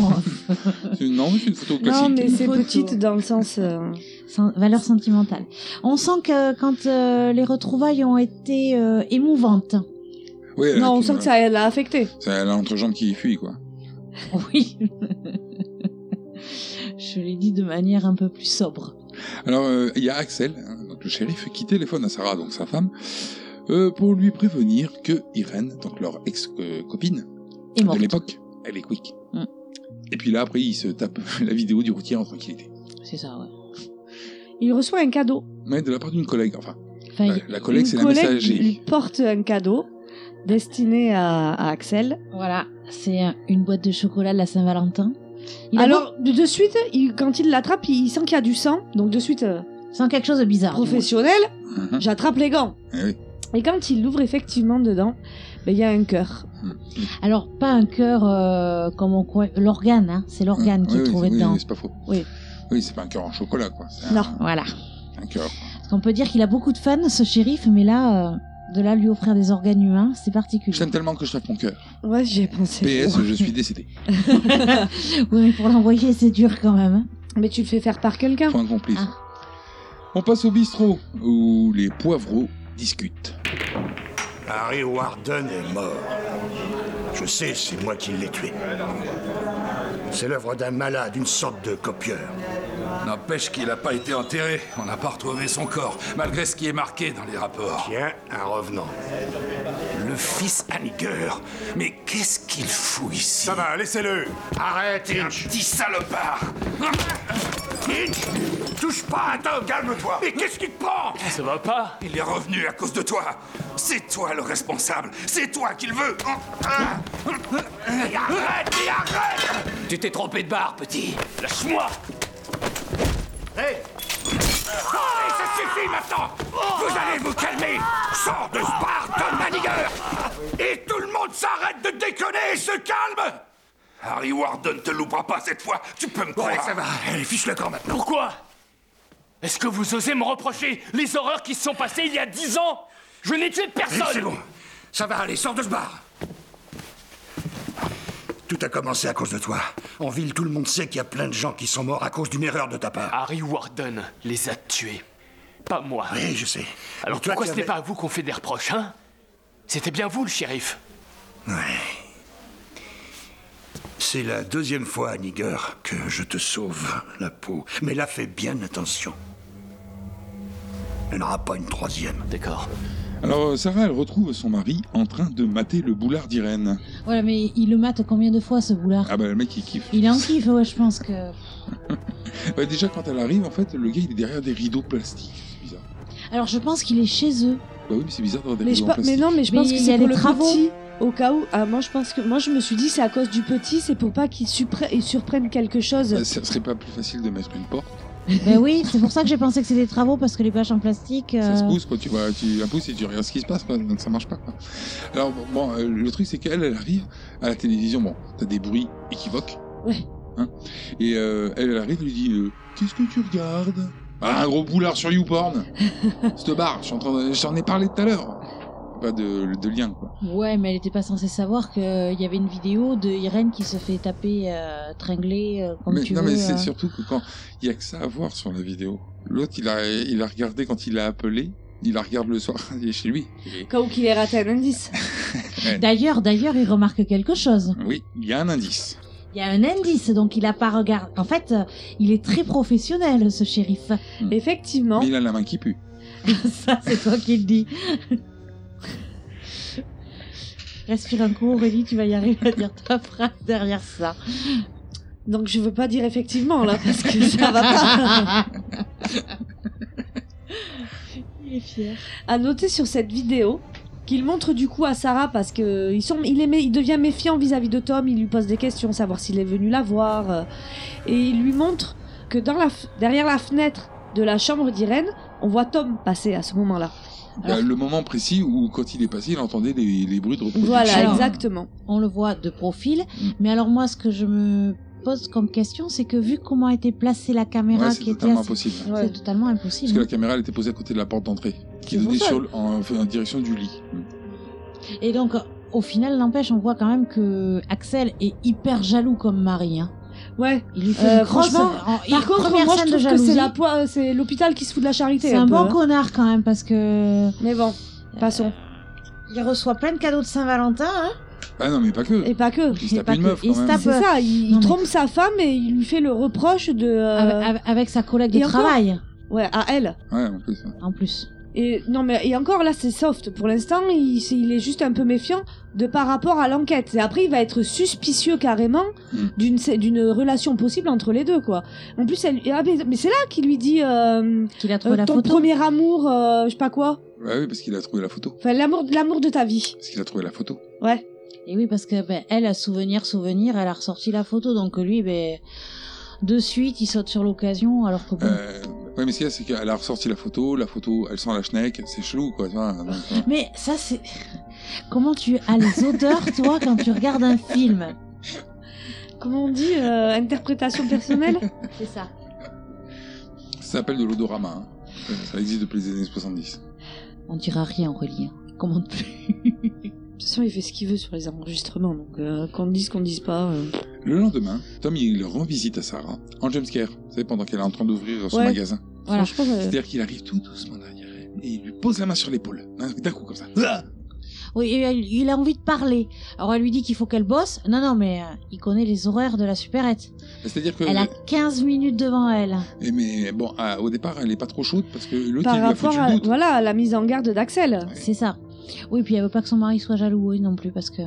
S7: C'est- Non, c'est une photo classique.
S8: Non, mais c'est
S9: Photo.
S8: petite dans le sens. euh,
S9: Sen- valeur sentimentale. On sent que quand euh, les retrouvailles ont été euh, émouvantes.
S7: Oui, elle a
S8: Non, on
S7: qui-
S8: sent que ça l'a affecté.
S7: Ça, elle a l'entrejambe qui fuit, quoi.
S9: Oui. Je l'ai dit de manière un peu plus sobre.
S7: Alors, euh, il y a Axel, hein, donc le shérif, qui téléphone à Sarah, donc sa femme, euh, pour lui prévenir que Irène, donc leur ex-copine
S9: Est morte.
S7: de l'époque, elle est quick.
S9: Mm.
S7: Et puis là, après, il se tape la vidéo du routier en tranquillité.
S9: C'est ça, ouais.
S8: Il reçoit un cadeau.
S7: Mais de la part d'une collègue, enfin.
S9: Enfin,
S7: euh, la collègue,
S8: Une
S7: c'est la
S8: collègue
S7: messagerie.
S8: lui porte un cadeau destiné à, à Axel.
S9: Voilà, c'est euh, une boîte de chocolat de la Saint-Valentin. Il a
S8: Alors, de de suite, il- quand il l'attrape, il il sent qu'il y a du sang. Donc, de suite, euh,
S9: beau- sans quelque chose de
S7: Ah,
S9: bizarre. du
S8: professionnel,
S7: Mhm.
S8: j'attrape les gants.
S7: Eh oui.
S8: Et quand il l'ouvre, effectivement, dedans, ben, il y a un cœur.
S9: moins. Alors, pas un cœur euh, comme on croit. L'organe, hein, c'est l'organe qui
S7: Ah, Oui,
S9: est
S7: oui,
S9: trouvé
S7: oui,
S9: dedans.
S7: c'est pas faux.
S9: Oui.
S7: Oui, c'est pas un cœur en chocolat, quoi. C'est un-
S8: Non.
S9: Voilà.
S7: un cœur.
S9: Parce qu'on peut dire qu'il a beaucoup de fans, ce shérif, mais là, euh, de là à lui offrir des organes humains, c'est particulier.
S7: Je t'aime tellement que je tape mon cœur.
S8: Ouais, j'y ai pensé.
S7: PS, je suis décédé.
S9: Oui, mais pour l'envoyer, c'est dur quand même. hein.
S8: Mais tu le fais faire par quelqu'un.
S7: Point complice.
S8: Ah.
S7: On passe au bistrot, où les poivreaux discutent.
S12: Harry Warden est mort. Je sais, c'est moi qui l'ai tué. C'est l'œuvre d'un malade, une sorte de copieur.
S13: N'empêche qu'il n'a pas été enterré. On n'a pas retrouvé son corps, malgré ce qui est marqué dans les rapports.
S12: Tiens, un revenant.
S13: Le fils Aniger. Mais qu'est-ce qu'il fout ici
S12: Ça va, laissez-le Arrête, Inch
S13: Petit salopard
S12: Inch Touche pas à Tom Calme-toi Mais qu'est-ce qui te prend
S13: Ça va pas Il est revenu à cause de toi C'est toi le responsable C'est toi qu'il veut
S12: Mais Arrête, mais arrête
S11: Tu t'es trompé de barre, petit.
S13: Lâche-moi
S12: Hé Allez, ça suffit maintenant Vous allez vous calmer Sors de ce bar, Tom Maniger Et tout le monde s'arrête de déconner et se calme
S13: Harry Warden te loupera pas cette fois Tu peux me croire
S12: Ouais, ça va. Allez, fiche le camp maintenant.
S14: Pourquoi Est-ce que vous osez me reprocher les horreurs qui se sont passées il y a dix ans Je n'ai tué personne
S12: C'est bon. Ça va aller, sors de ce bar. Tout a commencé à cause de toi. En ville, tout le monde sait qu'il y a plein de gens qui sont morts à cause d'une erreur de ta part.
S14: Harry Warden les a tués. Pas moi.
S12: Oui, je sais.
S14: Ah. Alors
S12: Toi,
S14: pourquoi
S12: tu
S14: ce n'est
S12: avais-
S14: pas à vous qu'on fait des reproches, hein C'était bien vous, le shérif.
S12: C'est la deuxième fois, Niger, que je te sauve la peau. Mais là, fais bien attention. Il n'y en aura pas une troisième.
S14: D'accord.
S7: Alors, euh, Sarah, elle retrouve son mari en train de mater le boulard d'Irène.
S9: Voilà, mais il le mate combien de fois, ce boulard
S7: Ah bah, le mec, il kiffe.
S9: Il est en kiff, ouais, je pense que.
S7: Ouais, déjà, quand elle arrive, en fait, le gars, il est derrière des rideaux plastiques. C'est bizarre.
S9: Alors, je pense qu'il est chez eux.
S7: Bah oui, mais c'est bizarre d'avoir des
S8: Mais, je
S7: rideaux en
S8: pa- mais
S7: plastique.
S8: non, mais je
S9: Mais
S8: pense que
S9: il y
S8: c'est
S9: a
S8: pour
S9: des
S8: le
S9: travaux.
S8: petit. Au cas où, ah, moi je pense que moi je me suis dit c'est à cause du petit, c'est pour pas qu'il suppre- il surprenne quelque chose.
S7: Bah, ça serait pas plus facile de mettre une porte
S9: ben oui, c'est pour ça que j'ai pensé que c'était des travaux, parce que les bâches en plastique.
S7: Ça se
S9: euh,
S7: pousse, quoi. Tu, vois, tu la pousses et tu regardes ce qui se passe, quoi. Donc, ça marche pas, quoi. Alors, bon, bon, euh, le truc, c'est qu'elle, elle arrive à la télévision. Bon, t'as des bruits équivoques.
S8: Ouais.
S7: Hein et euh, elle, elle arrive et lui dit euh, Qu'est-ce que tu regardes Ah, un gros boulard sur YouPorn Cette barre, je suis en train de- j'en ai parlé tout à l'heure. Pas de, de lien, quoi.
S9: Ouais, mais elle était pas censée savoir qu'il y avait une vidéo de Irène qui se fait taper, euh, tringler, euh, comme
S7: mais,
S9: tu
S7: non,
S9: veux.
S7: mais
S9: euh.
S7: c'est surtout que quand il y a que ça à voir sur la vidéo. L'autre, il a, il a regardé quand il a appelé. Il la regarde le soir, il est chez lui.
S8: Au cas où qu'il ait raté un indice.
S9: D'ailleurs, d'ailleurs, il remarque quelque chose.
S7: Oui, il y a un indice.
S9: Il y a un indice, donc il a pas regardé. En fait, euh, il est très professionnel, ce shérif.
S8: Effectivement.
S7: Mais il a la main qui pue.
S9: Ça, c'est toi qui le dis. Respire un coup, Aurélie, tu vas y arriver à dire ta phrase derrière ça.
S8: Donc je veux pas dire effectivement là parce que ça va pas.
S9: Il est fier.
S8: à noter sur cette vidéo qu'il montre du coup à Sarah parce que ils sont, il, est mé- il devient méfiant vis-à-vis de Tom, il lui pose des questions, savoir s'il est venu la voir, euh, et il lui montre que dans la f- derrière la fenêtre de la chambre d'Irène, on voit Tom passer à ce moment-là.
S7: Bah, le moment précis où, quand il est passé, il entendait les, les bruits de reproduction.
S8: Voilà,
S9: Alors,
S8: exactement. Mm.
S9: On le voit de profil, mais alors moi, ce que je me pose comme question, c'est que vu comment a été placée la caméra
S7: Ouais, c'est
S9: qui était
S7: totalement
S9: assez-
S7: impossible.
S9: c'est
S7: Ouais.
S9: totalement
S7: Parce que
S9: impossible.
S7: la caméra, elle était posée à côté de la porte d'entrée, qui
S9: C'est
S7: donnait
S9: pour ça.
S7: sur le- en, en direction du lit.
S9: Et donc, au final, n'empêche, on voit quand même que Axel est hyper jaloux comme mari. Hein.
S8: Ouais.
S9: Il lui fait
S8: Euh,
S9: une grosse-
S8: franchement,
S9: en-
S8: par
S9: il-
S8: contre,
S9: première
S8: moi
S9: scène
S8: je
S9: de
S8: trouve que
S9: jalousie.
S8: c'est la poi- euh, c'est l'hôpital qui se fout de la charité.
S9: C'est un
S8: peu,
S9: bon
S8: hein.
S9: connard quand même parce que. euh,
S8: Mais bon, passons.
S9: Il reçoit plein de cadeaux de Saint-Valentin, hein
S7: Ah non, mais pas que.
S8: Et pas que.
S7: Il se tape une meuf, quand même.
S8: C'est ça, il trompe sa femme et il lui fait le reproche de.
S9: Avec, sa collègue
S8: de
S9: travail.
S8: Ouais, à elle.
S7: Ouais, en plus. hein. ouais.
S9: En plus.
S8: Et non mais et encore là c'est soft pour l'instant il, c'est- il est juste un peu méfiant de par rapport à l'enquête et après il va être suspicieux carrément d'une sé- d'une relation possible entre les deux quoi en plus elle ah, mais, mais c'est là qu'il lui dit euh,
S9: qu'il a trouvé la
S8: ton
S9: photo.
S8: premier amour euh, je sais pas quoi
S7: Bah oui, parce qu'il a trouvé la photo.
S8: enfin l'amour l'amour de ta vie
S7: Parce qu'il a trouvé la photo.
S8: ouais
S9: Et oui, parce que ben, elle a souvenir, souvenir, elle a ressorti la photo, donc lui, ben, de suite, il saute sur l'occasion, alors que bon.
S7: Euh, ouais, mais ce qu'il y a, c'est qu'elle a ressorti la photo, la photo, elle sent la schneck, c'est chelou, quoi. tu vois, hein. donc, ouais.
S9: Mais ça, c'est. Comment tu as les odeurs, toi, quand tu regardes un film
S8: comment on dit euh, interprétation personnelle
S9: c'est ça
S7: Ça s'appelle de l'odorama. hein. Euh, Ça existe depuis les années 70.
S9: On dira rien, Aurélie. hein. Commande plus.
S8: de toute façon il fait ce qu'il veut sur les enregistrements donc euh, qu'on dise qu'on dise pas euh.
S7: Le lendemain, Tom il rend visite à Sarah en jumpscare. Vous savez, pendant qu'elle est en train d'ouvrir son
S8: Ouais.
S7: magasin.
S8: Voilà. Franchement, euh,
S7: C'est-à-dire qu'il arrive tout doucement derrière elle et il lui pose la main sur l'épaule. Hein, D'un coup, comme ça. Ah
S9: Oui, et elle- il a envie de parler. Alors elle lui dit qu'il faut qu'elle bosse. Non, non, mais euh, il connaît les horaires de la supérette.
S7: C'est-à-dire que.
S9: Elle a 15 minutes devant elle.
S7: Eh, Mais bon, ah, au départ, elle est pas trop chaude parce que l'autre,
S8: par
S7: il lui a foutu
S8: rapport
S7: le
S8: à,
S7: doute.
S8: voilà à la mise en garde d'Axel
S9: C'est ça. Oui, puis elle veut pas que son mari soit jaloux, oui, non plus, parce que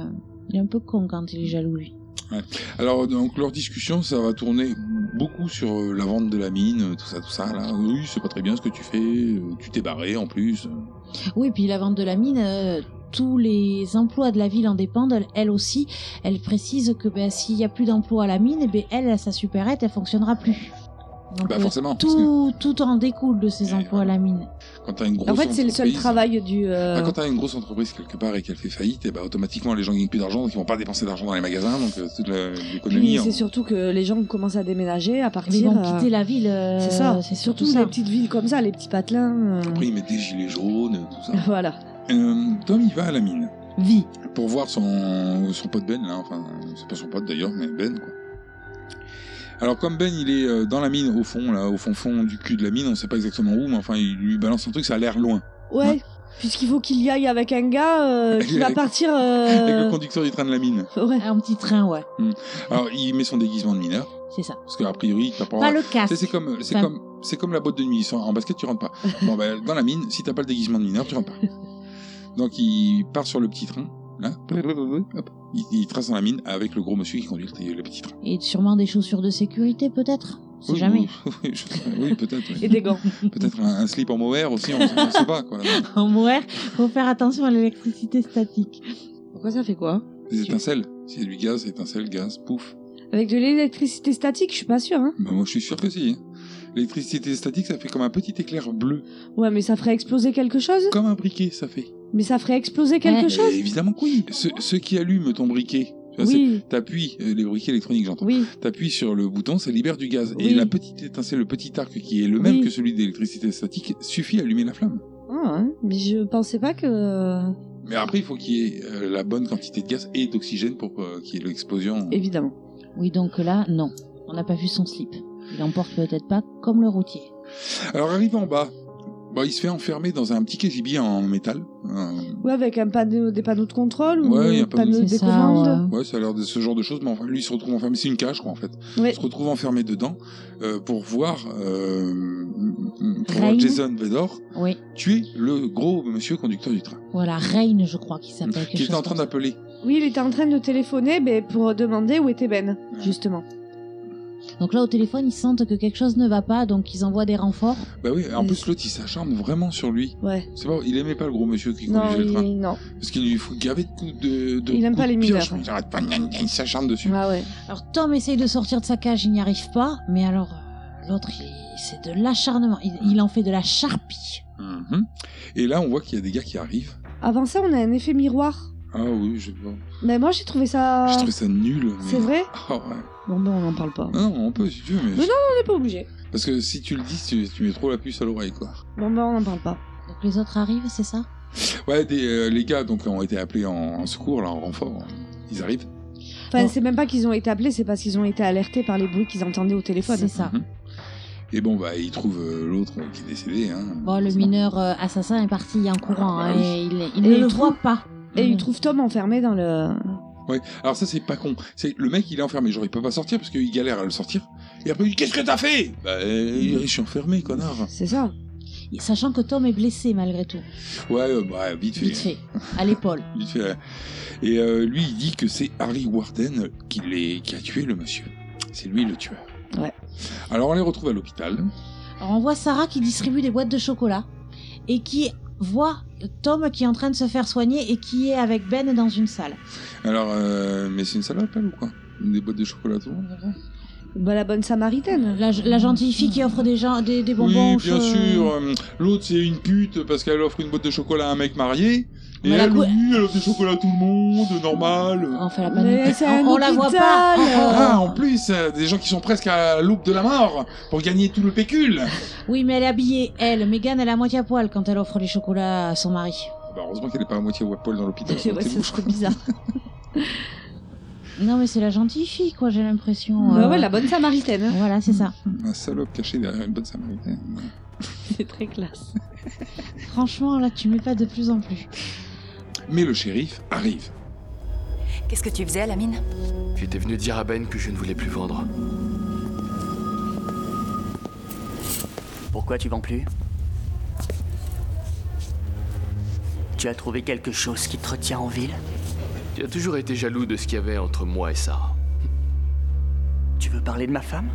S9: il est un peu con quand il est jaloux, lui.
S7: Ouais. Alors, donc, leur discussion, ça va tourner beaucoup sur euh, la vente de la mine, euh, tout ça, tout ça. Là. Oui, c'est pas très bien ce que tu fais, euh, tu t'es barré en plus. euh,
S9: Oui, puis la vente de la mine, euh, tous les emplois de la ville en dépendent. Elle, elle aussi, elle précise que ben, s'il n'y a plus d'emplois à la mine, eh ben, elle, sa supérette, elle fonctionnera plus. Donc,
S7: Bah,
S9: euh,
S7: forcément, parce
S9: tout, tout en découle de ces emplois à la mine.
S7: Quand t'as une grosse
S8: en fait c'est le seul
S7: entreprise-
S8: travail du euh,
S7: Ah, quand t'as une grosse entreprise quelque part et qu'elle fait faillite, et bah, automatiquement les gens gagnent plus d'argent, donc ils vont pas dépenser d'argent dans les magasins, donc euh, toute la- l'économie.
S8: Puis
S7: en-
S8: c'est surtout que les gens commencent à déménager, à partir.
S9: vont
S8: à-
S9: quitter la ville, euh,
S8: c'est ça.
S9: c'est
S8: surtout
S9: surtout ça.
S8: les petites villes comme ça, les petits patelins. euh,
S7: Après, ils mettent des gilets jaunes, tout ça.
S8: Voilà.
S7: Euh, Tom, il va à la mine.
S9: Vie.
S7: Pour voir son, son pote Ben, là. Enfin, c'est pas son pote d'ailleurs, mais Ben, quoi. Alors, comme Ben, il est euh, dans la mine, au fond, là, au fond fond du cul de la mine, on sait pas exactement où, mais enfin, il lui balance un truc, ça a l'air loin.
S8: Ouais. Puisqu'il faut qu'il y aille avec un gars euh, qui va partir.
S7: Avec le
S8: euh,
S7: conducteur du train de la mine.
S9: Ah, Un petit train, ouais.
S7: Hmm. Alors, il met son déguisement de mineur.
S9: C'est ça.
S7: Parce qu'a priori, t'as pas.
S9: Pas le
S7: Tu sais,
S9: casque.
S7: C'est comme, c'est
S9: Enfin-
S7: comme, c'est comme la boîte de nuit. Sans- En basket, tu rentres pas. Bon, bah, dans la mine, si t'as pas le déguisement de mineur, tu rentres pas. Donc, il part sur le petit train. Là, Hop. Il, il trace dans la mine avec le gros monsieur qui conduit le, le petit train.
S9: Et sûrement des chaussures de sécurité, peut-être. C'est
S7: Oui,
S9: jamais.
S7: Oui, oui, je sais pas. Oui, peut-être. oui.
S9: Et des gants.
S7: Peut-être un, un slip en mohair aussi, on, on sait pas quoi.
S9: En mohair, faut faire attention à l'électricité statique.
S8: Pourquoi ça fait quoi
S7: Des étincelles. S'il y a du gaz, étincelles, gaz, pouf.
S8: Avec de l'électricité statique, je suis pas sûre. Hein.
S7: Bah, moi, je suis sûr que si. hein. L'électricité statique, ça fait comme un petit éclair bleu.
S8: Ouais, mais ça ferait exploser quelque chose
S7: Comme un briquet, ça fait.
S8: Mais ça ferait exploser quelque
S7: Mais
S8: chose
S7: Évidemment que oui. Ce, ce qui allume ton briquet, tu vois,
S8: Oui.
S7: c'est- t'appuies, euh, les briquets électroniques j'entends,
S8: Oui.
S7: t'appuies sur le bouton, ça libère du gaz. Et
S8: Oui.
S7: la petite étincelle, le petit arc qui est le même
S8: Oui.
S7: que celui d'électricité statique, suffit à allumer la flamme.
S8: Ah, hein, Mais je pensais pas que. euh,
S7: Mais après, il faut qu'il y ait euh, la bonne quantité de gaz et d'oxygène pour euh, qu'il y ait l'explosion.
S8: Évidemment.
S9: Oui, donc là, non. On n'a pas vu son slip. Il en porte peut-être pas, comme le routier.
S7: Alors, arrivé en bas, bah, il se fait enfermer dans un petit KGB en métal. Euh,
S8: Ouais, avec un panneau, des panneaux de contrôle ou
S7: ouais, il y a
S8: des
S7: un peu
S8: panneaux de commande.
S7: ouais. ça a l'air de ce genre de choses, mais enfin, lui, il se retrouve enfermé. C'est une cage, quoi, en fait.
S8: Ouais.
S7: Il se retrouve enfermé dedans euh, pour voir, euh, pour voir
S9: Rain.
S7: Jason Vedor
S9: Oui.
S7: tuer le gros monsieur conducteur du train,
S9: Voilà, Rain, je crois qu'il s'appelle. quelque
S7: qui était
S9: chose
S7: en train
S9: comme ça.
S7: d'appeler.
S8: Oui, il était en train de téléphoner ben, pour demander où était Ben, justement.
S9: Donc là, au téléphone, ils sentent que quelque chose ne va pas, donc ils envoient des renforts.
S7: Bah oui, en plus, l'autre, il s'acharne vraiment sur lui.
S8: Ouais.
S7: C'est pas, il aimait pas le gros monsieur qui
S8: Non,
S7: conduisait le train.
S8: il- non.
S7: Parce qu'il lui fout gavé de coups de, de
S9: Il aime
S7: coups
S9: pas
S7: de
S9: les
S7: pioche,
S9: mineurs.
S7: mais Il arrête pas, gna, gna, il s'acharne dessus.
S8: Ah
S9: Alors Tom essaye de sortir de sa cage, il n'y arrive pas, mais alors euh, l'autre, il- c'est de l'acharnement. Il, il en fait de la charpie.
S7: Mhm. Et là, on voit qu'il y a des gars qui arrivent.
S8: Avant ça, on a un effet miroir.
S7: Ah oui, je vois.
S8: Mais moi j'ai trouvé ça.
S7: J'ai trouvé ça nul. mais-
S8: Ah. C'est vrai
S7: Ah ouais.
S8: Bon ben on n'en parle pas.
S7: Non, non, on peut si tu veux, mais.
S8: Mais non, on n'est pas obligé.
S7: Parce que si tu le dis, tu, tu mets trop la puce à l'oreille, quoi.
S8: Bon ben on n'en parle pas.
S9: Donc les autres arrivent, c'est ça
S7: Ouais, des, euh, les gars donc ont été appelés en, en secours, là, en renfort. hein. Ils arrivent.
S8: Enfin, c'est même pas qu'ils ont été appelés, c'est parce qu'ils ont été alertés par les bruits qu'ils entendaient au téléphone. C'est
S9: ça.
S7: Et bon, bah, ils trouvent euh, l'autre euh, qui est décédé. Hein.
S9: Bon, le mineur euh, assassin est parti en courant,
S7: Ah,
S9: hein,
S7: bah oui.
S9: et il, il ne le voit pas.
S8: Et il trouve Tom enfermé dans le.
S7: Ouais. Alors ça, c'est pas con. C'est le mec, il est enfermé. Genre, il peut pas sortir parce qu'il galère à le sortir. Et après, il dit qu'est-ce que t'as fait Bah, euh, je suis enfermé, connard.
S8: C'est ça.
S9: Sachant que Tom est blessé malgré tout.
S7: Ouais, euh, bah, vite fait.
S9: Vite fait. À l'épaule.
S7: Vite fait, ouais. Et euh, lui, il dit que c'est Harry Warden qui, l'est- qui a tué le monsieur. C'est lui le tueur.
S8: Ouais.
S7: Alors, on les retrouve à l'hôpital.
S9: Alors on voit Sarah qui distribue des boîtes de chocolat et qui voit Tom qui est en train de se faire soigner et qui est avec Ben dans une salle.
S7: Alors, euh, mais c'est une salade, elle, ou quoi Des boîtes de chocolat, tout le monde
S8: Bah, la bonne samaritaine.
S9: La, la gentille fille qui offre des, gens, des, des bonbons.
S7: Oui,
S9: aux
S7: bien
S9: che-
S7: sûr. euh, L'autre, c'est une pute parce qu'elle offre une boîte de chocolat à un mec marié. Et
S9: Voilà,
S7: elle,
S9: quoi.
S7: oui, elle offre des chocolats à tout le monde, normal.
S9: Enfin, la
S8: Mais c'est un
S9: On- on la voit
S8: hôpital,
S9: pas. Oh,
S7: Ah,
S8: euh.
S7: en plus, euh, des gens qui sont presque à l'aube de la mort pour gagner tout le pécule.
S9: Oui, mais elle est habillée, elle. Megan, elle est à moitié à poil quand elle offre les chocolats à son mari.
S7: Bah, heureusement qu'elle est pas à moitié à poil dans l'hôpital.
S9: Ouais,
S7: C'est
S9: ça
S7: bon.
S9: serait bizarre. non, mais c'est la gentille fille, quoi, j'ai l'impression. euh.
S8: Bah ouais, la bonne samaritaine.
S9: Voilà, c'est ça.
S7: Un salope caché derrière une bonne samaritaine.
S8: C'est très classe.
S9: Franchement, là, tu m'épais de plus en plus.
S7: Mais le shérif arrive.
S15: Qu'est-ce que tu faisais à la mine
S3: J'étais venu dire à Ben que je ne voulais plus vendre.
S11: Pourquoi tu vends plus Tu as trouvé quelque chose qui te retient en ville
S3: Tu as toujours été jaloux de ce qu'il y avait entre moi et Sarah.
S11: Tu veux parler de ma femme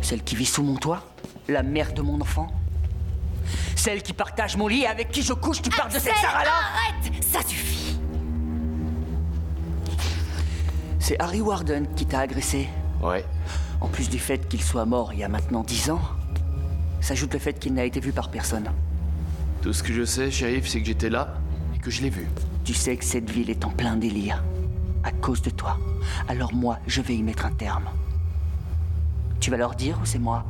S11: Celle qui vit sous mon toit La mère de mon enfant Celle qui partage mon lit et avec qui je couche, tu parles de cette Sarah-là
S15: Arrête Ça suffit
S11: C'est Harry Warden qui t'a agressé
S3: Ouais.
S11: En plus du fait qu'il soit mort il y a maintenant dix ans, s'ajoute le fait qu'il n'a été vu par personne.
S3: Tout ce que je sais, shérif, c'est que j'étais là et que je l'ai vu.
S11: Tu sais que cette ville est en plein délire. À cause de toi. Alors moi, je vais y mettre un terme. Tu vas leur dire ou c'est moi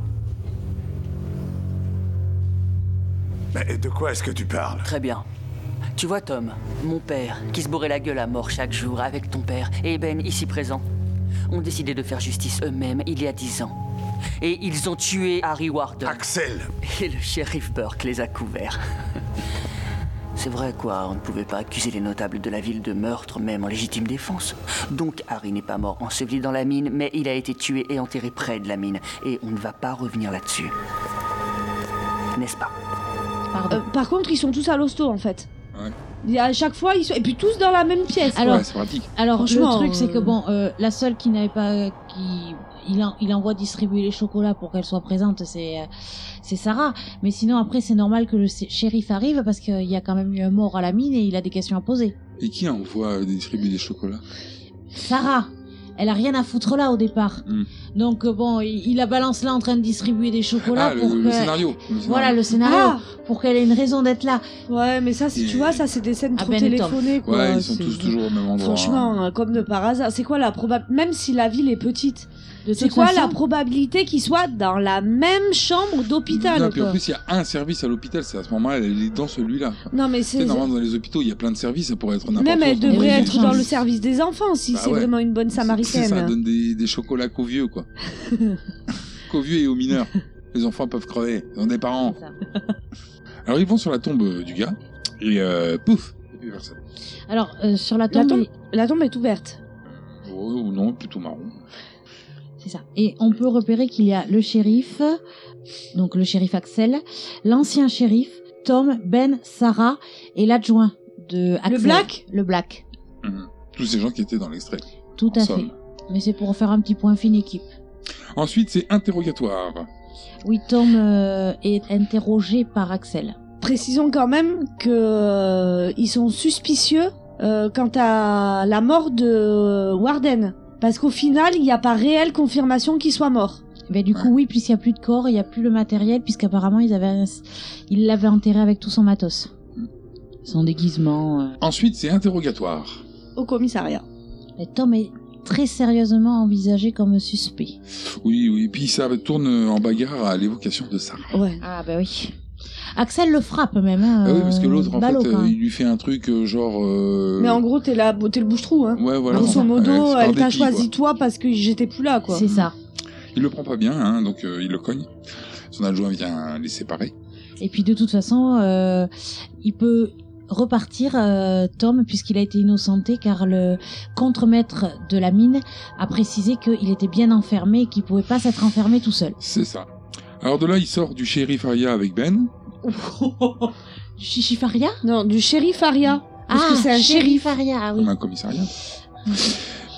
S12: Mais de quoi est-ce que tu parles
S11: Très bien. Tu vois Tom, mon père, qui se bourrait la gueule à mort chaque jour avec ton père et Ben ici présent, ont décidé de faire justice eux-mêmes il y a dix ans. Et ils ont tué Harry Warden.
S12: Axel
S11: Et le shérif Burke les a couverts. C'est vrai quoi, on ne pouvait pas accuser les notables de la ville de meurtre, même en légitime défense. Donc Harry n'est pas mort enseveli dans la mine, mais il a été tué et enterré près de la mine. Et on ne va pas revenir là-dessus. N'est-ce pas
S8: Euh, par contre, ils sont tous à l'hosto en fait.
S7: Ouais.
S8: Il y a- À chaque fois, ils sont. Et puis tous dans la même pièce.
S9: Alors,
S7: Ouais, c'est pratique.
S9: Alors hein.
S8: Franchement,
S9: le truc c'est que
S8: euh,
S9: bon, euh, la seule qui n'avait pas, qui il, en- il envoie distribuer les chocolats pour qu'elle soit présente, c'est euh, c'est Sarah. Mais sinon après c'est normal que le sé- shérif arrive parce qu'il y a quand même eu un mort à la mine et il a des questions à poser.
S7: Et qui envoie euh, distribuer des chocolats
S9: Sarah, elle a rien à foutre là au départ.
S7: Hmm.
S9: Donc euh, bon, il, il la balance là en train de distribuer des chocolats
S7: Ah, le,
S9: pour
S7: le
S8: euh,
S9: que-
S7: scénario. Le
S9: Voilà le scénario pour qu'elle ait une raison d'être là.
S8: Ah Ouais, mais ça, c'est- tu vois, ça c'est des scènes
S9: Ah,
S8: trop
S9: Ben et Tom.
S8: téléphonées quoi.
S7: Ouais, ils sont
S8: euh, C'est-
S7: tous toujours au même endroit. hein.
S8: Franchement, euh, comme de par hasard, c'est quoi la probabilité Même si la ville est petite,
S9: De
S8: c'est
S9: toute
S8: quoi
S9: façon-
S8: la probabilité qu'ils soient dans la même chambre d'hôpital
S7: Non,
S8: quoi
S7: puis en plus, il y a un service à l'hôpital, c'est à ce moment-là, elle est dans celui-là.
S8: Non, mais
S7: Tu sais,
S8: c'est-
S7: normalement, dans les hôpitaux, il y a plein de services, ça pourrait être n'importe
S8: Même
S7: où,
S8: elle
S7: dans les-
S8: devrait
S9: Eh
S8: être dans le
S7: C'est-
S8: service des enfants si
S7: Bah
S8: c'est
S7: ouais.
S8: vraiment une bonne
S7: C'est
S8: samaritaine.
S7: ça, donne des, des chocolats qu'aux vieux, quoi. qu'aux vieux et aux mineurs. Les enfants peuvent crever, ils ont des parents. Alors, ils vont sur la tombe euh, du gars, et euh, pouf, il y a plus personne.
S9: Alors euh, sur la
S8: La
S9: tombe,
S8: tombe, la tombe est ouverte.
S7: Oh, ou non, plutôt marron.
S9: C'est ça. Et on peut repérer qu'il y a le shérif, donc le shérif Axel, l'ancien shérif, Tom, Ben, Sarah et l'adjoint de Axel.
S8: Black
S9: Le Black,
S7: Mhm. Tous ces gens qui étaient dans l'extrait.
S9: tout
S7: En
S9: à
S7: somme.
S9: fait. Mais c'est pour faire un petit point fine équipe.
S7: Ensuite, c'est interrogatoire.
S9: Oui, Tom euh, est interrogé par Axel.
S8: Précisons quand même que euh, ils sont suspicieux euh, quant à la mort de Warden, parce qu'au final, il n'y a pas réelle confirmation qu'il soit mort.
S9: Mais du coup, oui, puisqu'il n'y a plus de corps, il n'y a plus le matériel, puisqu'apparemment, ils avaient, un- ils l'avaient enterré avec tout son matos. Son déguisement. euh.
S7: Ensuite, c'est interrogatoire.
S8: au commissariat.
S9: Mais Tom est très sérieusement envisagé comme suspect.
S7: Oui, oui. Puis ça tourne en bagarre à l'évocation de Sarah.
S9: Ouais. Ah bah oui. Axel le frappe même. hein,
S7: Ah oui, parce que
S9: euh,
S7: l'autre, en
S9: ballot,
S7: fait,
S9: quand
S7: euh,
S9: même.
S7: il lui fait un truc euh, genre. euh,
S8: Mais en gros, t'es là, t'es le bouche-trou. Hein.
S7: Ouais, voilà.
S8: Grosso modo,
S7: Ouais, c'est par
S8: elle t'a
S7: dépit,
S8: choisi toi parce que j'étais plus là, quoi. C'est
S9: ça.
S7: Il le prend pas bien, hein, donc euh, il le cogne. Son adjoint vient les séparer.
S9: Et puis de toute façon, euh, il peut repartir euh, Tom puisqu'il a été innocenté car le contremaître de la mine a précisé qu'il était bien enfermé et qu'il pouvait pas s'être enfermé tout seul.
S7: C'est ça. Alors de là, il sort du shérif Aria avec Ben.
S8: Ah
S9: Du Chichifaria
S8: Non, du shérif Aria. Parce
S9: ah,
S8: que c'est un shérif.
S9: Aria, ah oui.
S7: comme un commissariat.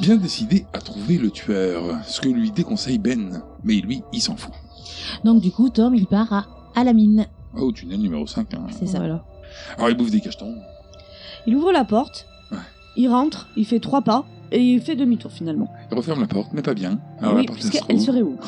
S7: Bien décidé à trouver le tueur, ce que lui déconseille Ben. Mais lui, il s'en fout.
S9: Donc du coup, Tom, il part à, à la mine.
S7: Ah, au tunnel numéro 5. Hein.
S9: C'est ça.
S8: Voilà.
S7: Alors il bouffe des cachetons.
S8: Il ouvre la porte, il rentre, il fait trois pas et il fait demi-tour finalement.
S7: Il referme la porte, mais pas bien. Alors
S8: oui,
S7: Ah la porte elle se
S8: puisqu'elle
S7: rouvre.
S8: se réouvre.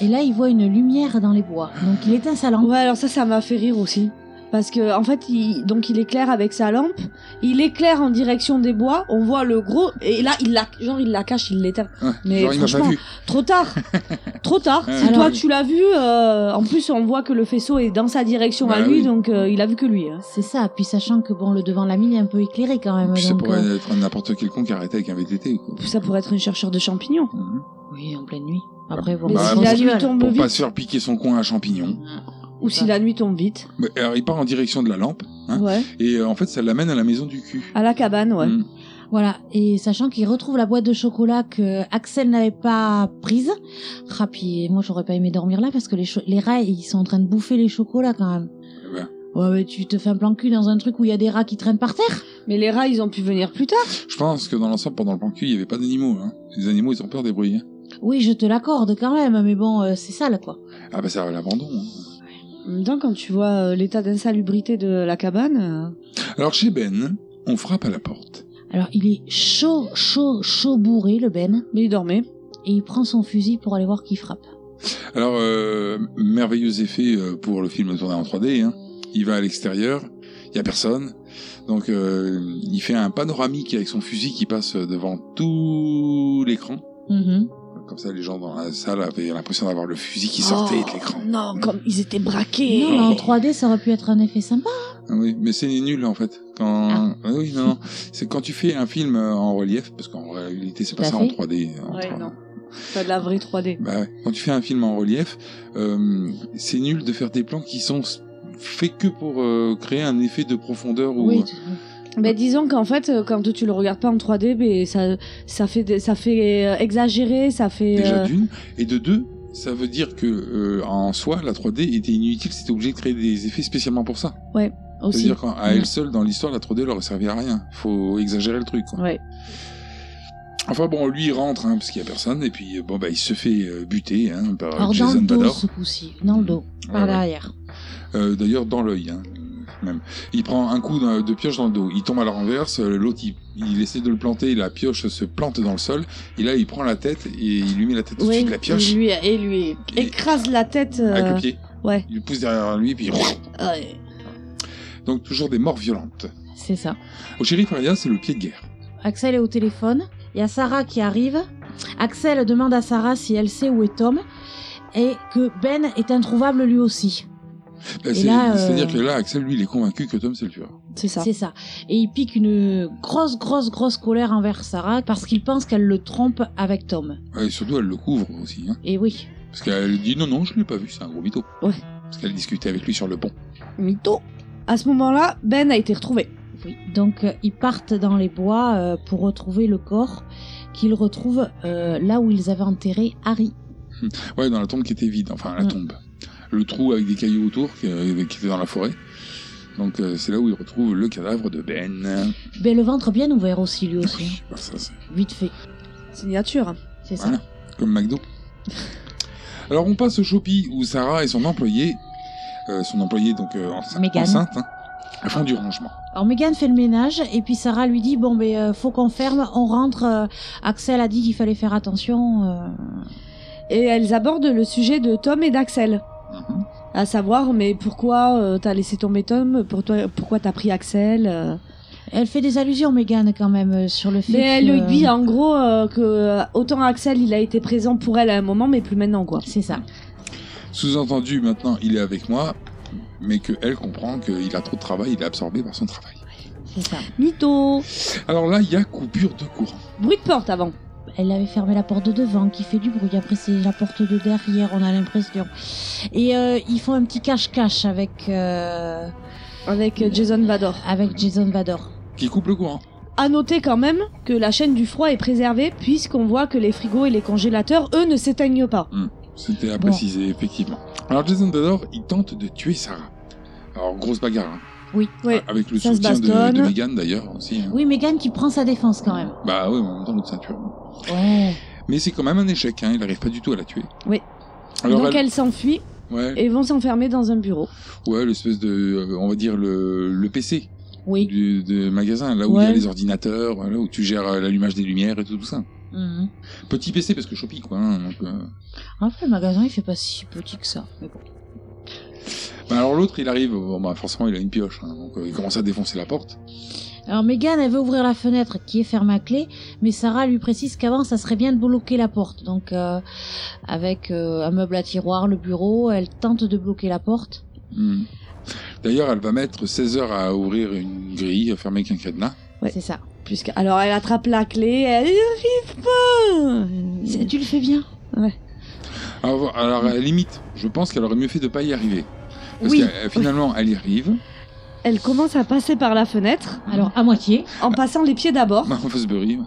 S9: Et là, il voit une lumière dans les bois. Donc il est
S7: Hein
S9: insalant.
S8: Ouais, alors ça, ça m'a fait rire aussi. Parce que en fait, il, donc il éclaire avec sa lampe, il éclaire en direction des bois, on voit le gros, et là, il la, genre, il la cache, il l'éteint.
S7: Ouais,
S8: Mais
S7: genre, il m'a pas
S8: franchement, euh,
S7: vu.
S8: trop tard, trop tard.
S7: Ouais,
S8: si
S7: ouais,
S8: toi
S7: ouais.
S8: tu l'as vu, euh, en plus on voit que le faisceau est dans sa direction à
S7: Bah
S8: lui,
S7: oui.
S8: donc euh, il a vu que lui. hein.
S9: C'est ça, puis sachant que bon, le devant de la mine est un peu éclairé quand même.
S7: Puis ça
S9: donc,
S7: pourrait
S9: euh,
S7: être n'importe quelconque arrêté avec un VTT. Quoi.
S8: Ça pourrait être un chercheur de champignons.
S9: Oui, en pleine nuit. Après, bon,
S8: Mais
S7: Bah,
S8: si
S7: pour-
S8: la nuit tombe
S7: pour
S8: vite,
S7: pas se faire piquer son coin à champignons.
S9: Mmh.
S8: ou si la nuit tombe vite,
S7: Mais, alors, il part en direction de la lampe. hein,
S8: Ouais.
S7: Et euh, en fait, ça l'amène à la maison du cul. Hmm.
S8: à la cabane,
S7: Mm.
S8: ouais.
S9: Voilà, et sachant qu'il retrouve la boîte de chocolat que Axel n'avait pas prise. Ah, puis moi j'aurais pas aimé dormir là parce que les, cho- les rats ils sont en train de bouffer les chocolats quand même.
S7: Eh ben.
S9: Ouais, mais tu te fais un plan cul dans un truc où il y a des rats qui traînent par terre
S8: Mais les rats ils ont pu venir plus tard.
S7: Je pense que dans l'ensemble, pendant le plan cul, il n'y avait pas d'animaux. Hein. Les animaux, ils ont peur des bruits. hein.
S9: Oui, je te l'accorde quand même, mais bon, euh, c'est sale quoi.
S7: Ah bah, ça va l'abandon. hein.
S8: En même temps, quand tu vois euh, l'état d'insalubrité de la cabane, euh,
S7: Alors, chez Ben, on frappe à la porte.
S9: Alors il est chaud, chaud, chaud bourré le Ben.
S8: Mais il dormait.
S9: Et il prend son fusil pour aller voir qui frappe.
S7: Alors, euh, merveilleux effet euh, pour le film tourné en 3D. hein. Il va à l'extérieur, il n'y a personne. Donc, euh, il fait un panoramique avec son fusil qui passe devant tout l'écran.
S9: Mmh.
S7: Comme ça, les gens dans la salle avaient l'impression d'avoir le fusil qui sortait de l'écran.
S8: Oh, Non, comme ils étaient braqués.
S9: Non, mais en 3D ça aurait pu être un effet sympa.
S7: Ah Oui, mais c'est nul en fait. Quand Ah oui, non, non. c'est quand tu fais un film euh, en relief, parce qu'en réalité c'est
S8: Tout
S7: pas
S8: à
S7: ça en
S8: fait.
S7: 3D. en
S8: Ouais,
S7: 3D.
S8: non. Pas de la vraie 3D.
S7: Bah ouais. Quand tu fais un film en relief, euh, c'est nul de faire des plans qui sont s- faits que pour euh, créer un effet de profondeur ou. euh,
S8: Oui, Mais disons qu'en fait, euh, quand tu le regardes pas en 3D, mais ça, ça fait, des- ça fait euh, exagérer, ça fait.
S7: déjà
S8: euh,
S7: d'une, et de deux. Ça veut dire que euh, en soi, la 3D était inutile. C'était obligé de créer des effets spécialement pour ça.
S8: Ouais, aussi. Mm.
S7: C'est-à-dire qu'à elle seule, dans l'histoire, la 3D leur servi à rien. Faut exagérer le truc. Quoi.
S8: Ouais.
S7: Enfin bon, lui il rentre hein, parce qu'il y a personne et puis euh, bon bah il se fait euh, buter hein, par
S9: Alors dans
S7: Jason
S9: le dos
S7: Bador.
S9: ce coup-ci, dans le dos,
S7: Ouais,
S9: par
S7: ouais.
S9: derrière.
S7: Euh, D'ailleurs dans l'œil hein, même. Il prend un coup de, de pioche dans le dos. Il tombe à la renverse. euh, L'autre il, il essaie de le planter. La pioche se plante dans le sol. Et là il prend la tête et il lui met la tête au-dessus
S8: ouais,
S7: de la pioche.
S8: Et lui, et lui écrase la tête. euh,
S7: Avec le pied.
S8: Ouais.
S7: Il le pousse derrière lui puis.
S8: Ouais,
S7: Donc toujours des morts violentes.
S9: C'est ça.
S7: Au shérif Aria c'est le pied de guerre.
S9: Axel est au téléphone. Il y a Sarah qui arrive. Axel demande à Sarah si elle sait où est Tom et que Ben est introuvable lui aussi.
S7: Bah,
S9: Et
S7: c'est-
S9: là, euh,
S7: C'est-à-dire que là Axel lui il est convaincu que Tom c'est le tueur.
S8: C'est ça.
S9: C'est ça. Et il pique une grosse, grosse, grosse colère envers Sarah parce qu'il pense qu'elle le trompe avec Tom.
S7: Ouais, Et surtout elle le couvre aussi. Hein.
S9: Et oui.
S7: Parce qu'elle dit non, non, je l'ai pas vu, c'est un gros mytho.
S8: Ouais.
S7: Parce qu'elle discutait avec lui sur le pont.
S8: mytho. À ce moment-là, Ben a été retrouvé.
S9: Oui. Donc euh, ils partent dans les bois euh, pour retrouver le corps qu'ils retrouvent euh, là où ils avaient enterré Harry.
S7: Ouais, dans la tombe qui était vide, enfin la
S9: Mm.
S7: tombe. Le trou avec des cailloux autour qui, euh, qui était dans la forêt. Donc euh, c'est là où il retrouve le cadavre de Ben.
S9: Ben le ventre bien ouvert aussi lui aussi. hein.
S7: Bah, ça, c'est-
S9: Vite fait.
S8: Signature.
S9: C'est ça.
S7: voilà, comme McDo. Alors on passe au Shopee où Sarah et son employé, euh, son employé donc euh, enceinte-
S9: Megan.
S7: enceinte, hein, font du rangement.
S9: Alors Megan fait le ménage et puis Sarah lui dit bon ben euh, faut qu'on ferme, on rentre. euh, Axel a dit qu'il fallait faire attention. euh.
S8: Et elles abordent le sujet de Tom et d'Axel.
S7: Mhm.
S8: À savoir, mais pourquoi euh, t'as laissé tomber Tom Pour toi, Pourquoi t'as pris Axel euh,
S9: Elle fait des allusions, Mégane, quand même, euh, sur le fait
S8: Mais elle
S9: que...
S8: lui dit en gros euh, que euh, autant Axel il a été présent pour elle à un moment, mais plus maintenant quoi.
S9: C'est ça.
S7: Sous-entendu, maintenant, il est avec moi, mais qu'elle comprend qu'il a trop de travail, il est absorbé par son travail.
S9: C'est ça.
S8: Mytho
S7: Alors là, il y a coupure de courant.
S8: Bruit de porte avant.
S9: Elle avait fermé la porte de devant qui fait du bruit. Après, c'est la porte de derrière, on a l'impression. Et euh, ils font un petit cache-cache avec. euh,
S8: Avec Jason Vador.
S9: Avec Jason Vador.
S7: Qui coupe le courant.
S8: À noter quand même que la chaîne du froid est préservée puisqu'on voit que les frigos et les congélateurs, eux, ne s'éteignent pas.
S7: C'était à
S8: Bon.
S7: préciser, effectivement. Alors Jason Dador, il tente de tuer Sarah. Alors, grosse bagarre, hein.
S9: Oui.
S7: avec le
S9: Ça se
S7: soutien de,
S9: bastonne.
S7: de Megan d'ailleurs aussi. hein.
S9: Oui, Mégane qui prend sa défense quand même.
S7: Bah oui, en même temps, l'autre ceinture.
S9: Ouais.
S7: Mais c'est quand même un échec, hein. il n'arrive pas du tout à la tuer.
S8: Oui.
S7: Alors,
S8: Donc
S7: elle-
S8: elle, s'enfuit
S7: Ouais,
S8: et vont s'enfermer dans un bureau.
S7: ouais l'espèce de, euh, on va dire, le, le PC
S9: Oui.
S7: du de magasin, là où il y a
S9: Ouais.
S7: les ordinateurs, là où tu gères euh, l'allumage des lumières et tout, tout ça. Petit PC parce que Shopee, quoi. hein, donc, euh.
S9: Après, le magasin, il Mhm. fait pas si petit que ça. Mais bon.
S7: Bah, alors l'autre, il arrive, bon, bah, forcément, il a une pioche, hein, donc euh, il commence à défoncer la porte.
S9: Alors Megan, elle veut ouvrir la fenêtre qui est fermée à clé, mais Sarah lui précise qu'avant, ça serait bien de bloquer la porte. Donc, euh, avec euh, un meuble à tiroir, le bureau, elle tente de bloquer la porte.
S7: Hmm. D'ailleurs, elle va mettre 16 heures à ouvrir une grille, à fermer qu'un cadenas.
S9: C'est ça.
S8: Puisque alors elle attrape la clé, elle n'y
S9: Ah,
S8: arrive pas.
S9: Tu le fais bien.
S8: Ouais.
S7: Alors, alors, à la limite, je pense qu'elle aurait mieux fait de pas y arriver. Parce
S8: Oui.
S7: que euh, finalement, elle y arrive.
S8: Elle commence à passer par la fenêtre.
S9: Alors à moitié.
S8: En passant les pieds d'abord.
S7: Non, faut se beurrer.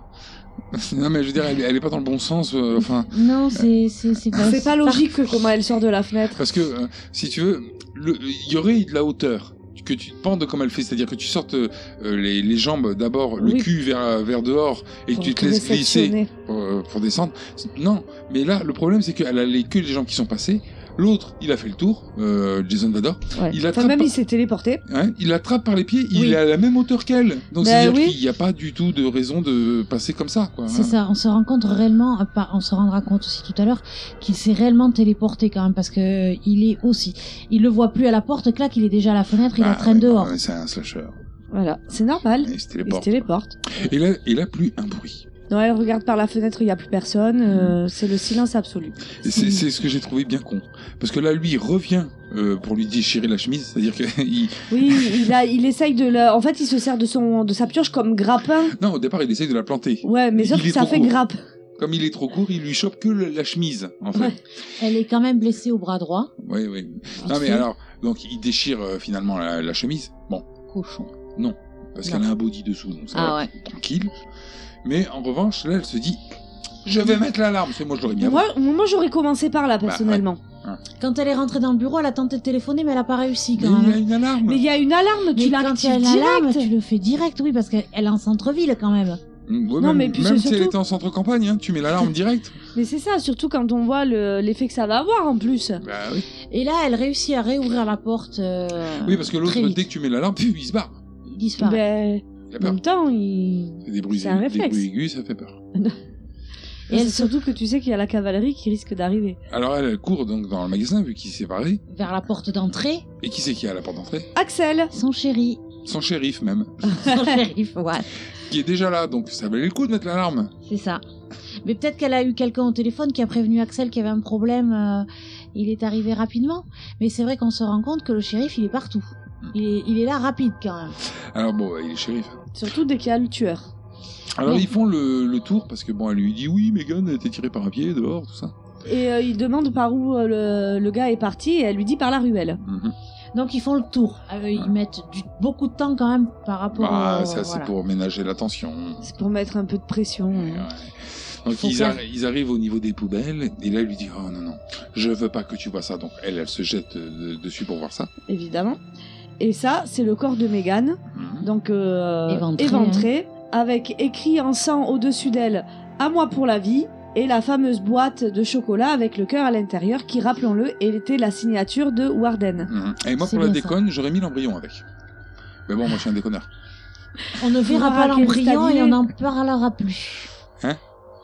S7: Non, mais je veux dire, elle, elle est pas dans le bon sens. euh, enfin,
S9: Non, c'est c'est c'est pas.
S8: C'est pas logique comment elle sort de la fenêtre.
S7: parce que euh, si tu veux, le- il y aurait de la hauteur que tu te pendes comme elle fait, c'est-à-dire que tu sortes euh, les, les jambes d'abord, le
S8: Oui.
S7: cul vers vers dehors et que
S8: Pour
S7: tu te
S8: te
S7: laisses
S8: réceptionner.
S7: glisser pour, euh, pour descendre. Non, mais là, le problème, c'est qu'elle a les, que les jambes qui sont passées. L'autre, il a fait le tour, euh, Jason Vador.
S8: Ouais.
S7: Il
S8: Enfin,
S7: attrape
S8: même
S7: par-
S8: il s'est téléporté.
S7: Ouais, il l'attrape par les pieds, il
S8: Oui.
S7: est à la même hauteur qu'elle. Donc
S8: Bah
S7: c'est-à-dire
S8: oui.
S7: qu'il n'y a pas du tout de raison de passer comme ça. quoi. hein.
S9: C'est ça, on se rend compte réellement, euh, pas- on se rendra compte aussi tout à l'heure qu'il s'est réellement téléporté quand même parce que euh, il est aussi, il le voit plus à la porte, clac, il est déjà à la fenêtre, il
S7: Ah,
S9: la traîne
S7: ouais,
S9: dehors.
S7: non, mais c'est un slasher.
S8: Voilà, c'est normal.
S7: Il se téléporte.
S8: Il se téléporte.
S7: Et là, et là, plus un bruit.
S8: Non, elle regarde par la fenêtre, il n'y a plus personne. euh, c'est le silence absolu.
S7: Et c'est c'est ce que j'ai trouvé bien con. Parce que là, lui, il revient euh, pour lui déchirer la chemise. C'est-à-dire qu'il.
S8: Oui, il, a, il essaye de la. En fait, il se sert de, son, de sa pioche comme grappin.
S7: Non, au départ, il essaye de la planter.
S8: Ouais, mais sauf
S7: Il est
S8: que ça
S7: trop
S8: fait
S7: court.
S8: grappe.
S7: Comme il est trop court, il lui chope que le- la chemise, en fait.
S9: Ouais. Elle est quand même blessée au bras droit.
S7: Oui, oui. Non, mais
S9: fait.
S7: alors, donc, il déchire euh, finalement la, la chemise. Bon,
S9: Cochon.
S7: non. Parce
S9: Non.
S7: qu'elle a un body dessous, donc ça
S9: Ah
S7: va,
S9: ouais.
S7: tranquille. Mais en revanche, là, elle se dit Je vais mettre l'alarme. C'est moi, je l'aurais mis avant.
S8: Moi, moi j'aurais commencé par là,
S7: Bah,
S8: personnellement.
S9: Quand elle est rentrée dans le bureau, elle a tenté de téléphoner, mais elle a pas réussi quand même.
S7: Mais il y a une alarme.
S8: Mais il y a une alarme, tu
S9: Mais quand
S8: l'actives
S9: il y a
S8: direct.
S9: l'alarme, tu le fais direct, oui, parce qu'elle est en centre-ville quand même.
S7: Mm, ouais,
S8: Non,
S7: même,
S8: mais puis
S7: même
S8: c'est
S7: si elle
S8: surtout-
S7: était en centre-campagne, hein, tu mets l'alarme direct.
S8: Mais c'est ça, surtout quand on voit le- l'effet que ça va avoir en plus.
S7: Bah oui.
S9: Et là, elle réussit à réouvrir la porte. euh,
S7: Oui, parce que l'autre,
S9: très vite.
S7: dès que tu mets l'alarme, puf, il se barre.
S9: Il disparaît.
S8: Ben,
S7: Il a
S8: en
S7: peur.
S8: même temps, il.
S7: C'est Des bruits,
S8: c'est un
S7: aigus- des
S8: réflexe.
S7: bruits aigus, ça fait peur.
S8: Et elle- surtout que tu sais qu'il y a la cavalerie qui risque d'arriver.
S7: Alors elle elle court donc dans le magasin, vu qu'il s'est barré.
S9: Vers la porte d'entrée,
S7: Et qui c'est qui est à la porte d'entrée
S8: Axel
S9: son chéri.
S7: Son shérif, même.
S9: Son shérif, ouais.
S7: qui est déjà là, donc ça valait le coup de mettre l'alarme.
S9: C'est ça. Mais peut-être qu'elle a eu quelqu'un au téléphone qui a prévenu Axel qu'il y avait un problème. euh, il est arrivé rapidement. Mais c'est vrai qu'on se rend compte que le shérif, il est partout. Il est, il est là rapide quand même.
S7: Alors bon, bah, il est shérif.
S8: Surtout dès qu'il y a le tueur.
S7: Alors
S8: Oui.
S7: ils font le, le tour, parce que bon, elle lui dit oui, Megan, elle été tirée par un pied, dehors, tout ça.
S8: Et euh, il demande par où euh, le, le gars est parti et elle lui dit par la ruelle.
S9: Donc ils font le tour. Euh, ils mettent du- beaucoup de temps quand même par rapport
S7: Bah,
S9: au-
S7: ça c'est
S9: voilà.
S7: pour ménager la tension.
S8: C'est pour mettre un peu de pression. hein.
S7: Donc
S8: Faut
S7: ils,
S8: faire.
S7: arri- ils arrivent au niveau des poubelles, et là il lui dit oh non, non, je veux pas que tu vois ça. Donc elle, elle se jette euh, de- dessus pour voir ça.
S8: évidemment. Et ça, c'est le corps de Mégane, donc euh,
S9: Éventrée,
S8: éventrée, avec écrit en sang au-dessus d'elle À moi pour la vie et la fameuse boîte de chocolat avec le cœur à l'intérieur qui, rappelons-le, était la signature de Warden.
S7: Mhm. Et moi
S8: C'est
S7: pour la
S8: bien ça.
S7: déconne, j'aurais mis l'embryon avec. Mais bon, moi je suis un déconneur.
S9: On ne verra
S8: Ah,
S9: pas
S8: quel
S9: l'embryon et
S8: stabilisé.
S9: on n'en parlera plus.
S7: Hein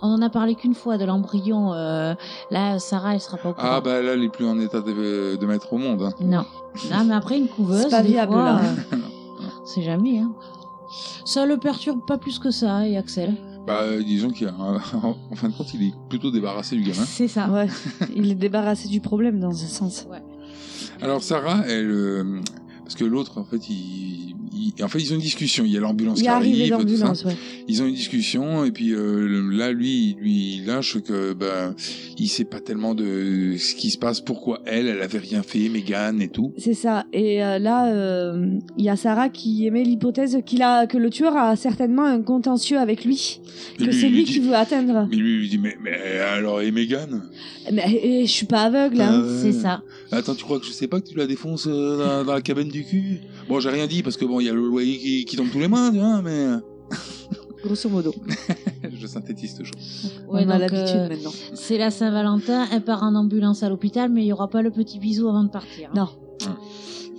S9: On en a parlé qu'une fois de l'embryon. euh, là, Sarah, elle sera pas au courant.
S7: Ah bah là, elle est plus en état de, de mettre au monde. hein.
S9: Non. Non, mais après, une couveuse.
S8: C'est pas
S9: des
S8: viable,
S9: fois,
S8: là.
S9: euh, C'est jamais, hein. Ça le perturbe pas plus que ça, et Axel.
S7: Bah, euh, disons qu'il y a un- en fin de compte, il est plutôt débarrassé du gamin.
S8: C'est ça. Ouais. Il est débarrassé du problème dans un sens.
S7: Alors Sarah, elle, euh, parce que l'autre, en fait, il, il- en fait, ils ont une discussion. Il y a l'ambulance
S8: Il
S7: qui
S8: arrive
S7: arrive, tout ça.
S8: l'ambulance, ouais.
S7: Ils ont une discussion et puis euh, le- là, lui, il- lui, il lâche que ben, il sait pas tellement de ce qui se passe, pourquoi elle, elle avait rien fait, Mégane et tout.
S8: C'est ça. Et euh, là, euh, il y a Sarah qui émet l'hypothèse qu'il a que le tueur a certainement un contentieux avec lui,
S7: Et
S8: que
S7: lui,
S8: c'est
S7: il
S8: lui
S7: lui
S8: qui
S7: dit-
S8: veut atteindre.
S7: Mais lui, il lui dit mais, mais alors et Mégane
S8: Mais eh, je suis pas aveugle, hein.
S7: Ah ouais. Attends, tu crois que je sais pas que tu la défonces euh, dans, dans la cabane du cul Bon, j'ai rien dit parce que bon, il y a le loyer qui, qui tombe tous les mains, tu vois, mais Euh.
S8: Grosso modo.
S7: je synthétise toujours.
S9: Ouais,
S8: On a
S9: donc,
S8: l'habitude
S9: euh,
S8: maintenant.
S9: C'est la Saint-Valentin, elle part en ambulance à l'hôpital, mais il y aura pas le petit bisou avant de partir. hein.
S8: Non.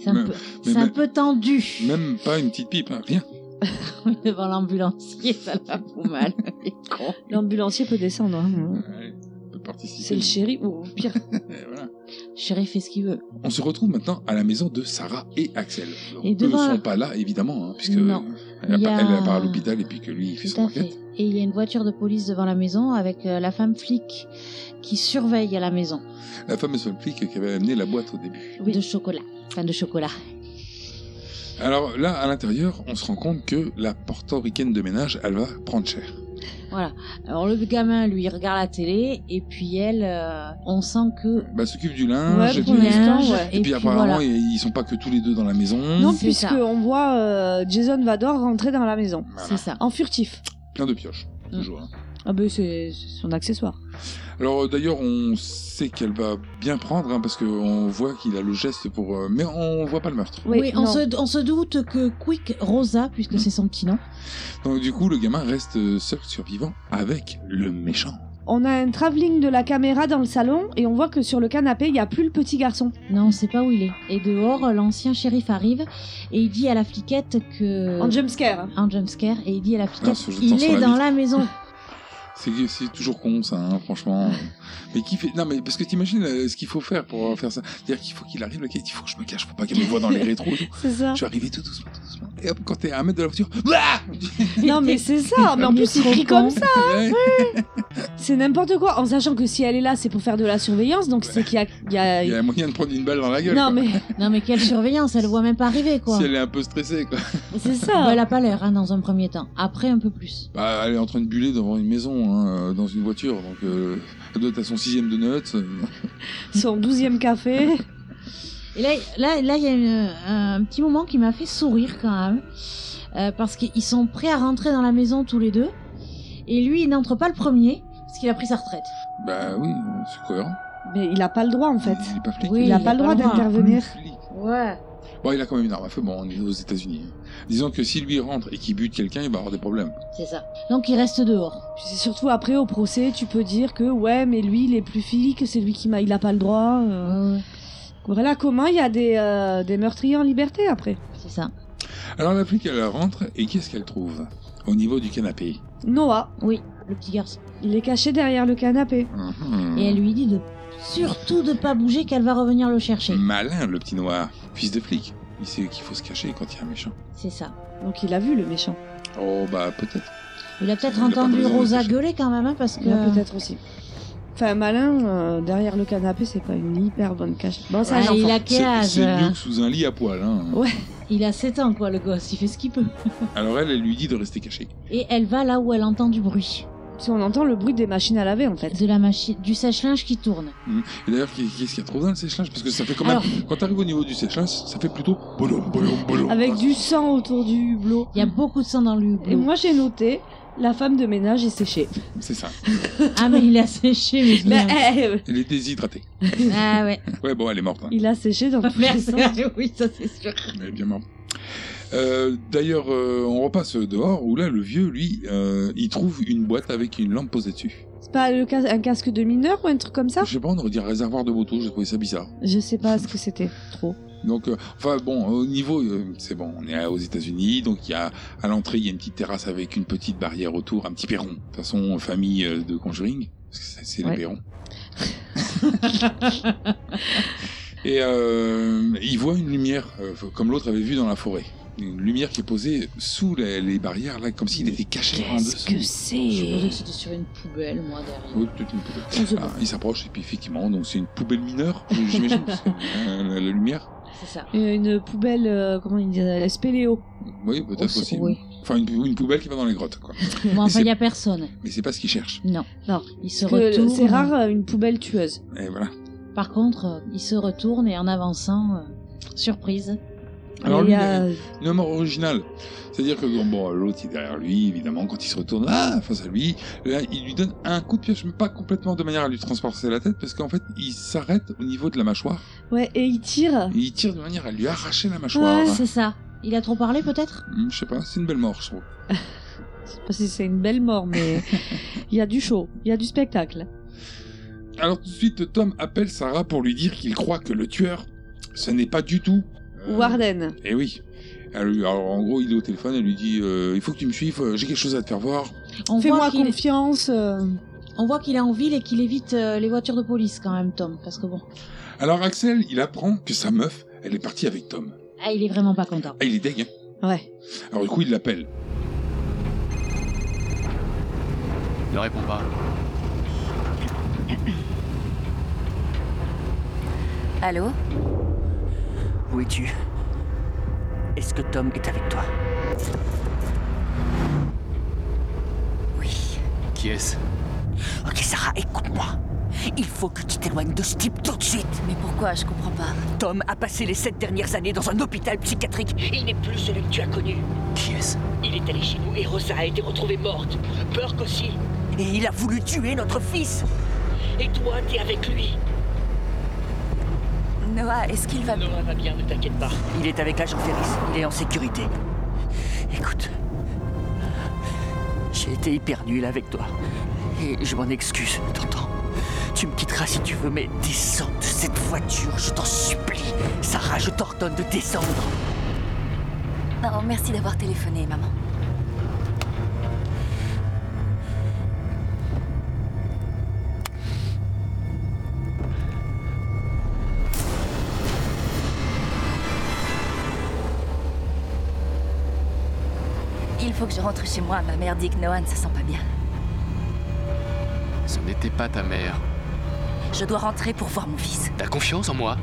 S9: C'est un,
S7: Mais-
S9: peu,
S7: mais-
S9: c'est un
S7: mais-
S9: peu tendu
S7: Même pas une petite pipe, hein, rien.
S9: devant l'ambulancier, ça la fout mal. Il est con.
S8: L'ambulancier peut descendre. hein. C'est le shérif ou pire.
S9: Shérif fait ce qu'il veut.
S7: Eh, On se retrouve maintenant à la maison de Sarah et Axel. Alors,
S9: Et
S7: Eux ne
S9: devant la-
S7: sont pas là, évidemment, hein, puisque
S9: Non.
S7: elle, a
S9: Il y
S7: pas-
S9: a-
S7: elle, elle part à l'hôpital et puis que lui, il fait
S9: Tout
S7: son
S9: à fait.
S7: enquête.
S9: Et il y a une voiture de police devant la maison avec euh, la femme flic qui surveille à la maison
S7: La fameuse femme flic qui avait amené la boîte au début.
S9: de chocolat. Enfin, de chocolat.
S7: Alors là, à l'intérieur, on se rend compte que la portoricaine de ménage, elle va prendre cher.
S9: Voilà. Alors le gamin, lui, il regarde la télé et puis elle, euh, on sent que
S7: Bah, elle s'occupe du linge.
S9: Ouais,
S7: et
S9: pour
S7: puis-
S9: le linge, ouais.
S7: Et,
S9: Et
S7: puis,
S9: puis
S7: apparemment,
S9: voilà.
S7: ils ils sont pas que tous les deux dans la maison.
S8: Non, puisqu'on voit euh, Jason Vador rentrer dans la maison.
S7: C'est
S9: ça. Mm.
S8: En furtif.
S7: Plein de pioches, toujours. hein.
S8: Ah ben c'est c'est son accessoire.
S7: Alors euh, d'ailleurs, on sait qu'elle va bien prendre hein, parce qu'on voit qu'il a le geste pour. euh, mais on voit pas le meurtre.
S9: Oui, on, se, on se doute que Quick Rosa, puisque c'est son petit nom,
S7: Donc du coup, le gamin reste euh, seul survivant avec le méchant.
S8: On a un travelling de la caméra dans le salon et on voit que sur le canapé, il n'y a plus le petit garçon.
S9: non, on sait pas où il est. Et dehors, l'ancien shérif arrive et il dit à la fliquette que.
S8: En jumpscare.
S9: En jumpscare, et il dit à la
S7: Ah,
S9: fliquette
S7: se jetant
S9: il
S7: sur
S9: est
S7: la
S9: dans
S7: vitre.
S9: la maison.
S7: C'est c'est toujours con ça, hein, franchement. mais qui fait Non, mais parce que t'imagines euh, ce qu'il faut faire pour euh, faire ça. C'est-à-dire qu'il faut qu'il arrive, le gars, il faut que je me cache, faut pas qu'il me voit dans les rétros. et tout.
S8: C'est ça.
S7: Je suis arrivé tout doucement, tout doucement. Et hop, quand t'es à un mètre de la voiture, Ah Ouah
S8: Non mais c'est ça, mais en plus il
S7: Trop
S8: crie
S7: con.
S8: comme ça. hein.
S7: Ouais.
S8: Ouais. C'est n'importe quoi, en sachant que si elle est là, c'est pour faire de la surveillance, donc c'est qu'il y a... il y a-
S7: il y a moyen de prendre une balle dans la gueule.
S8: Ah Non
S7: quoi.
S8: mais...
S9: non mais quelle surveillance, elle le voit même pas arriver quoi.
S7: Si elle est un peu stressée, quoi.
S9: C'est ça. elle a pas l'air hein, dans un premier temps. Après un peu plus.
S7: Bah, elle est en train de buller devant une maison, hein, euh, dans une voiture, donc euh, elle doit être à son sixième de notes. Euh,
S8: Son douzième café.
S9: Et là, là, là, il y a une- un petit moment qui m'a fait sourire quand même, Euh, parce qu'ils sont prêts à rentrer dans la maison tous les deux, et lui, il n'entre pas le premier, parce qu'il a pris sa retraite.
S7: Bah oui, c'est cohérent.
S8: Mais il a pas le droit en fait.
S9: Oui,
S8: il a pas le droit d'intervenir.
S9: Ouais.
S7: Bon, il a quand même une arme à feu, bon, on est aux États-Unis. hein. Disons que si lui rentre et qu'il bute quelqu'un, il va avoir des problèmes.
S9: C'est ça. Donc il reste dehors.
S8: Puis c'est surtout après au procès, tu peux dire que ouais, mais lui il est plus flic, c'est lui qui m'a, il a pas le droit. euh. Voilà comment il y a des, euh, des meurtriers en liberté après.
S9: C'est ça.
S7: Alors la flic, elle rentre et qu'est-ce qu'elle trouve Au niveau du canapé.
S8: Noah.
S9: Oui, le petit garçon.
S8: Il est caché derrière le canapé.
S7: Mhm.
S9: Et elle lui dit de surtout de pas bouger, qu'elle va revenir le chercher.
S7: Malin, le petit noir. Fils de flic. Il sait qu'il faut se cacher quand il y a un méchant.
S9: C'est ça.
S8: Donc il a vu le méchant.
S7: Oh, bah peut-être.
S9: Il a peut-être
S7: Il a pas
S9: entendu
S7: besoin de
S9: Rosa gueuler quand même, hein, parce que.
S8: Là, peut-être aussi. Enfin, malin, euh, derrière le canapé, c'est pas une hyper bonne cache. Bon, c'est
S9: Ouais,
S8: un
S9: Ah, il a
S8: enfant.
S9: quel âge
S7: C'est
S9: euh,
S7: mieux que sous un lit à poil. Hein.
S8: Ouais.
S9: Il a 7 ans quoi, le gosse. Il fait ce qu'il peut.
S7: Alors elle, elle lui dit de rester cachée.
S9: Et elle va là où elle entend du bruit.
S8: Si on entend le bruit des machines à laver en fait.
S9: De la machine, du sèche-linge qui tourne.
S7: Mhm. Et d'ailleurs, qu'est- qu'est-ce qu'il y a trouvé dans le sèche-linge Parce que ça fait quand même.
S9: Alors-
S7: Quand t'arrives au niveau du sèche-linge, ça fait plutôt. Bolom, bolom, bolom.
S8: Avec du sang autour du hublot.
S9: Il y a beaucoup de sang dans le hublot.
S8: Et moi j'ai noté, la femme de ménage est séchée.
S7: C'est ça.
S9: Ah mais il a séché, mais je
S8: Mais,
S9: viens.
S8: eh, euh,
S7: Elle est déshydratée.
S9: Ah ouais.
S7: Ouais, bon, elle est morte. hein.
S8: il a séché dans tous les
S9: Merci.
S8: sens.
S9: oui, ça c'est sûr.
S7: Elle est Eh bien morte. Euh, D'ailleurs, euh, on repasse dehors où là, le vieux, lui, euh, il trouve une boîte avec une lampe posée dessus.
S8: C'est pas le cas- un casque de mineur ou un truc comme ça
S7: Je sais pas, on aurait dit un réservoir de moto, j'ai trouvé ça bizarre.
S8: Je sais pas ce que c'était. Trop.
S7: Donc, euh, enfin bon, au niveau, euh, c'est bon, on est à- aux États-Unis, donc il y a à l'entrée il y a une petite terrasse avec une petite barrière autour, un petit perron. De toute façon, famille euh, de Conjuring, parce que c'est- c'est
S8: Ouais.
S7: les perrons. Et euh, il voit une lumière, euh, comme l'autre avait vu dans la forêt. une lumière qui est posée sous les, les barrières, là, comme s'il était caché dans un
S2: Qu'est-ce
S7: dessous.
S2: que c'est
S9: Je pensais que c'était sur une poubelle, moi, derrière.
S7: Oui, peut-être une poubelle.
S9: On sait
S7: Ah,
S9: pas.
S7: il s'approche, et puis effectivement, donc c'est une poubelle mineure, j'imagine, parce que, euh, la, la lumière.
S9: C'est ça.
S8: Une poubelle, euh, comment il dit, euh, spéléo.
S7: Oui, peut-être
S8: Aussi,
S7: aussi.
S8: oui.
S7: Enfin, une, une poubelle qui va dans les grottes, quoi.
S9: Bon, enfin,
S7: c'est-
S9: il n'y a personne.
S7: Mais c'est pas ce qu'il cherche.
S9: Non. Non. Il se
S8: Parce que
S9: retourne.
S8: C'est rare euh, une poubelle tueuse.
S7: Et voilà.
S9: Par contre, euh, il se retourne et en avançant, euh, surprise.
S7: Alors
S9: Et,
S7: lui, il a
S9: euh,
S7: une une mort originale. C'est-à-dire que bon, bon, l'autre il est derrière lui, évidemment, quand il se retourne ah, face à lui, là, il lui donne un coup de pioche, mais pas complètement de manière à lui transpercer la tête, parce qu'en fait, il s'arrête au niveau de la mâchoire,
S8: Ouais, et il tire.
S7: et il tire de manière à lui arracher la mâchoire.
S9: c'est ça. Il a trop parlé peut-être
S7: Hum, je sais pas, c'est une belle mort, je trouve.
S8: Je sais pas si c'est une belle mort, mais il y a du show, il y a du spectacle.
S7: Alors tout de suite, Tom appelle Sarah pour lui dire qu'il croit que le tueur, ce n'est pas du tout.
S8: Warden.
S7: Eh oui. Elle lui- Alors en gros, il est au téléphone, elle lui dit euh, Il faut que tu me suives, euh, j'ai quelque chose à te faire voir.
S8: Fais-moi
S9: voit qu'il-
S8: confiance. euh,
S9: On voit qu'il est en ville et qu'il évite euh, les voitures de police quand même, Tom. Parce que bon,
S7: Alors Axel, il apprend que sa meuf, elle est partie avec Tom.
S9: ah, il est vraiment pas content.
S7: Ah, il est deg, hein.
S8: Ouais.
S7: Alors du coup, il l'appelle.
S3: Ne réponds pas.
S15: Allô
S11: Où es-tu Est-ce que Tom est avec toi Oui.
S3: Qui est-ce
S11: Ok, Sarah, écoute-moi. Il faut que tu t'éloignes de ce type tout de suite.
S15: Mais pourquoi Je comprends pas.
S11: Tom a passé les sept dernières années dans un hôpital psychiatrique et il n'est plus celui que tu as connu.
S3: Qui est-ce
S11: Il est allé chez nous et Rosa a été retrouvée morte. Burke aussi. Et il a voulu tuer notre fils. Et toi, t'es avec lui.
S15: Noah, est-ce qu'il va
S11: Noah va bien, ne t'inquiète pas. Il est avec l'agent Ferris. Il est en sécurité. Écoute, j'ai été hyper nul avec toi. Et je m'en excuse, t'entends Tu me quitteras si tu veux, mais descends de cette voiture, je t'en supplie. Sarah, je t'ordonne de descendre.
S15: Non, merci d'avoir téléphoné, maman. Il faut que je rentre chez moi. Ma mère dit que Noah ne se sent pas bien.
S3: Ce n'était pas ta mère.
S15: Je dois rentrer pour voir mon fils.
S3: T'as confiance en moi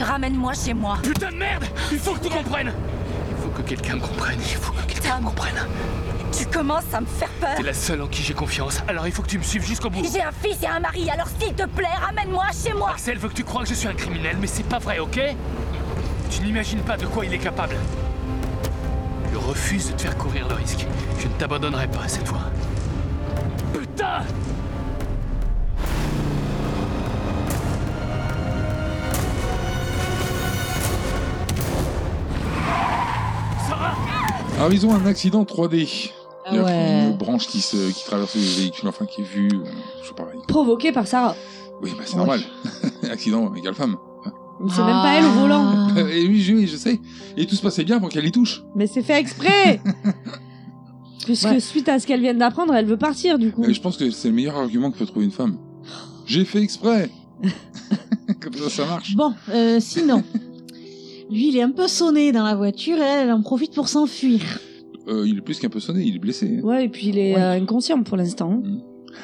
S15: Ramène-moi chez moi.
S14: Putain de merde Il faut que tu comprennes
S3: Il faut que quelqu'un me comprenne. Il faut que quelqu'un me comprenne.
S15: Tu commences à me faire peur.
S14: T'es la seule en qui j'ai confiance, alors il faut que tu me suives jusqu'au bout.
S15: J'ai un fils et un mari, alors s'il te plaît, ramène-moi chez moi.
S14: Axel veut que tu crois que je suis un criminel, mais c'est pas vrai, ok Tu n'imagines pas de quoi il est capable. Je refuse de te faire courir le risque. Je ne t'abandonnerai pas cette fois. Putain
S7: Alors ils ont un accident 3D. Il y a
S8: Ah ouais.
S7: une branche qui, se, qui traverse le véhicule, enfin qui est vue, euh, je sais pas.
S8: Provoqué par Sarah.
S7: Oui, bah c'est
S8: Oui.
S7: normal. Accident égale femme. Euh,
S8: C'est même pas elle au volant.
S7: Et oui, je- oui, je sais. Et tout se passait bien avant qu'elle les touche.
S8: Mais c'est fait exprès Puisque
S7: Ouais.
S8: suite à ce qu'elle vient d'apprendre, elle veut partir du coup.
S7: Et Euh, je pense que c'est le meilleur argument que peut trouver une femme. J'ai fait exprès. Comme ça, ça marche.
S9: Bon, euh, sinon, lui, il est un peu sonné dans la voiture et elle, elle en profite pour s'enfuir.
S7: Euh, il est plus qu'un peu sonné, il est blessé. hein.
S8: Ouais, et puis il est euh, inconscient pour l'instant.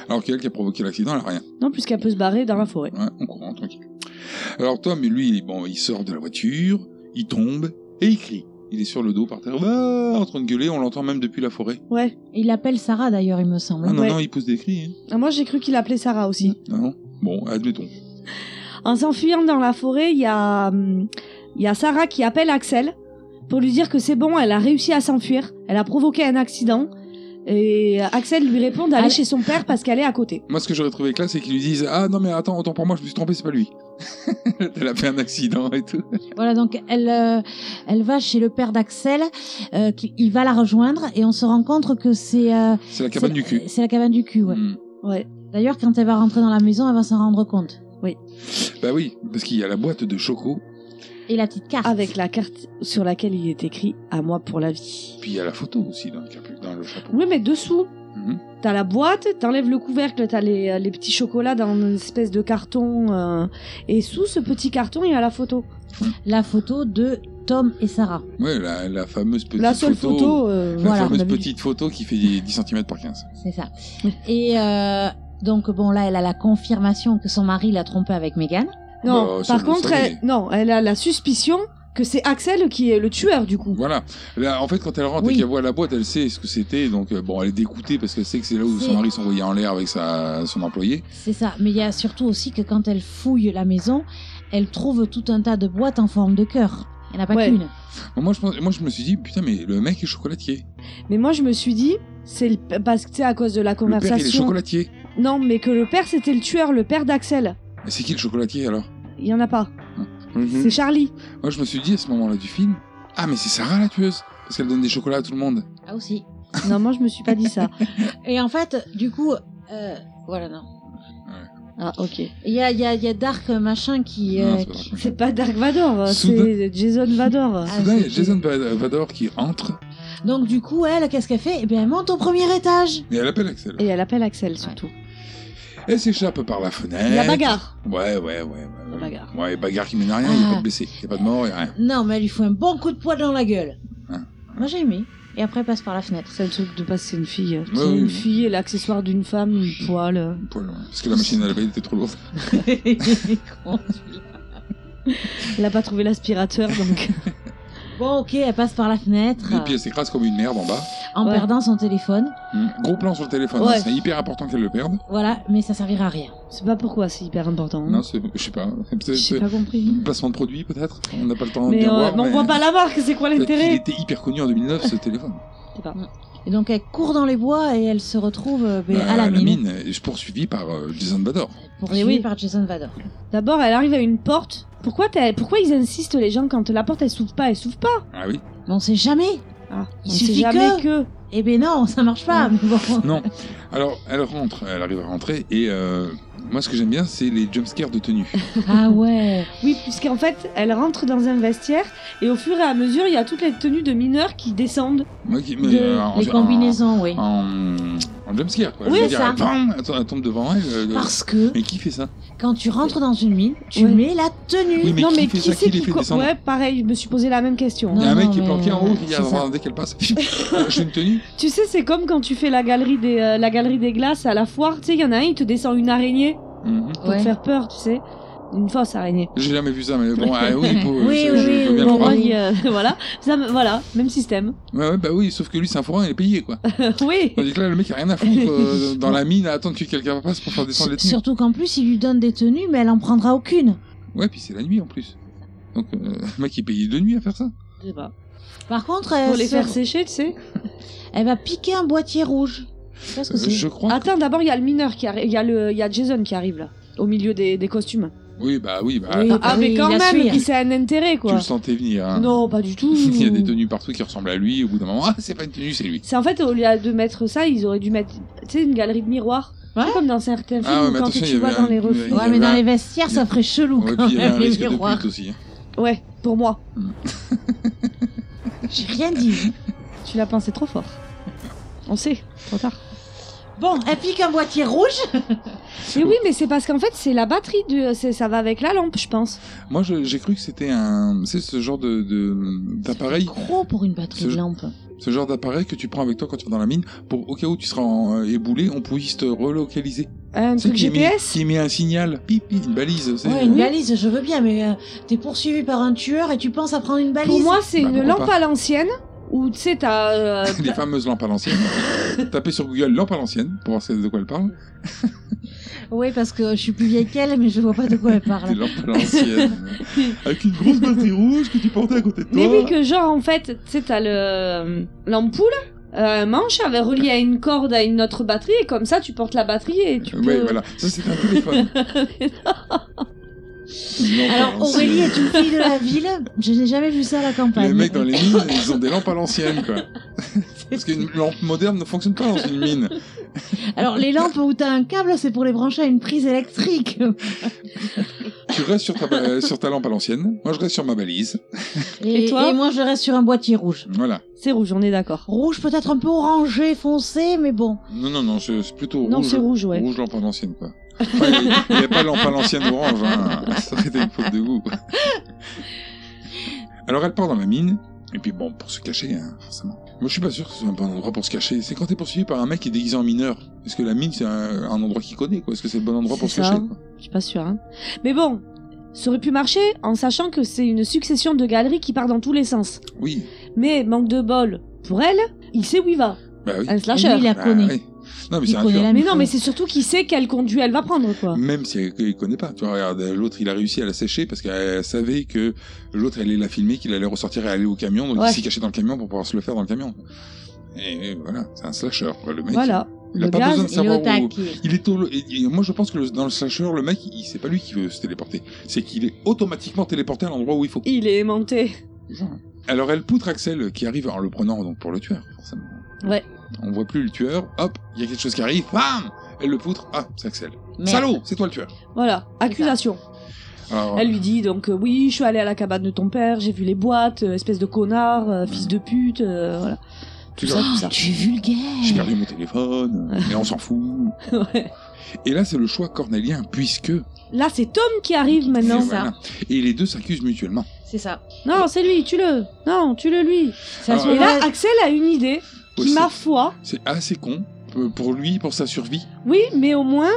S7: Alors qu'elle qui a provoqué l'accident, elle a rien.
S8: Non, puisqu'elle peut se barrer dans la forêt.
S7: Ouais, on courant, tranquille. Alors Tom, lui, bon, il sort de la voiture, il tombe et il crie. Il est sur le dos par terre, Ah en train de gueuler, on l'entend même depuis la forêt.
S8: Ouais.
S9: Il appelle Sarah d'ailleurs, il me semble.
S7: Ah non, non, il pousse des cris. hein. Ah,
S8: Ah, Moi j'ai cru qu'il appelait Sarah aussi.
S7: Non, non. Bon, admettons.
S8: En s'enfuyant dans la forêt, il y, a, hum, il y a Sarah qui appelle Axel pour lui dire que c'est bon, elle a réussi à s'enfuir, elle a provoqué un accident. Et Axel lui répond d'aller chez son père parce qu'elle est à côté.
S7: Moi, ce que j'aurais trouvé classe, c'est qu'ils lui disent Ah non, mais attends, autant pour moi, je me suis trompé, c'est pas lui. Elle a fait un accident et tout.
S9: Voilà, donc elle, euh, elle va chez le père d'Axel, euh, qui- il va la rejoindre et on se rend compte que c'est. euh,
S7: C'est la cabane
S9: c'est-
S7: du cul. Hmm.
S9: C'est la cabane du cul, ouais.
S8: ouais.
S9: D'ailleurs, quand elle va rentrer dans la maison, elle va s'en rendre compte.
S8: Oui.
S7: Bah oui, parce qu'il y a la boîte de Choco,
S9: Et la petite carte.
S8: Avec la carte sur laquelle il est écrit À moi pour la vie.
S7: puis il y a la photo aussi dans le, capu- dans le chapeau.
S8: Oui, mais dessous,
S7: Mhm.
S8: T'as la boîte, t'enlèves le couvercle, t'as les, euh, les petits chocolats dans une espèce de carton. euh, et sous ce petit carton, il y a la photo.
S9: La photo de Tom et Sarah.
S7: Ouais, la, la fameuse petite
S9: La seule photo, euh,
S7: la
S9: voilà, on
S7: fameuse
S9: a vu.
S7: petite photo qui fait 10 cm par 15.
S9: C'est ça. Et euh, donc, bon, là, elle a la confirmation que son mari l'a trompée avec Megan.
S7: Bah,
S8: Non, par contre, elle, non, elle a la suspicion que c'est Axel qui est le tueur du coup.
S7: Voilà. Là, en fait, quand elle rentre et qu'elle voit la boîte, elle sait ce que c'était. Donc, euh, bon, elle est dégoûtée parce qu'elle sait que c'est là où
S9: C'est-
S7: son mari s'envoyait en l'air avec sa, son employé.
S9: C'est ça. Mais il y a surtout aussi que quand elle fouille la maison, elle trouve tout un tas de boîtes en forme de cœur. Il n'y en a pas qu'une.
S7: Bon, Moi je, pense- moi, je me suis dit, putain, mais le mec est chocolatier.
S8: Mais moi, je me suis dit, c'est le- parce que c'est à cause de la
S9: bah,
S7: Le père, il est
S8: conversation.
S7: chocolatier.
S8: non, mais que le père c'était le tueur, le père d'Axel.
S7: Mais c'est qui le chocolatier alors
S8: Il y en a pas.
S7: Mhm.
S8: C'est Charlie.
S7: Moi, je me suis dit à ce moment-là du film, ah, mais c'est Sarah la tueuse. Parce qu'elle donne des chocolats à tout le monde.
S9: Ah aussi.
S8: Non, moi je me suis pas dit ça.
S9: Et en fait,
S7: Mm.
S9: du coup, euh, voilà, non.
S8: Ah, ok.
S9: Il y a, il y a- il y a Dark machin qui.
S7: Non,
S9: euh,
S7: c'est pas
S9: qui-
S8: C'est pas Dark Vador, hein. c'est Jason Vador.
S9: Ah,
S7: Soudain, il y a Jason Vad- Vador qui entre
S9: Donc du coup, elle, qu'est-ce qu'elle fait Eh bien, elle monte au premier étage.
S7: et elle appelle Axel.
S8: Et elle appelle Axel surtout.
S7: Elle s'échappe par la fenêtre.
S9: La bagarre.
S7: Ouais, ouais, ouais. ouais.
S9: La bagarre.
S7: Ouais, bagarre qui mène à rien, il n'y a
S8: Ah.
S7: pas de blessé, il n'y a pas de mort, il a rien.
S9: Non, mais elle lui faut un bon coup de poing dans la gueule.
S7: Hein.
S9: Moi j'ai aimé. Et après, elle passe par la fenêtre.
S8: C'est le truc de passer une fille.
S7: Ouais,
S8: C'est
S7: ouais,
S8: une
S7: ouais.
S8: fille et l'accessoire d'une femme, une poêle. euh.
S7: Poil, ouais. Parce que la machine à laver était trop lourde.
S8: Elle a pas trouvé l'aspirateur donc.
S9: Bon, ok, elle passe par la
S8: Ah.
S9: fenêtre
S7: Et puis elle s'écrase comme une merde en bas.
S9: en perdant son téléphone.
S7: Mm. Gros plan sur le téléphone,
S9: Ouais.
S7: hein, c'est hyper important qu'elle le perde.
S9: Voilà, mais ça servira à rien.
S8: C'est pas pourquoi c'est hyper important. hein.
S7: Non, c'est- je sais pas. C'est-
S8: J'ai
S7: c'est-
S8: Hum. pas compris.
S7: Placement de produit peut-être On n'a pas le temps de
S8: Mais
S7: bien
S8: euh,
S7: voir.
S8: mais on voit pas la marque, c'est quoi
S7: Peut-être qu'il
S8: l'intérêt
S7: était hyper connu en 2009 ce téléphone.
S9: Et donc elle court dans les bois et elle se retrouve euh, ben,
S7: Euh,
S9: à la mine,
S7: et je poursuivi par euh, Jason Bador.
S9: poursuivie
S8: Eh oui.
S9: par Jason Vador.
S8: D'abord, elle arrive à une porte. Pourquoi, t'as- pourquoi ils insistent les gens quand la porte elle s'ouvre pas, elle s'ouvre pas Ah,
S7: Ah oui
S9: Mais on sait jamais.
S8: on
S9: Il
S8: sait
S9: suffit
S8: jamais
S9: que... Eh ben non, ça marche pas. mais bon.
S7: Non. Alors, elle rentre, elle arrive à rentrer, et euh, moi, ce que j'aime bien, c'est les jumpscares de tenue.
S9: Ah ouais.
S8: Oui, puisqu'en fait, elle rentre dans un vestiaire et au fur et à mesure, il y a toutes les tenues de mineurs qui descendent.
S7: Moi qui- mais,
S8: De-
S7: euh, en-
S8: les
S7: en-
S8: combinaisons,
S7: ah,
S8: oui.
S7: En, en jumpscare, quoi.
S9: Oui,
S7: Je veux dire,
S9: ça.
S7: elle, bam, elle tombe- elle tombe devant elle. euh,
S9: Parce que-
S7: Mais qui fait ça
S9: Quand tu rentres dans une mine, tu mets la tenue.
S7: Oui, mais
S8: non,
S7: qui
S8: mais
S7: fait
S8: qui
S7: ça Qui
S8: c'est
S7: les
S8: qui.
S7: fait
S8: co-
S7: descendre
S8: ouais, pareil, je me suis posé la même question.
S7: Il y a un mec qui est planqué en haut, il a dès qu'elle passe. Je suis une tenue.
S8: Tu sais, c'est comme quand tu fais la galerie des, euh, la galerie des glaces à la foire. Tu sais, il y en a un, il te descend une araignée
S7: Mhm.
S8: pour te faire peur, tu sais. Une fausse araignée.
S7: J'ai jamais vu ça, mais bon, ah, oui, il faut-
S8: oui,
S7: je-
S8: oui,
S7: je peux bien
S8: oui,
S7: le
S8: bon,
S7: croire.
S8: moi, il, euh, voilà. Ça me- voilà, même système.
S7: Ouais, ouais, bah oui, sauf que lui, c'est un forain, il est payé, quoi.
S8: oui.
S7: Tandis que là, le mec, il a rien à foutre euh, dans la mine à attendre que quelqu'un passe pour faire descendre les tenues.
S9: Surtout qu'en plus, il lui donne des tenues, mais elle en prendra aucune.
S7: Ouais, puis c'est la nuit en plus. Donc, euh, le mec, il est payé de nuit à faire ça.
S8: Je sais pas.
S9: Par contre,
S8: Pour
S9: elle
S8: les
S9: se-
S8: faire sécher, tu sais.
S9: Elle va piquer un boîtier rouge. Je sais pas ce que
S7: Euh,
S9: c'est.
S7: je crois
S8: Attends, d'abord, il y a le mineur qui arrive. Il y, a le- il y a Jason qui arrive là, au milieu des, des costumes.
S7: Oui, bah oui, bah.
S8: ah, mais quand même, il- c'est un intérêt
S7: Tu
S8: quoi.
S7: le sentais venir. Hein.
S8: Non, pas du tout.
S7: Il y a des tenues partout qui ressemblent à lui. Au bout d'un moment, ah, c'est pas une tenue, c'est lui.
S8: C'est en fait, au lieu de mettre ça, ils auraient dû mettre, tu sais, une galerie de miroirs. Tu sais, comme dans certains films,
S7: Ah ouais, mais
S8: quand
S7: attention, il
S8: tu
S7: y
S8: vois
S7: avait
S8: dans
S7: un-
S8: les
S7: il
S8: refus.
S7: y Ouais, mais avait dans un- les
S9: vestiaires, ça ferait chelou
S7: Ouais,
S9: quand
S7: puis il y avait
S9: même,
S7: un
S9: les
S7: risque de
S9: miroirs.
S7: pute aussi. hein.
S8: Ouais, pour moi.
S9: J'ai rien dit.
S8: tu l'as pensé trop fort. On sait, trop tard.
S9: Bon, elle pique un boîtier rouge.
S8: Mais oui, mais c'est parce qu'en fait, c'est la batterie, du... c'est- ça va avec la lampe, je pense.
S7: Moi, je- j'ai cru que c'était un. C'est ce genre de de- d'appareil.
S9: Gros pour une batterie
S7: Ce-
S9: de lampe.
S7: Ce genre d'appareil que tu prends avec toi quand tu vas dans la mine, pour au cas où tu seras en- euh, éboulé, on puisse te relocaliser.
S8: Un
S7: C'est
S9: truc
S7: qui émet-
S9: GPS?
S7: Qui met un signal, pip, pip, une balise. c'est-
S9: Ouais, une balise, je veux bien, mais euh, t'es poursuivi par un tueur et tu penses à prendre une balise.
S8: Pour moi, c'est
S7: Bah,
S8: une
S7: pourquoi
S8: lampe
S7: pas
S8: à l'ancienne où tu sais, t'as. euh,
S7: Les fameuses lampes à l'ancienne. Tapez sur Google lampe à l'ancienne pour voir ce- de quoi elle parle.
S9: Oui, parce que je suis plus vieille qu'elle, mais je vois pas de quoi elle
S7: Des
S9: parle.
S7: lampes à l'ancienne. Avec une grosse batterie rouge que tu portais à côté de toi.
S8: Mais oui, que genre, en fait, tu sais, t'as le... l'ampoule, euh, un manche avec relié à une corde à une autre batterie, et comme ça, tu portes la batterie et tu
S7: Ouais,
S8: peux...
S7: voilà. Ça, c'est un téléphone. Une lampe à
S9: Alors, Aurélie
S7: l'ancienne.
S9: est une fille de la ville. Je n'ai jamais vu ça à la campagne.
S7: Les mecs dans les mines, ils ont des lampes à l'ancienne, quoi. Parce qu'une lampe moderne ne fonctionne pas dans une mine.
S9: Alors, les lampes où t'as un câble, c'est pour les brancher à une prise électrique.
S7: Tu restes sur ta, ba- sur ta lampe à l'ancienne. Moi, je reste sur ma balise.
S9: Et,
S8: toi
S9: et moi, je reste sur un boîtier rouge.
S7: Voilà.
S8: C'est rouge, on est d'accord.
S9: Rouge, peut-être un peu orangé, foncé, mais bon.
S7: Non, non, non, c'est c'est plutôt
S9: Non,
S7: rouge.
S9: c'est rouge, ouais.
S7: Rouge lampe à l'ancienne, quoi. Enfin, Il n'y a pas lampe à l'ancienne orange, hein. Ça aurait été une faute de goût. Alors elle part dans la mine, et puis bon, pour se cacher, hein, forcément. Moi je suis pas sûr que ce soit un bon endroit pour se cacher. C'est quand t'es poursuivi par un mec qui est déguisé en mineur. Est-ce que la mine c'est un, un endroit qu'il connaît quoi Est-ce que c'est le bon endroit pour
S8: C'est
S7: se cacher
S8: ça. Je suis pas sûre. hein. Mais bon, ça aurait pu marcher en sachant que c'est une succession de galeries qui part dans tous les sens.
S7: Oui.
S8: Mais manque de bol pour elle, il sait où il va.
S7: Bah oui.
S8: Un slasher. Lui, il la
S7: Bah
S8: connaît.
S7: oui. Non, mais c'est un tueur.
S8: mais non, mais c'est surtout qu'il sait quel conduit elle va prendre, quoi.
S7: Même si elle ne connaît pas. Tu vois, regarde, l'autre, il a réussi à la sécher parce qu'elle savait que l'autre allait la filmer, qu'il allait ressortir et aller au camion. Donc
S8: Ouais.
S7: il s'est caché dans le camion pour pouvoir se le faire dans le camion. Et voilà, c'est un slasher, quoi, le mec.
S8: Voilà.
S7: Il a
S8: Le
S7: pas
S8: gars,
S7: besoin de
S8: il est
S7: savoir
S8: au
S7: où.
S8: taquet.
S7: Il est au- et- et moi, je pense que le- dans le slasher, le mec, il c'est pas lui qui veut se téléporter. C'est qu'il est automatiquement téléporté à l'endroit où il faut.
S8: Il est aimanté.
S7: Alors elle poutre Axel qui arrive en le prenant donc pour le tueur, forcément.
S8: Ouais.
S7: On voit plus le tueur. Hop, il y a quelque chose qui arrive. Bam Elle le poutre. Ah, c'est Axel.
S8: Merde.
S7: Salaud, c'est toi le tueur. Ah,
S8: Voilà, accusation.
S7: Alors,
S8: Elle lui dit donc euh, oui, je suis allée à la cabane de ton père, j'ai vu les boîtes, euh, espèce de connard, euh, fils de pute, euh, voilà.
S7: Tu
S8: Tout
S7: l'as-
S8: ça, tout ça.
S7: tu es
S8: vulgaire.
S7: J'ai perdu mon téléphone, mais on s'en fout. Et là, c'est le choix cornélien, puisque.
S8: Là, c'est Tom qui arrive maintenant.
S7: Et voilà. Et les deux s'accusent mutuellement.
S8: C'est ça. Non, c'est lui, tue-le. Non, tue-le lui.
S7: C'est
S9: Ah,
S7: à ce
S8: Et là,
S7: moment-là-
S8: Axel a une idée qui,
S7: Aussi.
S8: ma foi,
S7: C'est assez con euh, pour lui, pour sa survie.
S8: oui, mais au moins,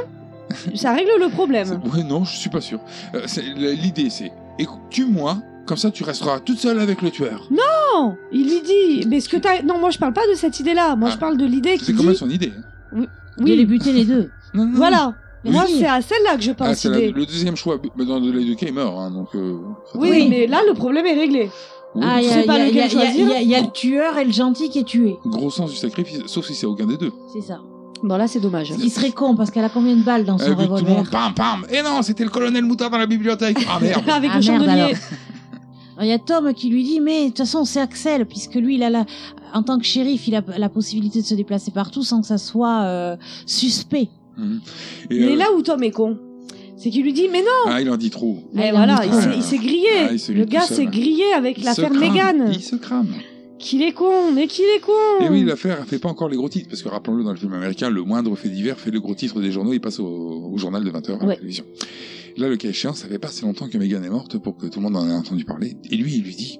S8: ça règle le problème.
S7: Ouais, non, je suis pas sûr. Euh, c'est- L'idée, c'est écoute, tue-moi, comme ça tu resteras toute seule avec le tueur.
S8: Non Il lui dit, mais ce que t'as. Non, moi je parle pas de cette idée-là, moi je parle de l'idée qui
S7: Ah. C'est quand même
S8: dit.
S7: son idée. hein.
S8: Oui. oui.
S9: buter les deux.
S8: Voilà.
S7: Oui.
S8: Moi, c'est à celle-là que je
S7: Ah,
S8: pense.
S7: c'est la-
S8: idée.
S7: le deuxième choix. Mais dans de les deux cas, il meurt, hein, donc. euh,
S8: Oui, mais là, le problème est réglé.
S7: Oui.
S9: Ah, il y a-
S8: C'est pas
S9: il y a-
S8: lequel
S9: il y a-
S8: choisir.
S9: il y a- Il y a le tueur et le gentil qui est tué.
S7: Gros sens du sacrifice, sauf si c'est aucun des deux.
S9: C'est ça.
S8: Bon, là, c'est dommage.
S9: Il serait con parce qu'elle a combien de balles dans
S7: Elle
S9: son
S7: bute Eh tout le monde,
S9: revolver
S7: pam, pam. Et non, c'était le colonel Moutard dans la bibliothèque. Ah merde.
S9: Ah, merde, alors. Il y a Tom qui lui dit mais de toute façon c'est Axel puisque lui il a la... en tant que shérif il a la possibilité de se déplacer partout sans que ça soit euh, suspect.
S7: Et,
S8: Mais
S7: euh,
S8: là où Tom est con, c'est qu'il lui dit, mais non
S7: Ah, il en dit trop.
S8: Et voilà, il
S7: Ah.
S8: s'est- il s'est grillé.
S7: Ah, il s'est mis
S8: le
S7: tout
S8: gars
S7: seul.
S8: s'est grillé avec
S7: Il
S8: l'affaire
S7: se crame.
S8: Mégane.
S7: Il se crame.
S8: Qu'il est con, mais qu'il est con
S7: Et oui, l'affaire elle fait pas encore les gros titres, parce que rappelons-le, dans le film américain, le moindre fait divers fait le gros titre des journaux, il passe au, au journal de 20h à la
S8: Ouais.
S7: télévision. Là, le cas échéant, ça fait pas si longtemps que Megan est morte pour que tout le monde en ait entendu parler. Et lui, il lui dit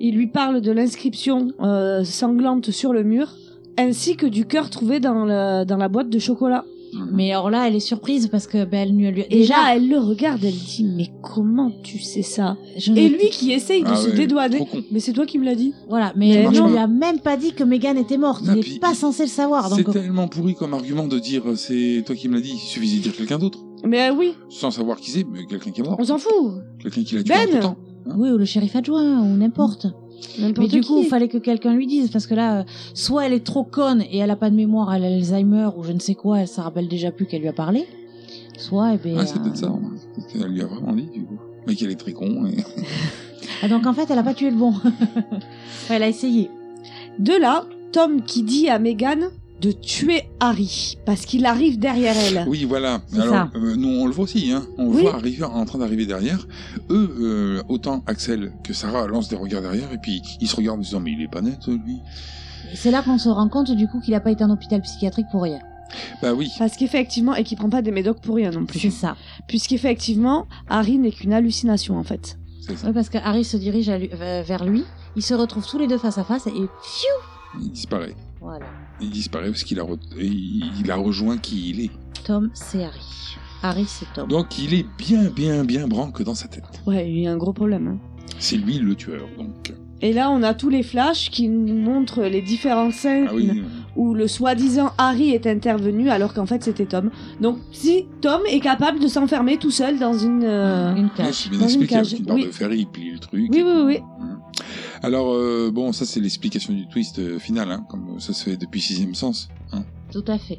S8: Il lui parle de l'inscription euh, sanglante sur le mur, ainsi que du cœur trouvé dans, le- dans la boîte de chocolat.
S9: Mais alors là elle est surprise parce que ben, elle ne lui
S8: Et là, elle le regarde, elle dit Mais comment tu sais ça
S9: ne-
S8: Et lui qui essaye de
S9: Ah
S8: se
S9: ouais,
S8: dédouaner Mais c'est toi qui me l'as dit
S9: Voilà,
S8: Ça
S9: mais
S8: marche
S9: on
S8: pas.
S9: lui a même pas dit que Megan était morte.
S7: Non,
S9: il
S7: puis-
S9: n'est pas censé le savoir.
S7: C'est
S9: Donc,
S7: tellement pourri comme argument de dire euh, c'est toi qui me l'as dit, il suffisait de dire quelqu'un d'autre.
S8: Mais euh, oui
S7: Sans savoir qui c'est, mais quelqu'un qui est mort.
S8: On s'en fout
S7: Quelqu'un qui l'a tué en tout
S9: Ben
S7: temps.
S9: Oui, ou le shérif adjoint, ou n'importe. Mais
S8: N'importe
S9: du coup,
S8: qui.
S9: il fallait que quelqu'un lui dise, parce que là, euh, soit elle est trop conne et elle a pas de mémoire, elle a Alzheimer ou je ne sais quoi, elle se rappelle déjà plus qu'elle lui a parlé. Soit, eh ben,
S7: Ah, c'est
S9: euh,
S7: peut-être ça, hein. Peut-être qu'elle lui a vraiment dit, du coup. Mais qu'elle est très con. et-
S9: ah, donc en fait, elle a pas tué le bon.
S8: elle a essayé. De là, Tom qui dit à Megan de tuer Harry, parce qu'il arrive derrière elle.
S7: Oui, voilà.
S8: C'est
S7: Alors,
S8: ça.
S7: euh, nous, on le voit aussi. Hein. On le
S8: Oui.
S7: voit arriver, en train d'arriver derrière. Eux, euh, autant Axel que Sarah lancent des regards derrière et puis ils se regardent en disant Mais il est pas net, lui.
S9: Et c'est là qu'on se rend compte du coup qu'il a pas été en hôpital psychiatrique pour rien.
S7: Bah oui.
S8: Parce qu'effectivement, et qu'il prend pas des médocs pour rien non plus.
S9: C'est ça.
S8: Puisqu'effectivement, Harry n'est qu'une hallucination en fait.
S9: Oui, parce que Harry se dirige à lui- euh, vers lui, ils se retrouvent tous les deux face à face et pfiou
S7: Il disparaît.
S9: Voilà.
S7: Il disparaît parce qu'il a, re- il il a rejoint qui il est.
S9: Tom, c'est Harry. Harry, c'est Tom.
S7: Donc, il est bien, bien, bien branque dans sa tête.
S8: Ouais, il y a un gros problème. hein.
S7: C'est lui le tueur, donc.
S8: Et là, on a tous les flashs qui nous montrent les différentes scènes
S7: Ah oui.
S8: où le soi-disant Harry est intervenu alors qu'en fait c'était Tom. Donc, si Tom est capable de s'enfermer tout seul dans une, euh,
S7: Ouais, Ah, c'est bien
S8: dans une
S7: expliqué.
S8: cage.
S7: Parce qu'il part
S8: Oui.
S7: de ferry, il plie le truc.
S8: oui, oui, oui.
S7: hein. Alors, euh, bon, ça, c'est l'explication du twist euh, final, hein, comme ça se fait depuis Sixième Sens. Hein.
S9: Tout à fait.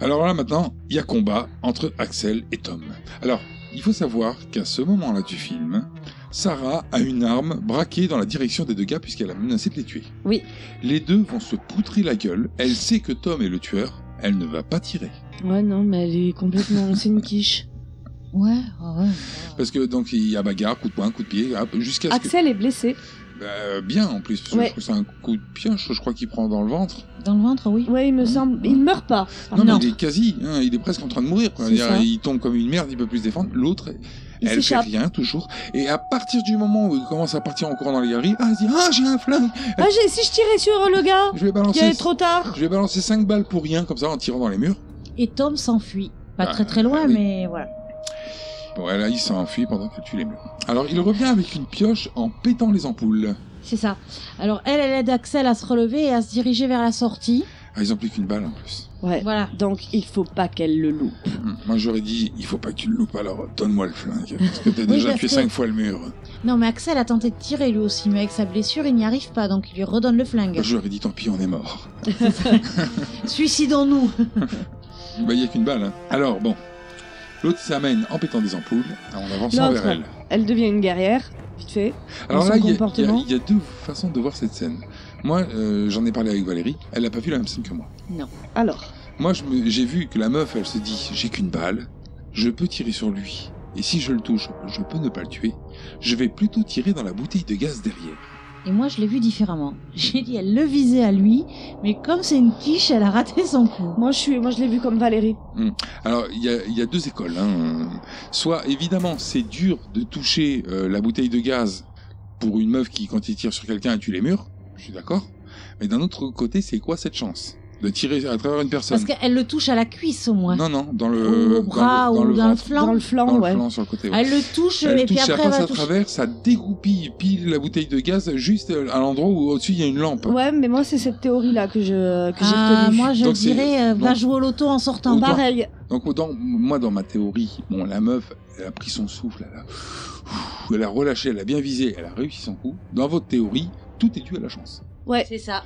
S7: Alors là maintenant, il y a combat entre Axel et Tom. Alors, il faut savoir qu'à ce moment-là du film, Sarah a une arme braquée dans la direction des deux gars puisqu'elle a menacé de les tuer.
S8: Oui.
S7: Les deux vont se poutrer la gueule, elle sait que Tom est le tueur, elle ne va pas tirer.
S8: Ouais, non, mais elle est complètement. C'est une quiche.
S9: Ouais, ouais.
S7: Parce que donc il y a bagarre, coup de poing, coup de pied, hop, jusqu'à ce
S8: Axel est blessé.
S7: que... Bah, bien en plus, parce que
S8: Ouais.
S7: je trouve que c'est un coup de pioche, je crois qu'il prend dans le ventre.
S9: Dans le ventre, oui.
S8: Ouais, il me semble. Il meurt pas. par
S7: Non, mais
S8: contre.
S7: il est quasi, hein, il est presque en train de mourir. quoi.
S8: Ah, C'est
S7: C'est-à-dire,
S8: ça.
S7: Il tombe comme une merde, il peut plus se défendre. L'autre,
S8: Il
S7: elle fait
S8: s'échappe.
S7: rien toujours. Et à partir du moment où il commence à partir en courant dans les galeries, ah, elle se dit Ah, j'ai un flingue
S8: Ah, j'ai- si je tirais sur le gars,
S7: Je vais
S8: il est
S7: balancer.
S8: trop tard.
S7: Je vais balancer 5 balles pour rien, comme ça, en tirant dans les murs.
S9: Et Tom s'enfuit. Pas
S7: Ah,
S9: très très loin,
S7: ah oui.
S9: mais voilà.
S7: Bon, là, il s'enfuit pendant qu'elle tue les murs. Alors, il revient avec une pioche en pétant les ampoules.
S9: C'est ça. Alors elle, elle aide Axel à se relever et à se diriger vers la sortie.
S7: Ah, ils ont plus qu'une balle en plus.
S9: Ouais. Voilà.
S8: Donc il faut pas qu'elle le loupe.
S7: Hmm. Moi, j'aurais dit Il faut pas que tu le loupes, alors donne-moi le flingue. Parce que t'as
S9: Oui,
S7: déjà
S9: parce
S7: tué
S9: que-
S7: 5 fois le mur.
S9: Non, mais Axel a tenté de tirer lui aussi, mais avec sa blessure, il n'y arrive pas, donc il lui redonne le flingue.
S7: Moi, je leur ai dit Tant pis, on est mort.
S9: Suicidons-nous.
S7: Bah, il n'y a qu'une balle. hein. Alors, bon. L'autre s'amène en pétant des ampoules, hein, en avançant
S8: L'autre,
S7: vers elle.
S8: elle devient une guerrière, vite fait.
S7: Alors
S8: Dans
S7: là,
S8: son
S7: il y, a- il y a-
S8: comportement.
S7: il y a deux façons de voir cette scène. Moi, euh, j'en ai parlé avec Valérie, elle n'a pas vu la même scène que moi.
S8: Non. Alors,
S7: Moi, je me- j'ai vu que la meuf, elle se dit j'ai qu'une balle, je peux tirer sur lui, et si je le touche, je peux ne pas le tuer. Je vais plutôt tirer dans la bouteille de gaz derrière.
S9: Et moi, je l'ai vu différemment. J'ai dit, elle le visait à lui, mais comme c'est une quiche, elle a raté son coup.
S8: Moi, je suis, moi, je l'ai vu comme Valérie.
S7: Hmm. Alors, il y a, il y a deux écoles. hein. Soit, évidemment, c'est dur de toucher euh, la bouteille de gaz pour une meuf qui, quand il tire sur quelqu'un, elle tue les murs. Je suis d'accord. Mais d'un autre côté, c'est quoi cette chance De tirer à travers une personne
S9: Parce qu'elle le touche à la cuisse au moins.
S7: Non, non, dans le
S9: Ou au bras,
S7: dans le, dans
S9: ou
S7: le
S9: dans le
S7: ventre.
S9: flanc. Dans le flanc,
S7: Dans le
S9: ouais.
S7: flanc, sur le côté. ouais.
S9: Elle le touche,
S7: Elle
S9: et puis
S7: touche,
S9: après,
S7: elle
S9: elle
S7: passe
S9: va
S7: à
S9: toucher.
S7: travers, ça dégoupille pile la bouteille de gaz juste à l'endroit où au-dessus il y a une lampe.
S8: Ouais, mais moi, c'est cette théorie-là que je que j'ai
S9: Ah,
S8: retenue.
S9: moi, je
S7: Donc, c'est-
S9: dirais, euh, va
S7: donc-
S9: jouer au loto en sortant. Bah,
S7: Autant-
S9: Pareil.
S7: Donc dans, moi dans ma théorie, bon la meuf, elle a pris son souffle, elle a, elle a relâché, elle a bien visé, elle a réussi son coup. Dans votre théorie, tout est dû à la chance.
S8: Ouais.
S4: C'est ça.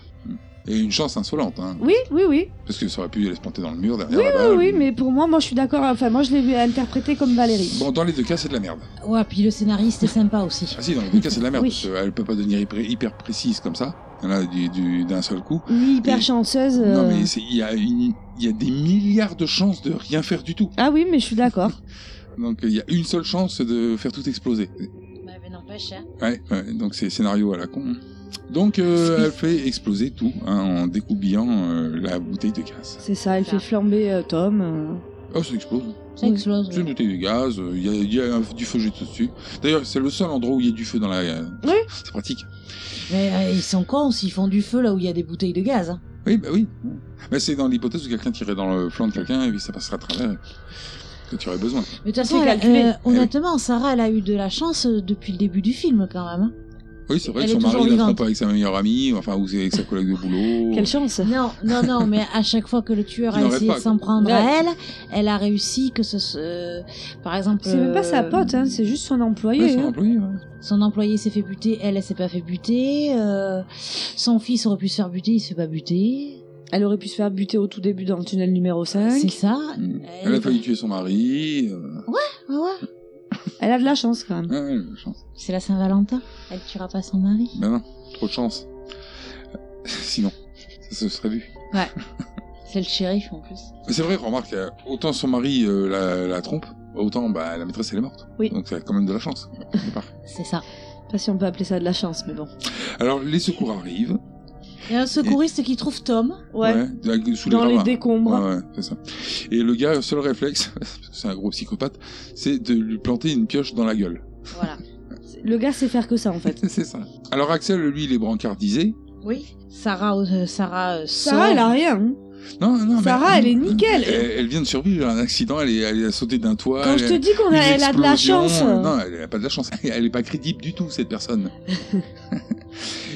S7: Et une chance insolente, hein.
S8: Oui, oui, oui.
S7: Parce que ça aurait pu aller se planter dans le mur derrière
S8: Oui,
S7: la
S8: oui,
S7: balle.
S8: oui, mais pour moi, moi, je suis d'accord. Enfin, moi, je l'ai vu interprété comme Valérie.
S7: Bon, dans les deux cas, c'est de la merde.
S9: Ouais, puis le scénariste est sympa aussi.
S7: Ah si, dans les deux cas, c'est de la merde.
S9: Oui.
S7: parce que Elle peut pas devenir hyper, hyper précise comme ça, là, du- du- d'un seul coup.
S8: Oui, hyper
S7: Et-
S8: chanceuse. euh.
S7: Non, mais c'est- il y, a une- il y a des milliards de chances de rien faire du tout.
S8: Ah oui, mais je suis d'accord.
S7: Donc il y a une seule chance de faire tout exploser.
S9: mais n'empêche, hein.
S7: Ouais, ouais, donc c'est scénario à la con. Donc euh, elle fait exploser tout hein, en découbillant euh, la bouteille de gaz.
S8: C'est ça, elle fait flamber euh, Tom. euh.
S7: Oh, ça explose.
S9: Ça explose.
S7: C'est une bouteille de gaz, euh, il y a- il y, a un- du feu jeté dessus. D'ailleurs, c'est le seul endroit où il y a du feu dans la. euh,
S8: Oui.
S7: C'est pratique.
S9: Mais euh, ils sont cons s'ils font du feu là où il y a des bouteilles de gaz. hein.
S7: Oui, bah oui. Mais c'est dans l'hypothèse où quelqu'un tirait dans le flanc de quelqu'un et puis ça passera à travers. et Que tu aurais besoin.
S9: Mais de toute façon,
S8: C'est
S9: elle a-
S8: calculé.
S9: euh,
S7: Eh oui.
S9: honnêtement, Sarah, elle a eu de la chance euh, depuis le début du film quand même. hein.
S7: Oui, c'est vrai
S9: Elle
S7: que
S9: est
S7: son
S9: toujours
S7: mari la
S9: vivante.
S7: trompe avec sa meilleure amie, enfin, ou c'est avec sa collègue de boulot.
S8: chance
S9: Non, non, non, mais à chaque fois que le tueur
S7: Il
S9: a
S7: n'aurait
S9: essayé
S7: pas,
S9: de s'en prendre à
S8: Ouais.
S9: elle, elle a réussi que ce... se- Par exemple...
S8: C'est même pas sa
S9: euh,
S8: pote, hein, c'est juste son employé.
S7: Ouais, son
S8: hein.
S7: employé, ouais.
S9: Son employé s'est fait buter, elle, elle s'est pas fait buter. euh, son fils aurait pu se faire buter, il se fait pas buter.
S8: Elle aurait pu se faire buter au tout début dans le tunnel numéro 5.
S9: C'est ça.
S7: Elle a failli tuer son mari. euh,
S9: Ouais, ouais.
S8: Elle a de la chance quand même.
S7: ouais, la chance.
S9: C'est la Saint-Valentin. Elle tuera pas son mari.
S7: Ben non, trop de chance. Sinon, ça se serait vu.
S9: Ouais. C'est le shérif en plus.
S7: Mais c'est vrai, remarque, euh, autant son mari euh, la, la trompe, autant bah, la maîtresse elle est morte.
S8: Oui.
S7: Donc ça a quand même de la chance. quelque part.
S9: C'est ça.
S8: Pas si on peut appeler ça de la chance, mais bon.
S7: Alors les secours arrivent.
S9: Il y a un secouriste qui trouve Tom.
S7: de- sous
S8: Dans les
S7: gravats.
S8: décombres.
S7: Ouais, ouais, c'est ça. Et le gars, seul réflexe, parce que c'est un gros psychopathe, c'est de lui planter une pioche dans la gueule.
S9: Voilà.
S8: Le gars sait faire que ça en fait.
S7: c'est ça. Alors Axel, lui, il est brancardisé.
S9: Oui. Sarah, euh, Sarah euh,
S8: Sarah,
S9: sort.
S8: elle a rien. hein.
S7: Non, non, mais-
S8: Sarah, elle est nickel.
S7: Elle, elle vient de survivre à un accident, elle, est, elle a sauté d'un toit.
S8: Quand
S7: elle
S8: je
S7: a-
S8: te dis qu'on a-
S7: une
S8: elle a de la
S7: explosion,
S8: chance.
S7: euh, non, elle a pas de la chance. Elle est pas crédible du tout, cette personne.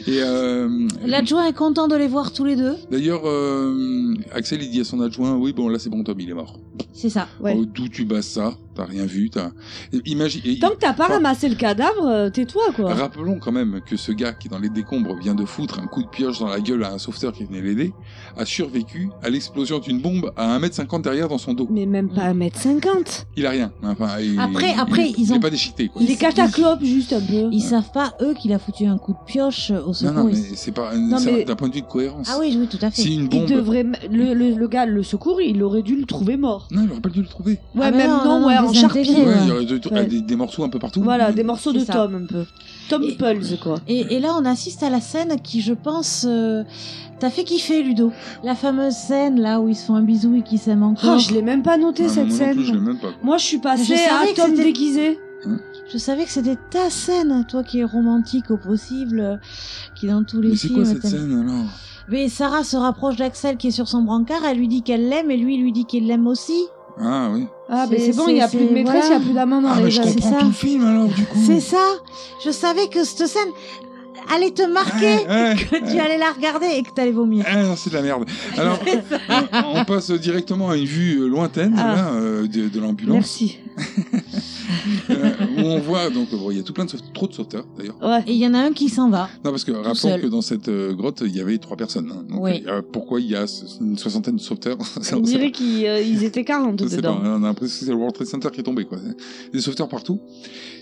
S7: Et euh,
S9: L'adjoint est content de les voir tous les deux.
S7: d'ailleurs, euh, Axel, il dit à son adjoint Oui, bon, là, c'est bon, Tom, il est mort.
S9: C'est ça.
S7: Oh, D'où tu bases ça T'as rien vu t'as- Et Imagine. et-
S8: Tant que t'as pas
S7: Enfin,
S8: ramassé le cadavre, euh, tais-toi quoi.
S7: Rappelons quand même que ce gars qui est dans les décombres vient de foutre un coup de pioche dans la gueule à un sauveteur qui venait l'aider, a survécu à l'explosion d'une bombe à 1m50 derrière dans son dos.
S8: Mais même pas 1m50.
S7: Il a rien. Enfin, il-
S9: Après-
S7: il-
S9: après,
S7: il,
S9: ils
S7: il est
S9: ont-
S7: pas déchiqueté. Quoi.
S8: Il est cataclope juste un peu.
S9: Ils savent pas, eux, qu'il a foutu un coup de pioche au
S7: Non, non, mais
S9: secouriste.
S7: c'est pas
S8: Non,
S7: c'est
S8: mais-
S7: d'un point de vue de cohérence.
S9: Ah oui, oui, tout à fait.
S7: Si une bombe.
S8: Il devrait, m- le, le, le gars, le secours, il aurait dû le trouver mort.
S7: Non, il aurait pas dû le trouver.
S8: Ouais,
S9: Ah, mais
S8: même
S9: non,
S8: non,
S9: non,
S8: ouais,
S9: non,
S8: en
S9: des
S8: charpie.
S9: intégrés,
S7: Ouais,
S9: ouais.
S7: il y aurait de-
S8: Ouais.
S7: Des, des morceaux un peu partout.
S8: Voilà, des morceaux de
S9: C'est ça.
S8: Tom un peu. Tom
S9: Et-
S8: Pulse quoi.
S9: Et, et là, on assiste à la scène qui, je pense, euh, t'a fait kiffer, Ludo. La fameuse scène là où ils se font un bisou et qu'ils s'aiment encore.
S8: Oh, je l'ai même pas noté
S7: Ah,
S8: cette
S7: moi non
S8: scène.
S7: plus, je l'ai même pas.
S8: Moi, je suis passée
S9: Je savais
S8: à
S9: que
S8: Tom
S9: c'était-
S8: déguisé.
S9: Je savais que c'était ta scène, toi qui es romantique au possible, euh, qui dans tous les
S7: Mais c'est
S9: films.
S7: quoi cette
S9: t'aimes-
S7: scène alors
S9: Mais Sarah se rapproche d'Axel qui est sur son brancard, elle lui dit qu'elle l'aime et lui il lui dit qu'il l'aime aussi.
S7: Ah oui.
S8: Ah, mais c'est bon, il n'y a plus de maîtresse, il n'y a plus d'amant dans
S7: Ah,
S8: les
S7: mais je
S8: années.
S7: comprends tout le film alors du coup.
S9: C'est ça. Je savais que cette scène allait te marquer,
S7: Ouais, ouais,
S9: que tu
S7: ouais.
S9: allais la regarder et que tu allais vomir.
S7: Ah Eh, non, c'est de la merde. Alors, on, on passe directement à une vue euh, lointaine
S9: Ah.
S7: là, euh, de, de l'ambulance.
S9: Merci.
S7: Euh, où on voit, donc, bon, il y a tout plein de sauve- trop de sauveteurs d'ailleurs.
S9: Et il y en a un qui s'en va.
S7: Non, parce que rappelons
S9: seul.
S7: que dans cette euh, grotte, il y avait trois personnes. hein. Donc,
S8: Oui.
S7: euh, pourquoi il y a s- une soixantaine de sauveteurs Ça,
S8: On
S7: sait
S8: dirait
S7: pas.
S8: qu'ils euh, ils étaient 40
S7: Je sais
S8: dedans.
S7: pas, on a l'impression que c'est le World Trade Center qui est tombé, quoi. Des sauveteurs partout.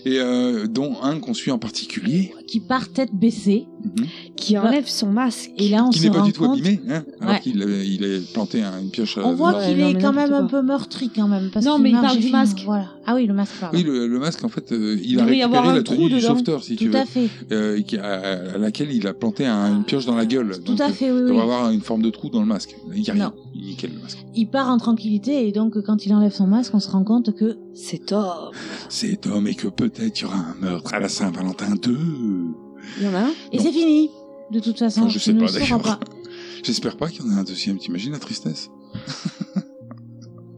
S7: Et euh, dont un qu'on suit en particulier.
S9: Qui part tête baissée.
S7: hein.
S8: Qui enlève son masque.
S9: Et là, on
S7: qui
S9: se
S7: n'est pas
S9: rend
S7: du tout
S9: compte-
S7: abîmé, euh, hein, alors
S9: Ouais.
S7: qu'il avait- il a planté un- une pioche. à-
S9: On voit
S7: dedans.
S9: qu'il est quand même un peu meurtri quand même. Parce
S8: Non,
S9: qu'il
S8: mais il
S9: marche
S8: parle du
S9: fine,
S8: masque.
S9: Voilà. Ah oui, le masque parle.
S7: Oui, le, le masque, en fait, euh, il a
S9: devrait y avoir
S7: récupéré
S9: un
S7: la
S9: trou
S7: tenue du
S9: dedans.
S7: sauveteur, si tu
S9: Tout
S7: veux,
S9: à fait. Ah,
S7: euh, qui- à, à laquelle il a planté un- une pioche dans la gueule. euh,
S9: Tout à fait, oui,
S7: Il
S9: oui.
S7: devrait avoir une forme de trou dans le masque. Il n'y a rien.
S9: Non.
S7: Il est nickel, le masque.
S9: Il part en tranquillité et donc quand il enlève son masque, on se rend compte que c'est Thor.
S7: C'est homme et que peut-être il y aura un meurtre à la Saint-Valentin 2.
S9: Il y en a un. Et c'est fini. De toute façon,
S7: Enfin, je
S9: tu
S7: sais
S9: ne
S7: pas,
S9: le sauras
S7: d'ailleurs.
S9: pas.
S7: J'espère pas qu'il y en ait un deuxième, t'imagines la tristesse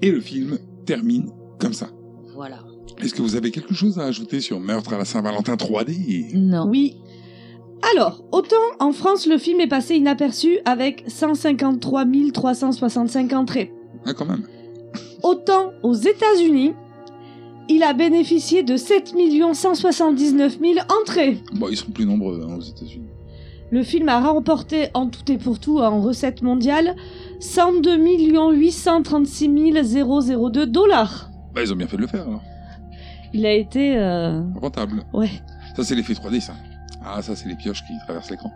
S7: Et le film termine comme ça.
S9: Voilà.
S7: Est-ce que vous avez quelque chose à ajouter sur Meurtre à la Saint-Valentin 3D
S9: Non.
S8: Oui. Alors, autant en France, le film est passé inaperçu avec 153 365 entrées.
S7: Ah, quand même.
S8: Autant aux États-Unis, il a bénéficié de 7 179 000 entrées.
S7: Bon, Bah, ils sont plus nombreux hein, aux États-Unis.
S8: Le film a remporté en tout et pour tout en recettes mondiales 102 836 002 dollars.
S7: Bah, ils ont bien fait de le faire, alors.
S8: Il a été. euh,
S7: Rentable.
S8: Ouais.
S7: Ça, c'est l'effet 3D, ça. Ah, ça, c'est les pioches qui traversent l'écran.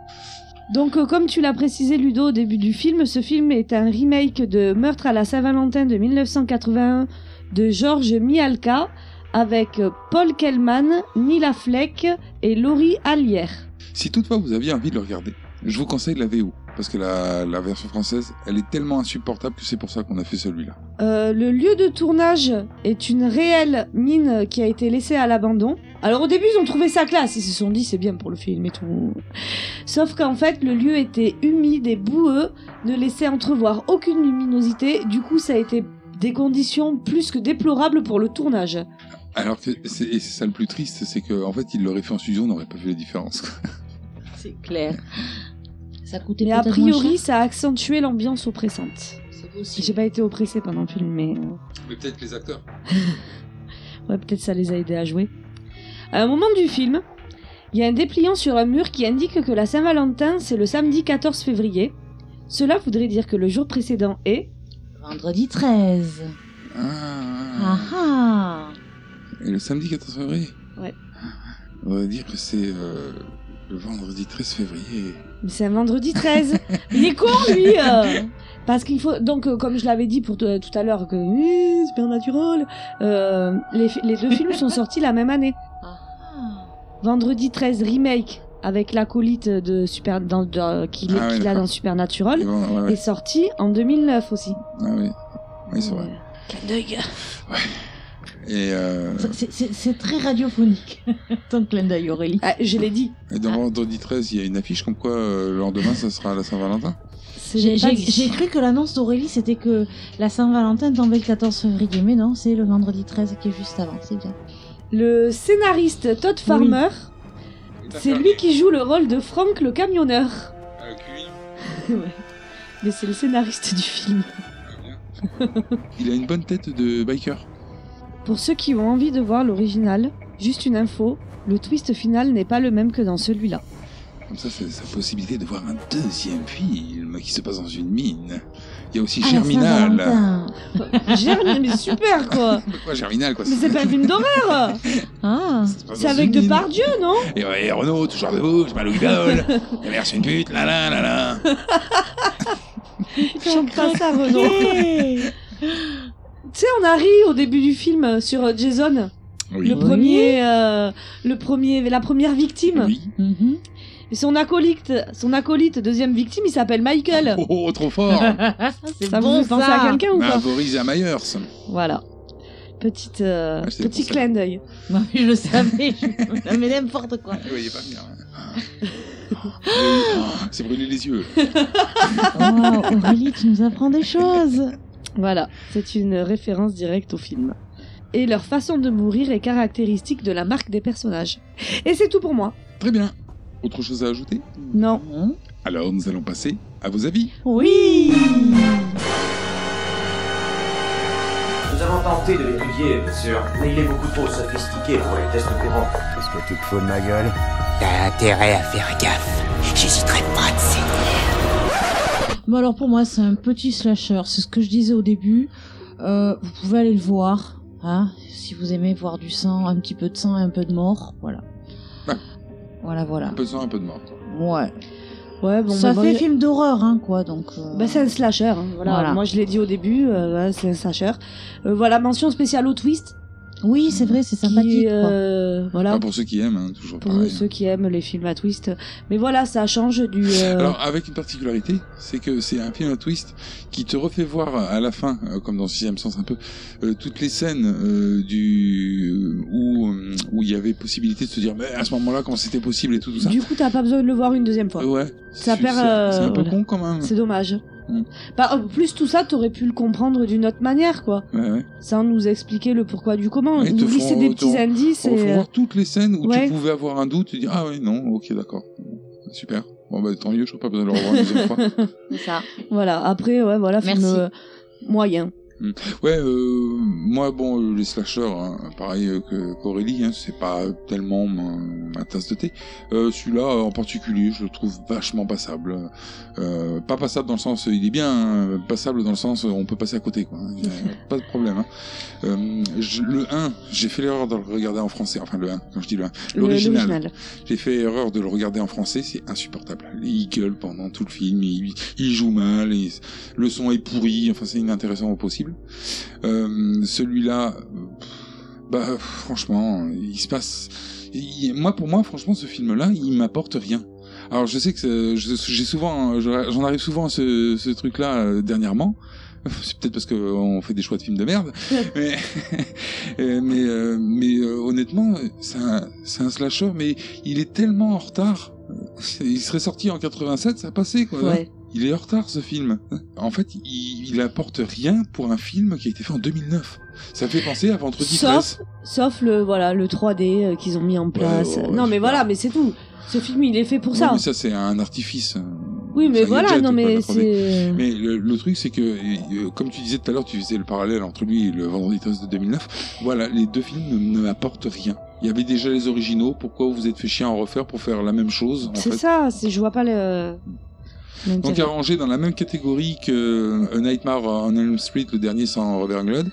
S8: Donc, euh, comme tu l'as précisé, Ludo, au début du film, ce film est un remake de Meurtre à la Saint-Valentin de 1981 de Georges Mialka avec euh, Paul Kellman, Mila Fleck et Laurie Allière.
S7: Si toutefois vous aviez envie de le regarder, je vous conseille la VO, parce que la, la version française, elle est tellement insupportable que c'est pour ça qu'on a fait celui-là.
S8: Euh, le lieu de tournage est une réelle mine qui a été laissée à l'abandon. Alors au début ils ont trouvé ça classe, ils se sont dit c'est bien pour le film et tout. Sauf qu'en fait le lieu était humide et boueux, ne laissait entrevoir aucune luminosité, du coup ça a été des conditions plus que déplorables pour le tournage.
S7: Alors que c'est et c'est ça le plus triste, c'est qu'en en fait, ils l'auraient fait en studio, on n'aurait pas vu la différence.
S9: C'est clair. Ça coûtait
S8: Mais a
S9: peut-être moins
S8: priori
S9: cher.
S8: ça a accentué l'ambiance oppressante. J'ai pas été oppressée pendant le film mais... euh,
S7: Mais peut-être les acteurs.
S8: Ouais, peut-être ça les a aidés à jouer. À un moment du film, il y a un dépliant sur un mur qui indique que la Saint-Valentin, c'est le samedi 14 février. Cela voudrait dire que le jour précédent est...
S9: Vendredi 13. Ah ah.
S7: Et le samedi 14 février Ah.
S8: Ouais.
S7: On va dire que c'est euh, le vendredi 13 février.
S8: Mais c'est un vendredi 13 Il est con, lui euh. Parce qu'il faut... Donc, euh, comme je l'avais dit pour t- tout à l'heure, que... euh, Supernatural euh, les, fi- les deux films sont sortis la même année.
S9: ah.
S8: Vendredi 13 remake avec l'acolyte de Super dans, de- qu'il
S7: Ah ouais,
S8: qu'il a
S7: d'accord.
S8: dans Supernatural
S7: Et bon, ouais, ouais.
S8: est sorti en 2009 aussi.
S7: Ah oui, oui c'est vrai. Et, euh,
S9: C'est- C'est c'est très radiophonique. Tant que clin d'œil, Aurélie.
S8: Ah, je l'ai dit.
S7: et dans vendredi 13, il y a une affiche comme quoi euh, le lendemain, ça sera la Saint-Valentin
S9: J'ai j'ai- j'ai cru que l'annonce d'Aurélie, c'était que la Saint-Valentin tombait le 14 février. Mais non, c'est le vendredi 13 qui est juste avant. C'est bien.
S8: Le scénariste Todd Farmer, c'est lui qui joue le rôle de Frank le camionneur. Ouais. Mais c'est le scénariste du film.
S7: Il a une bonne tête de biker.
S8: Pour ceux qui ont envie de voir l'original, juste une info, le twist final n'est pas le même que dans celui-là.
S7: Comme ça, c'est sa possibilité de voir un deuxième film qui se passe dans une mine. Il y a aussi
S8: Ah, la
S7: Germinal.
S8: Germinal, mais super quoi
S7: Pourquoi Germinal, quoi
S8: Mais c'est pas un film d'horreur
S9: Ah.
S8: C'est avec
S7: de
S8: Depardieu, non
S7: Et, ouais, Renaud, toujours debout, je mal au guidole. La mère, c'est une pute, là là là là.
S8: Chante pas ça, Renaud Tu sais, on a ri au début du film euh, sur euh, Jason.
S7: Oui.
S8: Le premier, euh, le premier, la première victime.
S9: Mhm.
S8: Et son acolyte, son acolyte, deuxième victime, il s'appelle Michael.
S7: Oh, oh, trop fort
S9: Ah,
S8: ça vous fait penser à quelqu'un ou pas
S7: Boris Ameyers.
S8: Voilà. Petite, euh,
S7: Ah, je t'ai
S8: petit
S7: pensé.
S8: clin d'œil.
S9: Non, mais je le savais. je- Non, mais n'importe quoi.
S7: Vous voyez pas venir. hein. C'est brûlé les yeux.
S9: Wow, Oh, Aurélie, tu nous apprends des choses.
S8: Voilà, c'est une référence directe au film. Et leur façon de mourir est caractéristique de la marque des personnages. Et c'est tout pour moi.
S7: Très bien. Autre chose à ajouter
S8: Non.
S7: Alors nous allons passer à vos avis.
S8: Oui
S16: Nous avons tenté de l'étudier, bien sûr, mais il est beaucoup trop sophistiqué pour les tests courants.
S5: Qu'est-ce que tu te fous de ma gueule T'as intérêt à faire gaffe. J'hésiterai pas de
S9: Bon alors pour moi c'est un petit slasher, c'est ce que je disais au début. Euh, vous pouvez aller le voir, hein, si vous aimez voir du sang, un petit peu de sang et un peu de mort, voilà. Voilà voilà.
S7: Un peu de sang, un peu de mort.
S9: Ouais.
S8: Ouais, bon,
S9: ça
S8: bah,
S9: fait
S8: moi,
S9: film d'horreur hein quoi donc. euh,
S8: Bah, c'est un slasher, hein, voilà.
S9: Voilà.
S8: Moi je l'ai dit au début, euh, voilà, c'est un slasher. Euh, voilà, mention spéciale au twist.
S9: Oui, c'est vrai, c'est
S8: sympathique. voilà.
S7: Ah, pour ceux qui aiment, hein, toujours
S8: pour
S7: pareil.
S8: ceux qui aiment les films à twist. Mais voilà, ça change du. euh,
S7: Alors, avec une particularité, c'est que c'est un film à twist qui te refait voir à la fin, euh, comme dans Sixième Sens un peu, euh, toutes les scènes euh, du où euh, où il y avait possibilité de se dire, mais à ce moment-là, comment c'était possible et tout, tout ça.
S8: Du coup, t'as pas besoin de le voir une deuxième fois.
S7: Ouais.
S8: Ça
S7: C'est-
S8: perd.
S7: c'est-
S8: euh,
S7: c'est un peu
S8: voilà.
S7: con quand même.
S8: C'est dommage.
S7: Mm.
S8: Bah, en plus, tout ça, t'aurais pu le comprendre d'une autre manière, quoi.
S7: Ouais, ouais.
S8: Sans nous expliquer le pourquoi du comment.
S7: Ouais, ils te
S8: Vous
S7: font-
S8: glissez des
S7: te-
S8: petits indices
S7: te font
S8: et. euh,
S7: voir toutes les scènes où
S8: ouais.
S7: tu pouvais avoir un doute, tu dis ah oui non, ok d'accord, super. Bon bah tant mieux, je pas besoin de le revoir une deuxième fois.
S9: C'est ça.
S8: Voilà, après, ouais, voilà, film
S9: Merci.
S8: euh, moyen.
S7: Mm. Ouais, euh, moi bon euh, les slashers, hein, pareil euh, que qu'Aurélie, hein, c'est pas tellement ma, ma tasse de thé. Euh, Celui-là euh, en particulier, je le trouve vachement passable. Euh, pas passable dans le sens, il est bien hein, passable dans le sens, euh, on peut passer à côté quoi. hein, y a pas de problème. hein. Euh, je- le 1, j'ai fait l'erreur de le regarder en français. Enfin le 1, quand je dis le 1,
S8: Le-
S7: l'original.
S8: l'original.
S7: J'ai fait erreur de le regarder en français, c'est insupportable. Il gueule pendant tout le film, il, il joue mal, et le son est pourri, enfin c'est inintéressant au possible. Euh, Celui-là, euh, pff, bah pff, franchement, il se passe. il- moi pour moi, franchement, ce film-là, il m'apporte rien. Alors je sais que c'est- je- j'ai souvent, j'en arrive souvent à ce, ce truc-là euh, dernièrement. C'est peut-être parce qu'on fait des choix de films de merde, mais euh, mais, euh, mais euh, honnêtement, euh, c'est un, c'est un slasher, mais il est tellement en retard. Euh, c'est- Il serait sorti en 87, ça passait quoi.
S8: Ouais.
S7: Il est en retard ce film. En fait, il, il apporte rien pour un film qui a été fait en 2009. Ça fait penser à Vendredi
S8: Sauf,
S7: 13.
S8: sauf le, voilà, le 3D euh, qu'ils ont mis en place.
S7: ouais,
S8: non, mais voilà, mais c'est tout. Ce film, il est fait pour
S7: Ouais,
S8: ça.
S7: mais ça c'est un artifice. hein.
S8: Oui, mais
S7: Ça y est
S8: voilà,
S7: déjà,
S8: non,
S7: t'es pas
S8: mais
S7: la 3D.
S8: c'est-
S7: Mais le, le truc, c'est que, euh, comme tu disais tout à l'heure, tu faisais le parallèle entre lui et le Vendredi 13 de 2009. Voilà, les deux films ne, ne m'apportent rien. Il y avait déjà les originaux. Pourquoi vous vous êtes fait chier à en refaire pour faire la même chose en
S8: C'est
S7: fait
S8: ça, c'est- je vois pas le.
S7: Donc
S8: l'intérêt.
S7: à ranger dans la même catégorie que euh, A Nightmare on Elm Street, le dernier sans Robert Englund,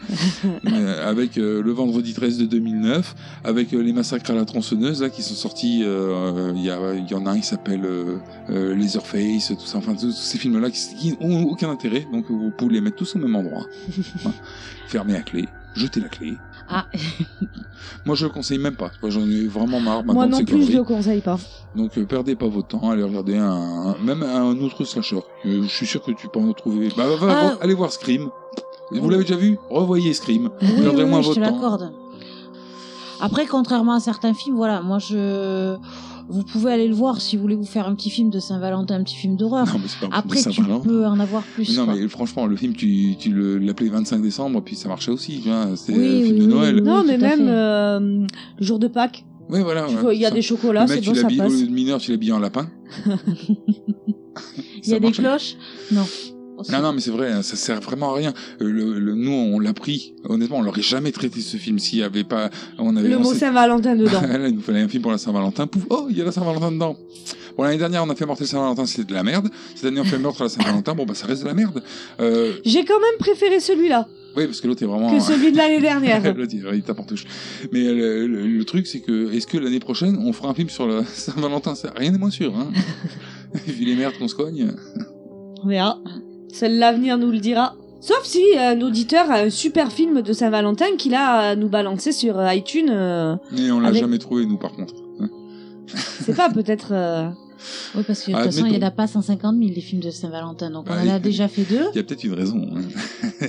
S7: euh, avec euh, le vendredi 13 de 2009, avec euh, les massacres à la tronçonneuse là qui sont sortis. euh, Il y, a- il y en a un qui s'appelle euh, euh, Laserface, tout ça. Enfin tous tous ces films là qui, qui ont aucun intérêt, donc vous pouvez les mettre tous au même endroit, Voilà. fermez la clé, jetez la clé.
S9: Ah.
S7: Moi je le conseille même pas. Moi, J'en ai vraiment marre. maintenant
S8: Moi
S7: de
S8: non
S7: ces
S8: plus, je
S7: conneries.
S8: le conseille pas.
S7: Donc euh, perdez pas votre temps, allez regarder un, un- même un autre slasher. Euh, je suis sûr que tu peux en trouver. Bah, va- va-
S9: Ah.
S7: va- allez voir Scream. Vous l'avez déjà vu Revoyez Scream.
S9: Oui, oui,
S7: Perdez moins
S9: oui, je te
S7: votre temps.
S9: l'accorde. Après, contrairement à certains films, voilà, moi je. Vous pouvez aller le voir si vous voulez vous faire un petit film de Saint-Valentin, un petit film d'horreur.
S7: Non, mais c'est pas un film de
S9: Après, tu
S7: Saint-Valentin.
S9: peux en avoir plus.
S7: Non
S9: quoi.
S7: hein. mais euh, franchement, le film, tu, tu le- l'appelais 25 décembre, puis ça marchait aussi. tu vois, C'était
S9: Oui,
S7: un film
S9: oui,
S7: de
S9: oui,
S7: Noël.
S8: Non, mais même euh, le jour de Pâques.
S7: Ouais, voilà.
S8: tu
S7: Ah ouais,
S8: vois, il y a
S7: ça.
S8: des chocolats,
S7: Le mec,
S8: c'est
S7: tu
S8: bon, ça
S7: l'habilles-
S8: passe.
S7: au lieu de mineur, tu l'habilles en lapin.
S9: Il y a des
S7: marche.
S9: cloches Non.
S7: Non, non, mais c'est vrai, hein, ça sert vraiment à rien. Euh, Le, le- nous, on l'a pris. Honnêtement, on l'aurait jamais traité ce film s'il y avait pas. On avait
S8: Le
S7: on
S8: mot
S7: s'est-
S8: Saint-Valentin dedans.
S7: Là, il nous fallait un film pour la Saint-Valentin. Pouf, oh, il y a la Saint-Valentin dedans. Bon, l'année dernière, on a fait Mortel Saint-Valentin, c'était de la merde. Cette année, on fait Meurtre à la Saint-Valentin. Bon, bah, ça reste de la merde. Euh,
S8: J'ai quand même préféré celui-là
S7: oui, parce que l'autre est vraiment.
S8: que celui de l'année dernière.
S7: L'autre, il il tape en touche. Mais euh, le, le- le truc, c'est que, est-ce que l'année prochaine, on fera un film sur la Saint-Valentin Ça, Rien n'est moins sûr, hein. Vu les merdes qu'on se cogne.
S8: On verra. Seul l'avenir nous le dira. Sauf si euh, un auditeur a un super film de Saint-Valentin qu'il a à nous balancer sur euh, iTunes. euh,
S7: Mais on l'a
S8: avec-
S7: jamais trouvé, nous, par contre.
S8: C'est pas peut-être. euh,
S9: Oui, parce que de
S7: Ah,
S9: toute façon, il n'y en a
S7: admettons.
S9: pas 150 000 des films de Saint-Valentin, donc
S7: Bah,
S9: on en a
S7: il-
S9: déjà fait deux.
S7: Il y a peut-être une raison. hein.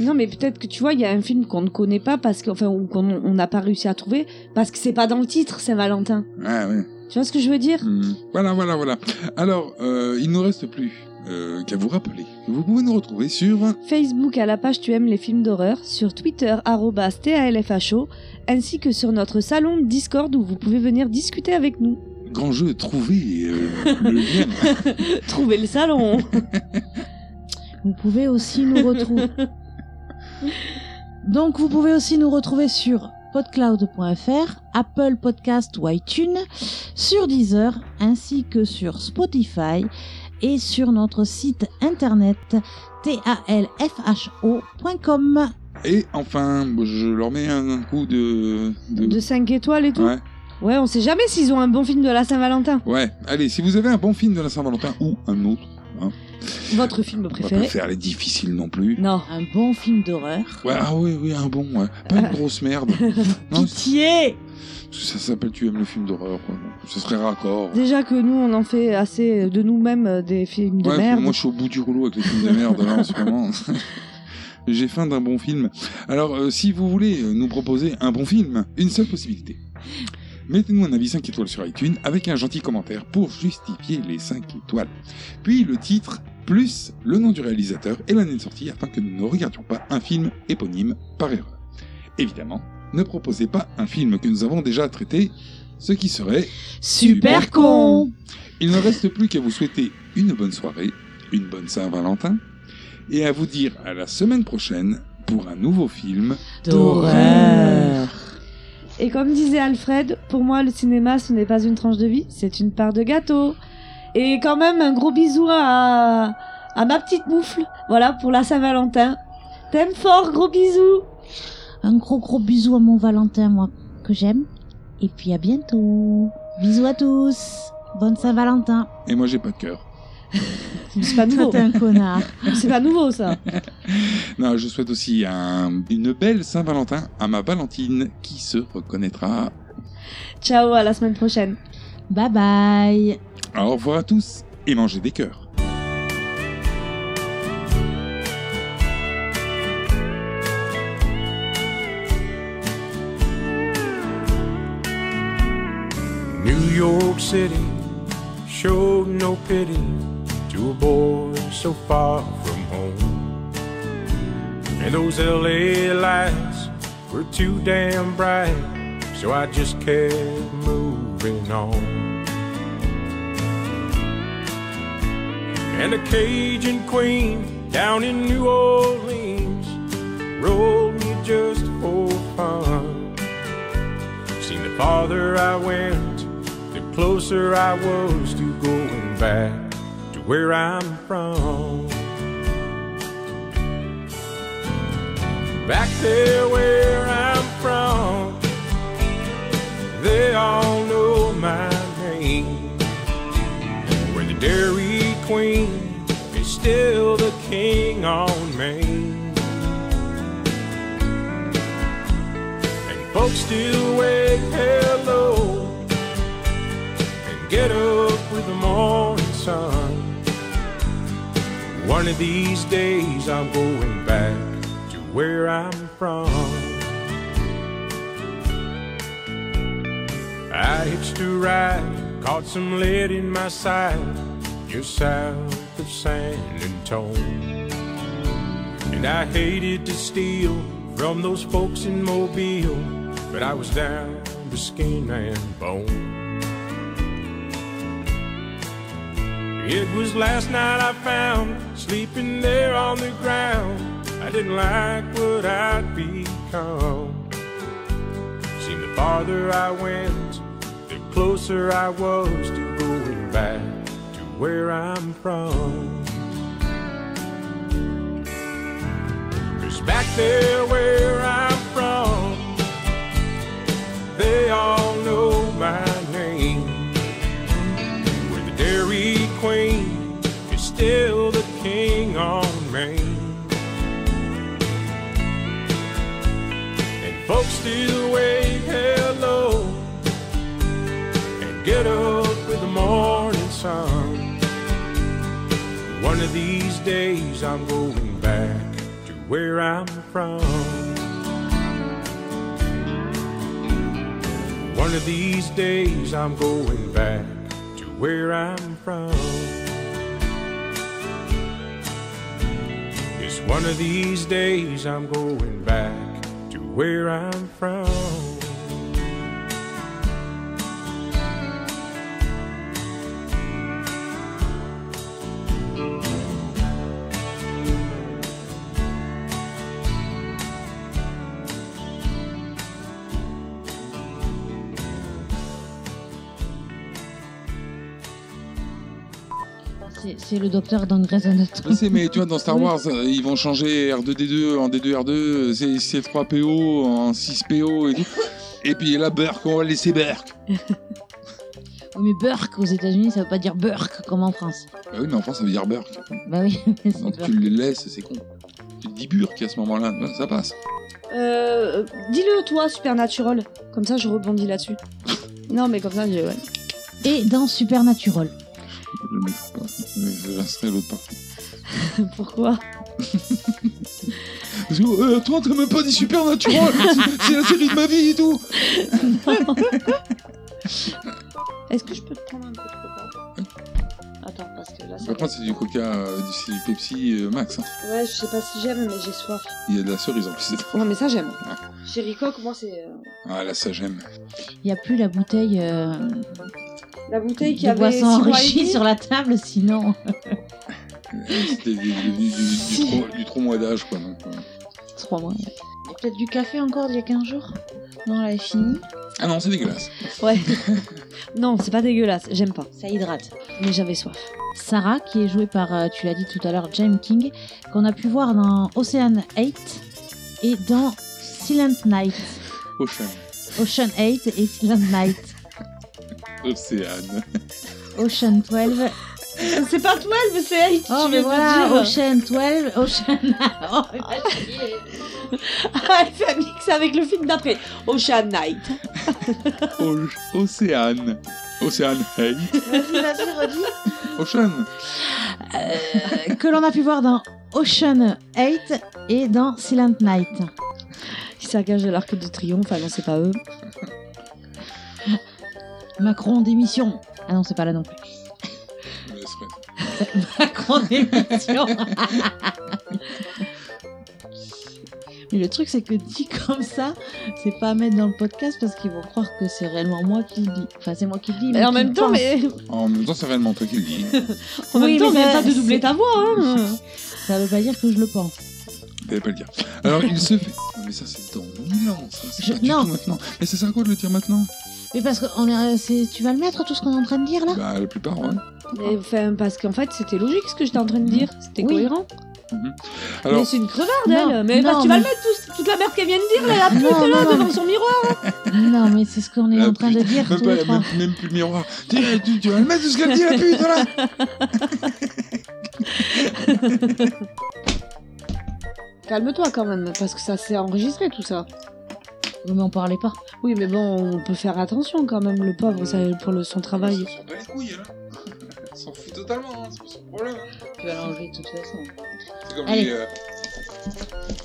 S8: Non, mais peut-être que tu vois, il y a un film qu'on ne connaît pas parce que, enfin, ou qu'on on n'a pas réussi à trouver parce que c'est pas dans le titre Saint-Valentin.
S7: Ah oui.
S8: Tu vois ce que je veux dire
S7: Hmm. Voilà, voilà, voilà. Alors, euh, il ne reste plus euh, qu'à vous rappeler. que Vous pouvez nous retrouver sur...
S8: Facebook à la page Tu aimes les films d'horreur, sur Twitter arrobas TALFHO, ainsi que sur notre salon Discord où vous pouvez venir discuter avec nous.
S7: Grand jeu, trouver euh, le lien.
S8: Trouvez le salon
S9: Vous pouvez aussi nous retrouver. Donc, vous pouvez aussi nous retrouver sur podcloud.fr, Apple Podcast ou iTunes, sur Deezer, ainsi que sur Spotify et sur notre site internet talfho.com.
S7: Et enfin, je leur mets un, un coup de...
S8: De 5 étoiles et tout
S7: Ouais.
S8: Ouais, on sait jamais s'ils ont un bon film de la Saint-Valentin.
S7: Ouais, allez, si vous avez un bon film de la Saint-Valentin ou un autre, hein,
S8: Votre film
S7: on va pas
S8: préféré
S7: faire les difficiles non plus.
S8: Non. Un bon film d'horreur.
S7: Ouais, ah oui, oui, un bon, ouais. Pas
S8: Ah.
S7: une grosse merde. non,
S8: Pitié
S7: parce que ça s'appelle Tu aimes le film d'horreur, quoi. Ce serait raccord.
S8: Déjà que nous, on en fait assez de nous-mêmes euh, des films de
S7: Ouais,
S8: merde.
S7: moi je suis au bout du rouleau avec les films de merde là, en ce moment. J'ai faim d'un bon film. Alors, euh, si vous voulez euh, nous proposer un bon film, une seule possibilité. Mettez-nous un avis 5 étoiles sur iTunes avec un gentil commentaire pour justifier les 5 étoiles. Puis le titre, plus le nom du réalisateur et l'année de sortie afin que nous ne regardions pas un film éponyme par erreur. Évidemment, ne proposez pas un film que nous avons déjà traité, ce qui serait
S8: super con
S7: il ne reste plus qu'à vous souhaiter une bonne soirée, une bonne Saint-Valentin, et à vous dire à la semaine prochaine pour un nouveau film
S8: D'horreur. Et comme disait Alfred, pour moi le cinéma ce n'est pas une tranche de vie, c'est une part de gâteau. Et quand même un gros bisou à, à ma petite moufle, voilà pour la Saint-Valentin. T'aimes fort, gros bisous
S9: Un gros gros bisou à mon Valentin, moi, que j'aime. Et puis à bientôt. Bisous à tous. Bonne Saint-Valentin.
S7: Et moi j'ai pas de cœur.
S8: C'est pas nouveau.
S9: Toi, t'es un connard.
S8: C'est pas nouveau ça.
S7: Non, je souhaite aussi un- une belle Saint-Valentin à ma Valentine qui se reconnaîtra.
S8: Ciao, à la semaine prochaine.
S9: Bye bye.
S7: Au revoir à tous et mangez des cœurs.
S17: New York City showed no pity to a boy so far from home. And those LA lights were too damn bright, so I just kept moving on. And a Cajun queen down in New Orleans rolled me just for fun. Seen the farther I went, the closer I was to going back to where I'm from. Back there where I'm from, they all know my name. Where the Dairy Queen is still the king on Main. And folks still wave hello and get up with the morning sun. One of these days I'm going back to where I'm from. I hitched a ride, caught some lead in my side, just south of San Antone. And I hated to steal from those folks in Mobile, but I was down to skin and bone. It was last night I found sleeping there on the ground. I didn't like what I'd become. Seemed the farther I went, the closer I was to going back to where I'm from. Cause back there where I'm from, they all know my name where the Dairy Queen is still the king on Main. And folks still wave hello and get up with the morning sun. One of these days I'm going back to where I'm from. One of these days I'm going back to where I'm from. It's one of these days I'm going back to where I'm from.
S9: C'est- C'est le docteur dans Grey's Anatomy.
S10: Je sais, mais tu vois, dans Star
S9: Oui.
S10: Wars, euh, ils vont changer R2D2 en D2R2, euh, C- C3PO en 6PO et tout. Et puis là, Burke, on va laisser Burke.
S9: Oui, mais Burke aux États-Unis, ça veut pas dire Burke comme en France.
S10: Bah oui, mais en France, ça veut dire Burke.
S9: Bah oui, mais c'est
S10: Donc
S9: Burke.
S10: tu le laisses, c'est con. Tu te dis Burke à ce moment-là,
S7: ben,
S10: Ouais, ça passe.
S8: Euh, dis-le toi, Supernatural. Comme ça, je rebondis là-dessus. non, mais comme ça, je. ouais.
S9: Et dans Supernatural.
S10: Je le laisse pas. Mais Je
S7: Euh,
S10: laisserai l'autre partie.
S8: Pourquoi
S10: Parce que, euh, toi, t'as même pas dit Supernatural C'est- C'est la série de ma vie et tout
S8: Est-ce que je peux te prendre un peu de
S2: coca Attends, parce que là, ça.
S10: Après, c'est du coca, euh, du c'est du Pepsi euh, Max. hein.
S2: Ouais, je sais pas si j'aime, mais j'ai soif.
S10: Il y a de la cerise en plus.
S8: Ouais, mais ça, j'aime.
S2: Chéri Coke, moi, c'est. euh,
S10: Ah là, ça j'aime.
S9: Il n'y a plus la bouteille euh,
S2: La bouteille qui
S9: de
S2: avait.
S9: boisson
S2: six mois et
S9: enrichie
S2: demi.
S9: sur la table, sinon.
S10: C'était devenu du, du, du, trop- du trop mois d'âge, quoi. donc, euh.
S9: Trois mois. Il y a peut-être du café encore d'il y a 15 jours Non, là, elle est finie.
S10: Ah non, c'est dégueulasse.
S8: Ouais. non, c'est pas dégueulasse, j'aime pas.
S9: Ça hydrate.
S8: Mais j'avais soif.
S9: Sarah, qui est jouée par, euh, tu l'as dit tout à l'heure, James King, qu'on a pu voir dans Ocean 8 et dans Silent Night.
S10: Ocean.
S9: Ocean 8 et Silent Night.
S10: Océane.
S9: Ocean 12.
S8: C'est pas 12, c'est 8.
S9: Oh, mais
S8: tu viens de
S9: voilà,
S8: dire.
S9: Ocean 12, Ocean. Oh,
S8: Ah, elle fait un mix avec le film d'après. Ocean Night.
S10: O- Océane. Océane. Hey. Ocean.
S9: euh, que l'on a pu voir dans Ocean 8 et dans Silent Night.
S8: Ils s'engagent à l'arc de triomphe, ah non, c'est pas eux.
S9: Macron démission. Ah non, c'est pas là non plus.
S10: Je laisserai.
S9: Macron démission. Mais le truc, c'est que dit comme ça, c'est pas à mettre dans le podcast parce qu'ils vont croire que c'est réellement moi qui le dis. Enfin, c'est moi qui le dis.
S8: Mais en
S9: qui
S8: même
S9: le
S8: temps,
S9: pense.
S8: mais-
S10: En même temps, c'est réellement toi qui le dis.
S8: En même
S9: Oui,
S8: temps,
S9: mais
S8: mais
S9: ça-
S8: pas de doubler ta voix, hein.
S9: Ça veut pas dire que je le pense.
S10: T'allais pas le dire. Alors, il se fait. Non, Mais ça, c'est dans mille ans, ça. C'est
S9: Je-
S10: pas du
S9: non.
S10: tout maintenant. Mais ça sert à quoi de le dire maintenant
S9: Mais parce que on est- euh, c'est- tu vas le mettre tout ce qu'on est en train de dire là
S10: Bah, la plupart, ouais.
S8: Mais, enfin, parce qu'en fait, c'était logique ce que j'étais en train de dire. C'était
S9: Oui.
S8: cohérent.
S10: Mhm.
S8: mais
S10: Alors,
S8: c'est une crevarde,
S9: Non,
S8: elle. Mais
S9: non,
S8: parce que tu vas
S9: mais-
S8: le mettre tout- toute la merde qu'elle vient de dire, là, la pute,
S9: Non,
S8: là,
S9: non, non,
S8: devant
S9: mais-
S8: son miroir.
S9: Non, mais c'est ce qu'on est
S10: la
S9: en train de
S10: pute.
S9: dire
S10: Même,
S9: tous
S10: pas,
S9: les trois.
S10: même, même plus le miroir. Tu, tu- tu vas le mettre de ce qu'elle dit, la pute, là
S8: Calme-toi quand même, parce que ça s'est enregistré tout ça.
S9: Oui, mais on parlait pas.
S8: Oui, mais bon, on peut faire attention quand même, le pauvre, ça, pour le, son travail.
S10: Bah, les couilles, là. On s'en fout totalement, hein, c'est pas son problème.
S2: Tu vas l'enlever de toute façon.
S10: C'est comme
S8: Allez.
S10: les, euh,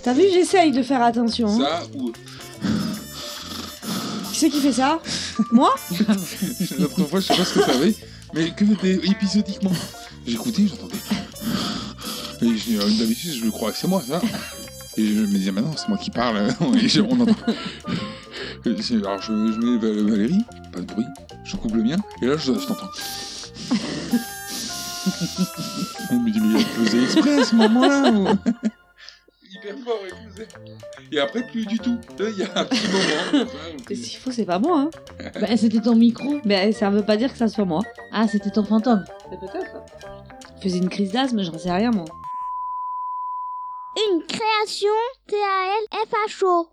S8: T'as vu, j'essaye de faire attention. hein.
S10: ça ou.
S8: Qui c'est qui fait ça Moi
S10: L'autre fois, je sais pas ce que ça avait, mais que des épisodiquement. J'écoutais, j'entendais. Et je dis, euh, d'habitude, je crois que c'est moi, ça. Et je me disais, mais non, c'est moi qui parle. hein. Et je- on entend. Et c'est- Alors, je, je mets Val- Valérie, pas de bruit, je coupe le mien, et là, je, je t'entends. On me dit, mais il a pesé exprès à ce moment-là. ou- Hyper fort, écoutez. Et après, plus du tout. Là, Il y a un petit moment.
S8: Mais s'il faut, c'est pas moi, hein.
S9: Bah, c'était ton micro.
S8: Mais ça veut pas dire que ça soit moi.
S9: Ah, c'était ton fantôme.
S8: Peut-être. Je faisais une crise d'asthme, j'en sais rien, moi.
S18: Une création T-A-L-F-H-O.